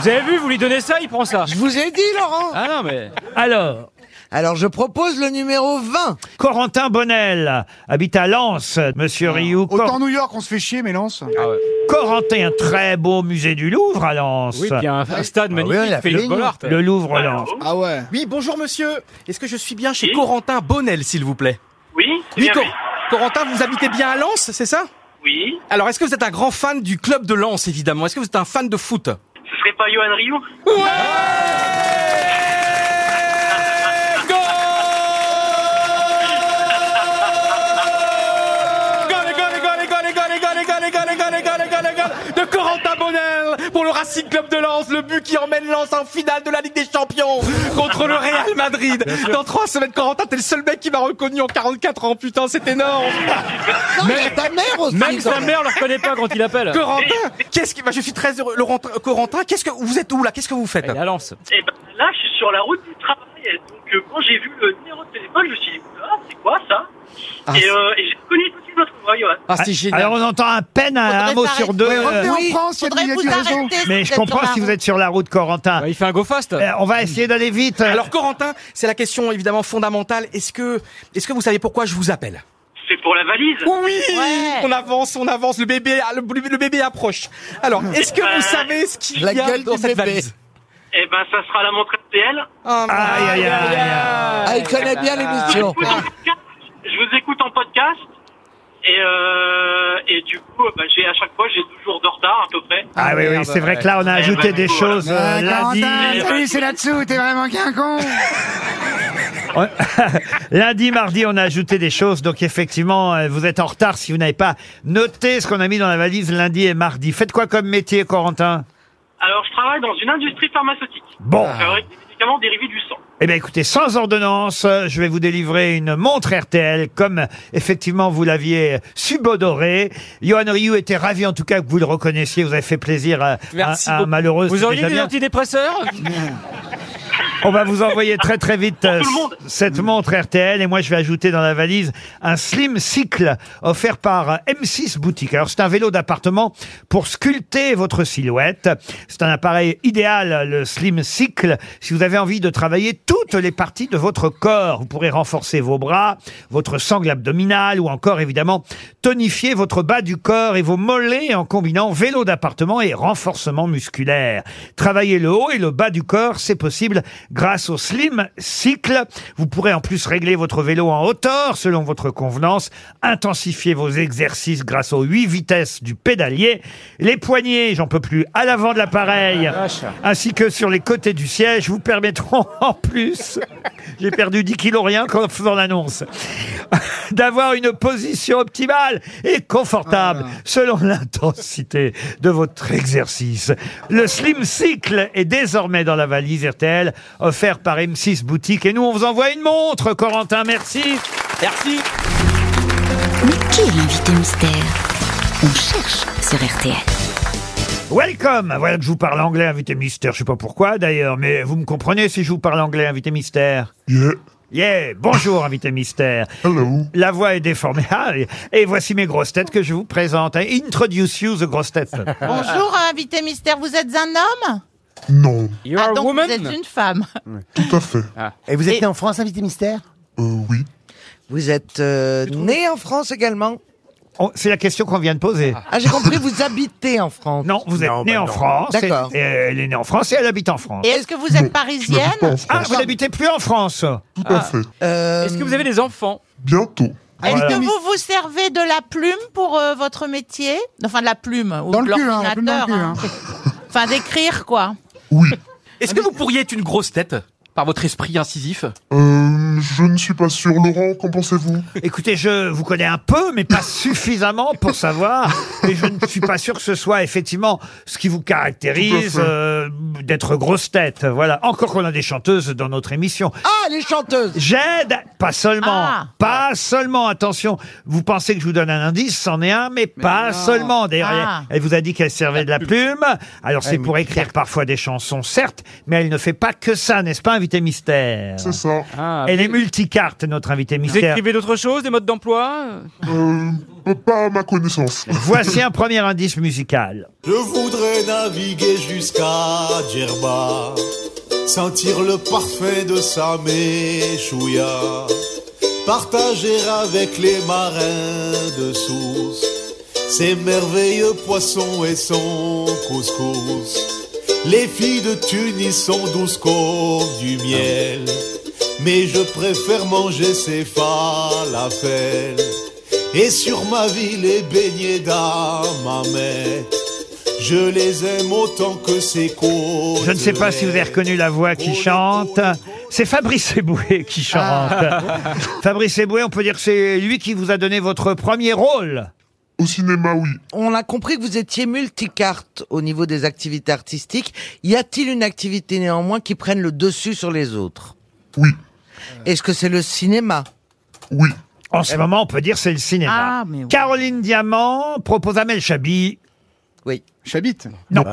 Vous avez vu, vous lui donnez ça, il prend ça. Je vous ai dit, Laurent. Ah non, mais. Alors Alors, je propose le numéro 20. Corentin Bonnel habite à Lens, Monsieur Rioux. Ah. Ah Autant New York, on se fait chier, mais Lance. Corentin, un très beau musée du Louvre à Lens. Oui, puis un- un stade Ah oui, magnifique, on a fait Philippe une- Bollard. Le Louvre Lens. Ah ouais. Oui, bonjour monsieur. Est-ce que je suis bien chez Corentin Bonnel, s'il vous plaît Oui, Oui, bien Cor- oui. Corentin, vous habitez bien à Lens, c'est ça Oui. Alors, est-ce que vous êtes un grand fan du club de Lens, évidemment Est-ce que vous êtes un fan de foot Ce serait pas Johan Rioux de Corentin Bonnel pour le Racing Club de Lens, le but qui emmène Lens en finale de la Ligue des Champions contre le Real Madrid. Dans trois semaines, Corentin, t'es le seul mec qui m'a reconnu en 44 ans. Putain, c'est énorme. Mais ta mère aussi. Même sa mère le reconnaît pas quand il appelle. Corentin, qu'est-ce qui, bah, je suis très heureux. Laurent- Corentin, qu'est-ce que vous êtes où là Qu'est-ce que vous faites À Lens. Et ben là, je suis sur la route du travail. Donc, euh, quand j'ai vu le numéro de téléphone, je me suis dit, ah, c'est quoi ça Ah, Et, euh, et j'ai reconnu tout de suite votre voix, Johan. Ah, c'est génial. Alors on entend à peine un, un mot sur deux. revenez euh, en France, il y a des- il y a du réseau. mais je comprends si vous êtes sur la route, Corentin. Bah, il fait un go fast. on va essayer d'aller vite. Alors Corentin, c'est la question évidemment fondamentale. Est-ce que, est-ce que vous savez pourquoi je vous appelle C'est pour la valise Oui, on avance, on avance. Le bébé, ah, le, le bébé approche. Alors, est-ce que Euh, vous savez ce qu'il y la a gueule dans du cette bébé. valise Et ben, ça sera la montre RTL. aïe, aïe, aïe, Ah, il connaît bien l'émission. Je vous écoute en podcast. Et, euh, et du coup, bah, j'ai, à chaque fois, j'ai deux jours de retard, à peu près. Ah oui, oui, c'est vrai que là, on a Eh ajouté ben, des voilà. choses euh, Ah, lundi. Corentin, salut, c'est là-dessous, t'es vraiment qu'un con. On- lundi, mardi, on a ajouté des choses. Donc, effectivement, euh, vous êtes en retard si vous n'avez pas noté ce qu'on a mis dans la valise lundi et mardi. Faites quoi comme métier, Corentin Alors, je travaille dans une industrie pharmaceutique. Bon. Je fabrique des médicaments dérivés du sang. Eh bien, écoutez, sans ordonnance, euh, je vais vous délivrer une montre RTL, comme effectivement vous l'aviez subodorée. Johan Ryu était ravi, en tout cas, que vous le reconnaissiez. Vous avez fait plaisir à, Merci à- à un beaucoup. malheureux. Vous c'était auriez ah, déjà des bien. Ah, antidépresseurs On va vous envoyer très très vite euh, cette montre RTL et moi je vais ajouter dans la valise un slim cycle offert par euh, M6 Boutique. Alors c'est un vélo d'appartement pour sculpter votre silhouette. C'est un appareil idéal le slim cycle si vous avez envie de travailler toutes les parties de votre corps. Vous pourrez renforcer vos bras, votre sangle abdominale ou encore évidemment tonifier votre bas du corps et vos mollets en combinant vélo d'appartement et renforcement musculaire. Travailler le haut et le bas du corps, c'est possible grâce au Slim Cycle. Vous pourrez en plus régler votre vélo en hauteur selon votre convenance, intensifier vos exercices grâce aux 8 vitesses du pédalier, les poignées, j'en peux plus, à l'avant de l'appareil, ainsi que sur les côtés du siège, vous permettront en plus, j'ai perdu 10 kilos rien qu'en faisant l'annonce, d'avoir une position optimale et confortable selon l'intensité de votre exercice. Le Slim Cycle est désormais dans la valise RTL, offert par M6 Boutique. Et nous, on vous envoie une montre, Corentin. Merci. Merci. Mais qui est l'invité mystère On cherche sur RTL. Welcome Voilà que je vous parle anglais, invité mystère. Je sais pas pourquoi d'ailleurs, mais vous me comprenez si je vous parle anglais, invité mystère Yeah. Yeah Bonjour, invité mystère Hello La voix est déformée. Ah, et- et voici mes grosses têtes que je vous présente. I Introduce you, the grosses têtes. Bonjour, euh, invité mystère, vous êtes un homme Non. You Ah, donc vous êtes une femme. Tout à fait. Euh, Et vous êtes né en France, invité mystère oui. Vous êtes euh, né en France également C'est la question qu'on vient de poser. Ah, j'ai compris, vous habitez en France. Non, Vous êtes né en France. et- bah D'accord. et elle est née en France et elle habite en France. Et est-ce que vous êtes parisienne Ah, vous n'habitez plus en France Ah. Euh, Tout à fait. Est-ce que vous avez des enfants Ah, Bientôt. Est-ce que vous vous servez de la plume pour euh, votre métier Enfin, de la plume, ou de le cul, hein, la plume dans le l'ordinateur. hein. Enfin, d'écrire, quoi. Est-ce que vous pourriez être une grosse tête par votre esprit incisif Euh, je ne suis pas sûr. Laurent, qu'en pensez-vous Écoutez, je vous connais un peu, mais pas suffisamment pour savoir. Et je ne suis pas sûr que ce soit effectivement ce qui vous caractérise Tout à fait. euh, d'être grosse tête. Voilà. Encore qu'on a des chanteuses dans notre émission. Ah, les chanteuses J'aide Pas seulement. Ah. Pas seulement. Attention, vous pensez que je vous donne un indice, c'en est un, mais, pas seulement. D'ailleurs, Ah. elle elle vous a dit qu'elle servait de la plume. Alors, c'est pour écrire parfois des chansons, certes, mais elle ne fait pas que ça, n'est-ce pas, invité mystère C'est ça. elle est multicarte, notre invité Ah, Vous mystère. écrivez d'autres choses, des modes d'emploi Euh, Pas à ma connaissance. Voici un premier indice musical. Je voudrais naviguer jusqu'à Djerba, sentir le parfum de sa méchouya, partager avec les marins de Sousse ses merveilleux poissons et son couscous. Les filles de Tunis sont douces comme du miel, mais je préfère manger ses falafels et sur ma vie les beignets d'Hammamet. Je les aime autant que ces côtes. Je ne sais pas si vous avez reconnu la voix qui chante. C'est Fabrice Eboué qui chante. Ah. Fabrice Eboué, on peut dire que c'est lui qui vous a donné votre premier rôle. Au cinéma, oui. On a compris que vous étiez multicarte au niveau des activités artistiques. Y a-t-il une activité néanmoins qui prenne le dessus sur les autres Oui. Est-ce que c'est le cinéma Eh ben, Oui. En ce moment, Ah, on peut dire c'est le Ah, cinéma. Caroline Diamant propose Amel Chabi. Oui. Chabit Non.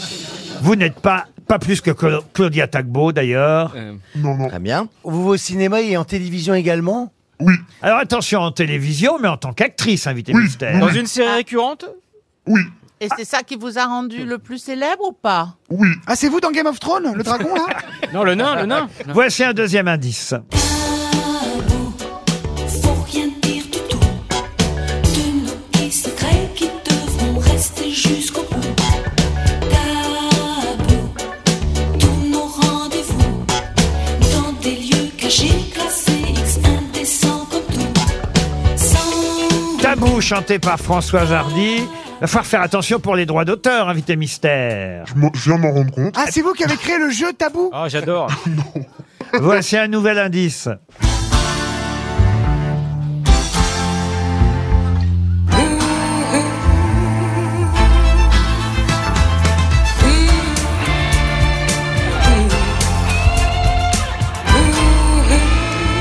vous n'êtes pas, pas plus que Cla- Claudia Tagbo, d'ailleurs. Euh. Non, non. Très bien. Vous au cinéma et en télévision également Oui. Alors attention, en télévision, mais en tant qu'actrice, invitée Eh. mystère. Dans une série récurrente Et c'est ça qui vous a rendu le plus célèbre ou pas Oui. Ah, c'est vous dans Game of Thrones, le dragon, là Non, le nain, le nain. Voici un deuxième indice. Faut rien dire du tout de nos petits secrets qui devront rester jusqu'au bout. Tabou, tous nos rendez-vous dans des lieux cachés, classés X, indécents comme tout. Sans Tabou, chanté par Françoise Hardy. Il va falloir faire attention pour les droits d'auteur, invité mystère. Je viens m'en rendre compte. Ah, c'est vous qui avez créé le jeu tabou Ah, j'adore. Voici un nouvel indice.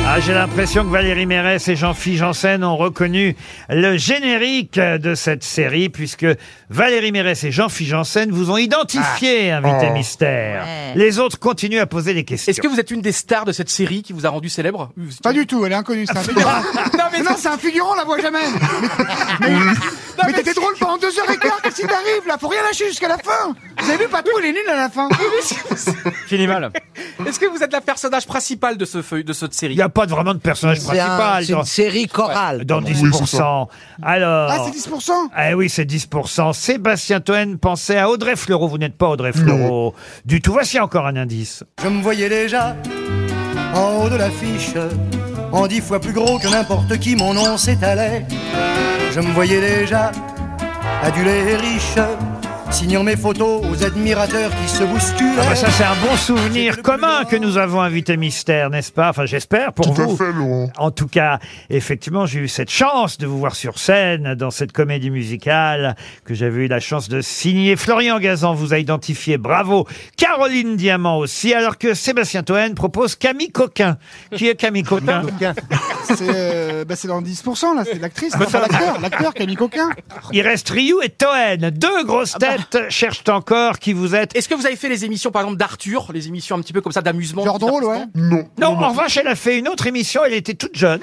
Ah, j'ai l'impression que Valérie Mérès et Jean-Philippe Janssen ont reconnu le générique de cette série, puisque Valérie Mérès et Jean-Philippe Janssen vous ont identifié, Ah. invité Oh. mystère. Ouais. Les autres continuent à poser des questions. Est-ce que vous êtes une des stars de cette série qui vous a rendu célèbre Pas du tout, elle est inconnue, Ah, c'est un figurant. non, mais non, c'est un figurant, on la voit jamais. Mais, mais- mais t'étais drôle pendant deux heures et quart, qu'est-ce qui t'arrive là Faut rien lâcher jusqu'à la fin. Vous avez vu, Patou, il est nul à la fin. Fini mal. Est-ce que vous êtes la personnage principale de, ce feuille, de cette série Il n'y a pas de- vraiment de personnage C'est un- principal. Eh c'est une dans- série chorale. Dans Oui, 10%. Alors. Ah, c'est 10% Eh oui, c'est 10%. Sébastien Toen pensait à Audrey Fleurot. Vous n'êtes pas Audrey Fleurot du tout. Voici encore un indice. Je me voyais déjà en haut de l'affiche, en dix fois plus gros que n'importe qui, mon nom s'étalait. Je me voyais déjà adulé et riche, signant mes photos aux admirateurs qui se bousculaient. Ah bah ça, c'est un bon souvenir commun que nous avons invité Mystère, n'est-ce pas Enfin, j'espère pour vous. En tout cas, effectivement, j'ai eu cette chance de vous voir sur scène dans cette comédie musicale que j'avais eu la chance de signer. Florian Gazan vous a identifié, bravo. Caroline Diamant aussi, alors que Sébastien Toen propose Camille Coquin. Qui est Camille Coquin C'est euh, bah, c'est dans 10% là, c'est l'actrice, Ah, enfin, l'acteur, l'acteur qui a mis coquin. Il reste Ryu et Toen. Deux grosses têtes cherchent encore qui vous êtes. Ah bah. Est-ce que vous avez fait les émissions, par exemple, d'Arthur Les émissions un petit peu comme ça d'amusement Genre drôle, ouais Non. Non, en revanche, elle a fait une autre émission, elle était toute jeune.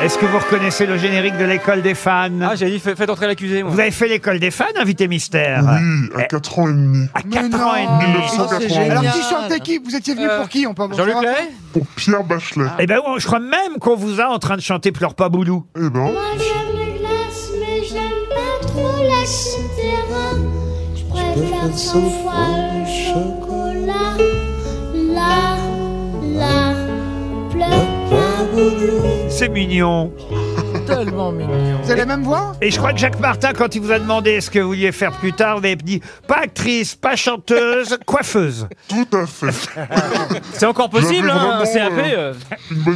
Est-ce que vous reconnaissez le générique de l'école des fans Ah, j'ai dit, faites entrer l'accusé, Vous avez fait l'école des fans, invité mystère Eh. Oui, à 4 ans et demi. À 4 ans et demi. Oh, Alors qui chantait qui Vous étiez venu Ah, Euh, pour qui On peut avoir Jean-Luc ça Lahaye Pour Pierre Bachelet. Eh ben, je crois même qu'on vous a en train de chanter Pleure pas Boulou. Eh ben. Moi j'aime les glaces, mais j'aime pas trop la citera. Je préfère cent fois le chocolat. Là, là, Hein pleure pas, boulou. C'est mignon. Tellement mignon. Vous avez la même voix Et je crois que Jacques Martin, quand il vous a demandé ce que vous vouliez faire plus tard, vous avez dit pas actrice, pas chanteuse, coiffeuse. Tout à fait. C'est encore possible, J'avais hein, vraiment, CAP, euh.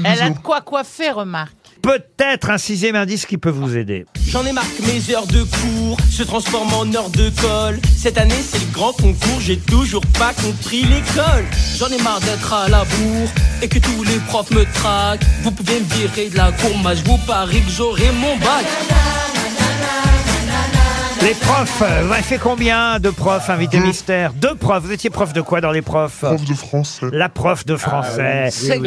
Elle a de quoi coiffer, remarque. Peut-être un sixième indice qui peut vous aider. J'en ai marre que mes heures de cours se transforment en heures de colle. Cette année, c'est le grand concours, j'ai toujours pas compris l'école. J'en ai marre d'être à la bourre et que tous les profs me traquent. Vous pouvez me virer de la cour, moi je vous parie que j'aurai mon bac. Les profs, euh, vous avez fait combien de profs, invité mystère Deux profs. Vous étiez prof de quoi dans les profs Prof de français. La prof de Ah français. Celle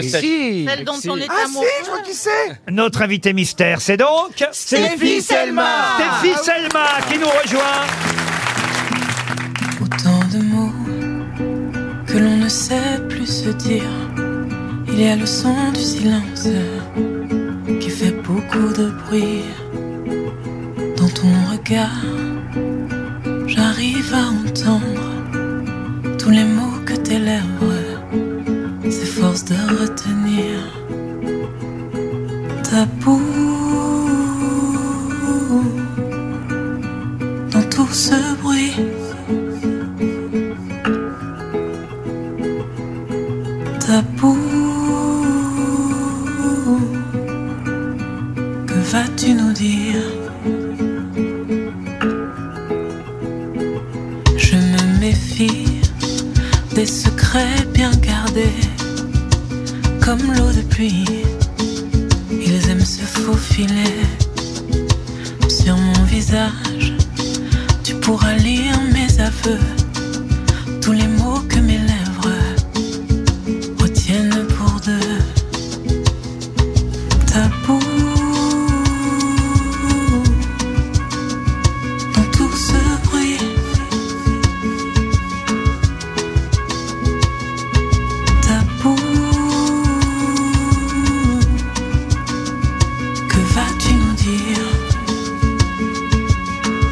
dont on est Ah amoureux. si, je crois qui c'est Notre invité mystère, c'est donc Stéphie Selma. Stéphie Selma qui nous rejoint. Tant de mots que l'on ne sait plus se dire. Il y a le son du silence qui fait beaucoup de bruit. Dans ton regard, j'arrive à entendre tous les mots que tes lèvres s'efforcent de retenir. Ta boue dans tout ce bruit. ta peau. Que vas-tu nous dire Je me méfie des secrets bien gardés, comme l'eau de pluie. Ils aiment se faufiler sur mon visage. Tu pourras lire mes aveux, tous les mots que mes lèvres retiennent pour deux ta peau dans tout ce bruit. Ta peau, que vas-tu nous dire? Thank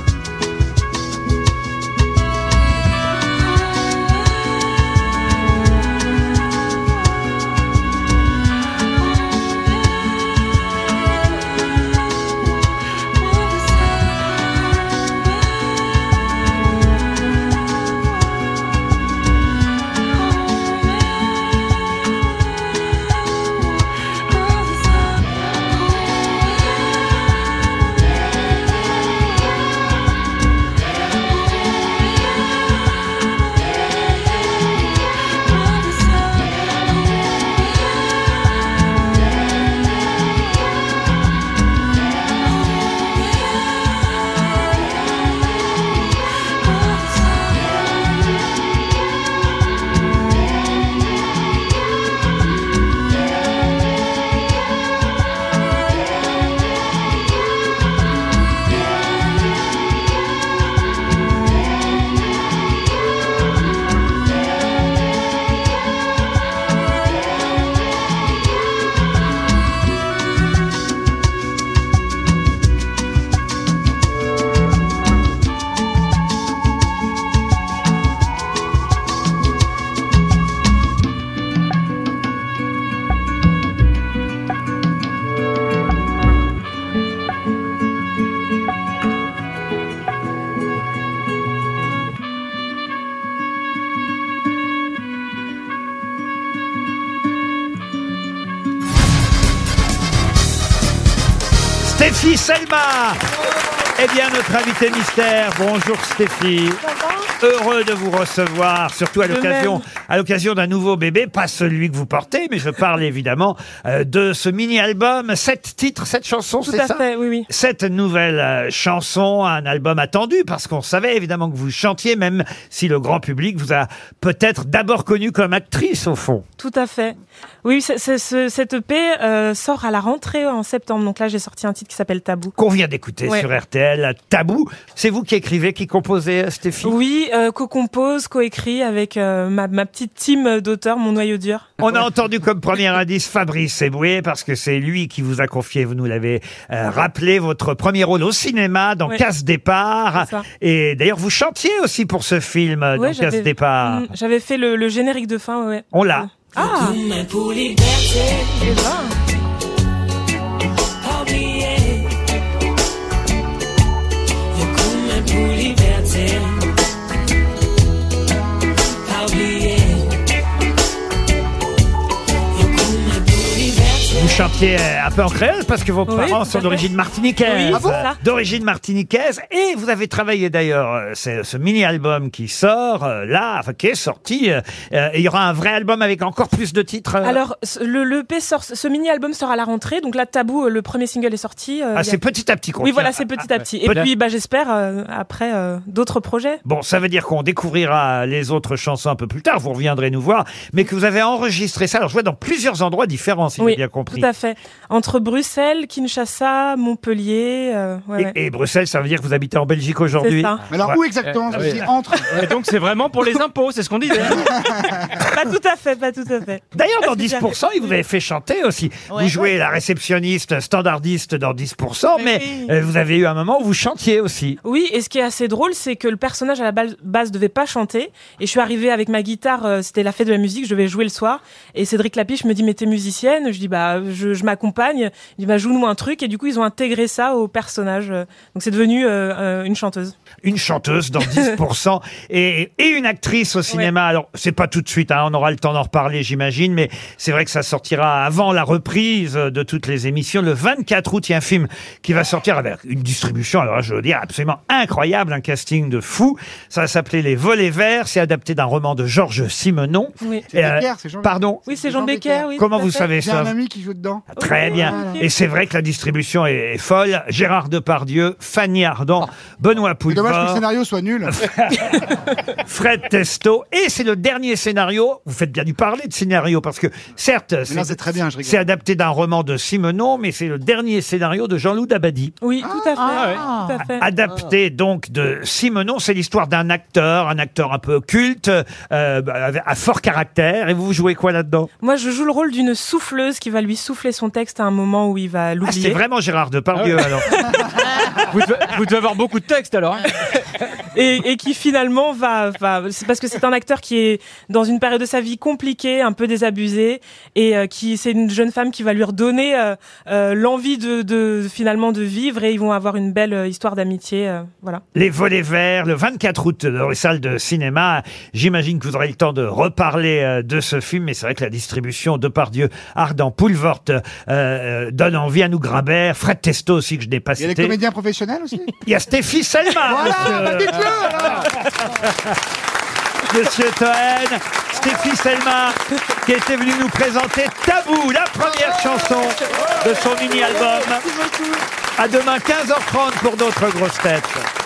Stéphie Selma Eh bien, notre invité mystère, bonjour Stéphie Heureux de vous recevoir, surtout à De l'occasion même. à l'occasion d'un nouveau bébé, pas celui que vous portez, mais je parle évidemment euh, de ce mini-album, sept titres, sept chansons, Tout c'est à ça fait, oui, oui. Cette nouvelle euh, chanson, un album attendu, parce qu'on savait évidemment que vous chantiez, même si le grand public vous a peut-être d'abord connu comme actrice au fond. Tout à fait. Oui, c'est- c'est- ce- cette EP euh, sort à la rentrée en septembre. Donc là, j'ai sorti un titre qui s'appelle Tabou. Qu'on vient d'écouter Ouais. sur RTL, Tabou. C'est vous qui écrivez, qui composez, euh, Stéphie Oui, euh, co-compose, co-écrit avec euh, ma, ma petite team d'auteurs, mon noyau dur. On a entendu comme premier indice Fabrice Eboué, parce que c'est lui qui vous a confié, vous nous l'avez euh, rappelé, votre premier rôle au cinéma dans Ouais. Casse Départ. C'est ça. Et d'ailleurs, vous chantiez aussi pour ce film euh, Ouais, dans Casse j'avais- Départ. Mm, J'avais fait le, le générique de fin, ouais. On l'a. Ah Euh, Pour liberté, pas oublier. Le commun pour liberté, pas oublier. Le commun pour liberté. Vous chantiez euh, un peu en créole parce que vos Oui, parents tout sont à d'origine fait. martiniquaise. Oui, Ah bon Euh, d'origine martiniquaise. Et vous avez travaillé d'ailleurs euh, c'est ce mini-album qui sort euh, là, enfin qui est sorti. euh, euh, et Il y aura un vrai album avec encore plus de titres. euh, Alors, ce- le, le EP sort, ce mini-album sort à la rentrée. Donc là, Tabou, euh, le premier single est sorti. euh, il y ah, a- c'est petit à petit qu'on Oui, tient. Ah, voilà, c'est petit à petit. Et Petit- puis, bah, j'espère, euh, après, euh, d'autres projets. Bon, ça veut dire qu'on découvrira les autres chansons un peu plus tard, vous reviendrez nous voir, mais que vous avez enregistré ça, alors je vois dans plusieurs endroits différents, si j'ai bien compris. Tout à fait. Entre Bruxelles, Kinshasa, Montpellier. euh, ouais, ouais. Et, et Bruxelles, ça veut dire que vous habitez en Belgique aujourd'hui. C'est ça. Mais alors, où exactement Euh, Je oui. suis entre. Et donc c'est vraiment pour les impôts, c'est ce qu'on disait. pas tout à fait, pas tout à fait. D'ailleurs, dans 10%, il vous avait fait chanter aussi. vous jouez la réceptionniste standardiste dans 10%, mais, euh, vous avez eu un moment où vous chantiez aussi. Oui, et ce qui est assez drôle, c'est que le personnage à la base- base devait pas chanter. Et je suis arrivée avec ma guitare, euh, c'était la fête de la musique, je devais jouer le soir. Et Cédric Lapiche me dit, mais t'es musicienne Je dis, bah, je, je m'accompagne. Il dit, bah, joue-nous un truc. Et du coup, ils ont intégré ça au personnage. euh. Donc c'est devenu euh, euh, une chanteuse. Une chanteuse dans 10% et, et une actrice au cinéma. Alors, c'est pas tout de suite, hein, on aura le temps d'en reparler, j'imagine, mais c'est vrai que ça sortira avant la reprise de toutes les émissions. Le 24 août, il y a un film qui va sortir avec une distribution, alors là, je veux dire, absolument incroyable, un casting de fou. Ça va s'appeler Les Volets Verts, c'est adapté d'un roman de Georges Simenon. Oui. Et, euh, Pardon Oui, c'est Jean Becker. oui, Comment tout à vous fait. savez ça Ah, qui joue dedans. Très Oh bien. Et c'est vrai que la distribution est, est folle. Gérard Depardieu, Fanny Ardant, Benoît Oh. C'est dommage que le Poulvord, scénario soit nul. Fred Testo. Et c'est le dernier scénario. Vous faites bien du parler de scénario parce que certes, non, c'est très bien, je rigole. c'est adapté d'un roman de Simenon, mais c'est le dernier scénario de Jean-Loup Dabadi. Oui, tout à fait. Ah tout à fait. Adapté Oh. donc de Simenon, c'est l'histoire d'un acteur, un acteur un peu culte, euh, bah, à fort caractère. Et vous jouez quoi là-dedans Moi, je joue le rôle d'une souffleuse qui va lui souffler son texte à un moment où il va Ah, l'oublier. c'est vraiment Gérard Depardieu Ah oui. alors. vous, devez, vous devez avoir beaucoup de textes alors. hein. et, et qui finalement va, va c'est parce que c'est un acteur qui est dans une période de sa vie compliquée, un peu désabusée, et euh, qui c'est une jeune femme qui va lui redonner euh, euh, l'envie de, de finalement de vivre, et ils vont avoir une belle euh, histoire d'amitié, euh, voilà. Les volets verts, le 24 août dans les salles de cinéma. J'imagine que vous aurez le temps de reparler euh, de ce film, mais c'est vrai que la distribution de Pardieu, Ardent, Poulvort euh, euh, donne envie à nous Grabert, Fred Testo aussi que je n'ai pas Il y a cité. des comédiens professionnels aussi Il y a Stéphie Selma Voilà, monsieur. bah, dites-le, alors. Monsieur Toen, Stéphie Selma, qui était venue nous présenter Tabou, la première chanson de son mini-album. À demain 15h30 pour d'autres grosses têtes.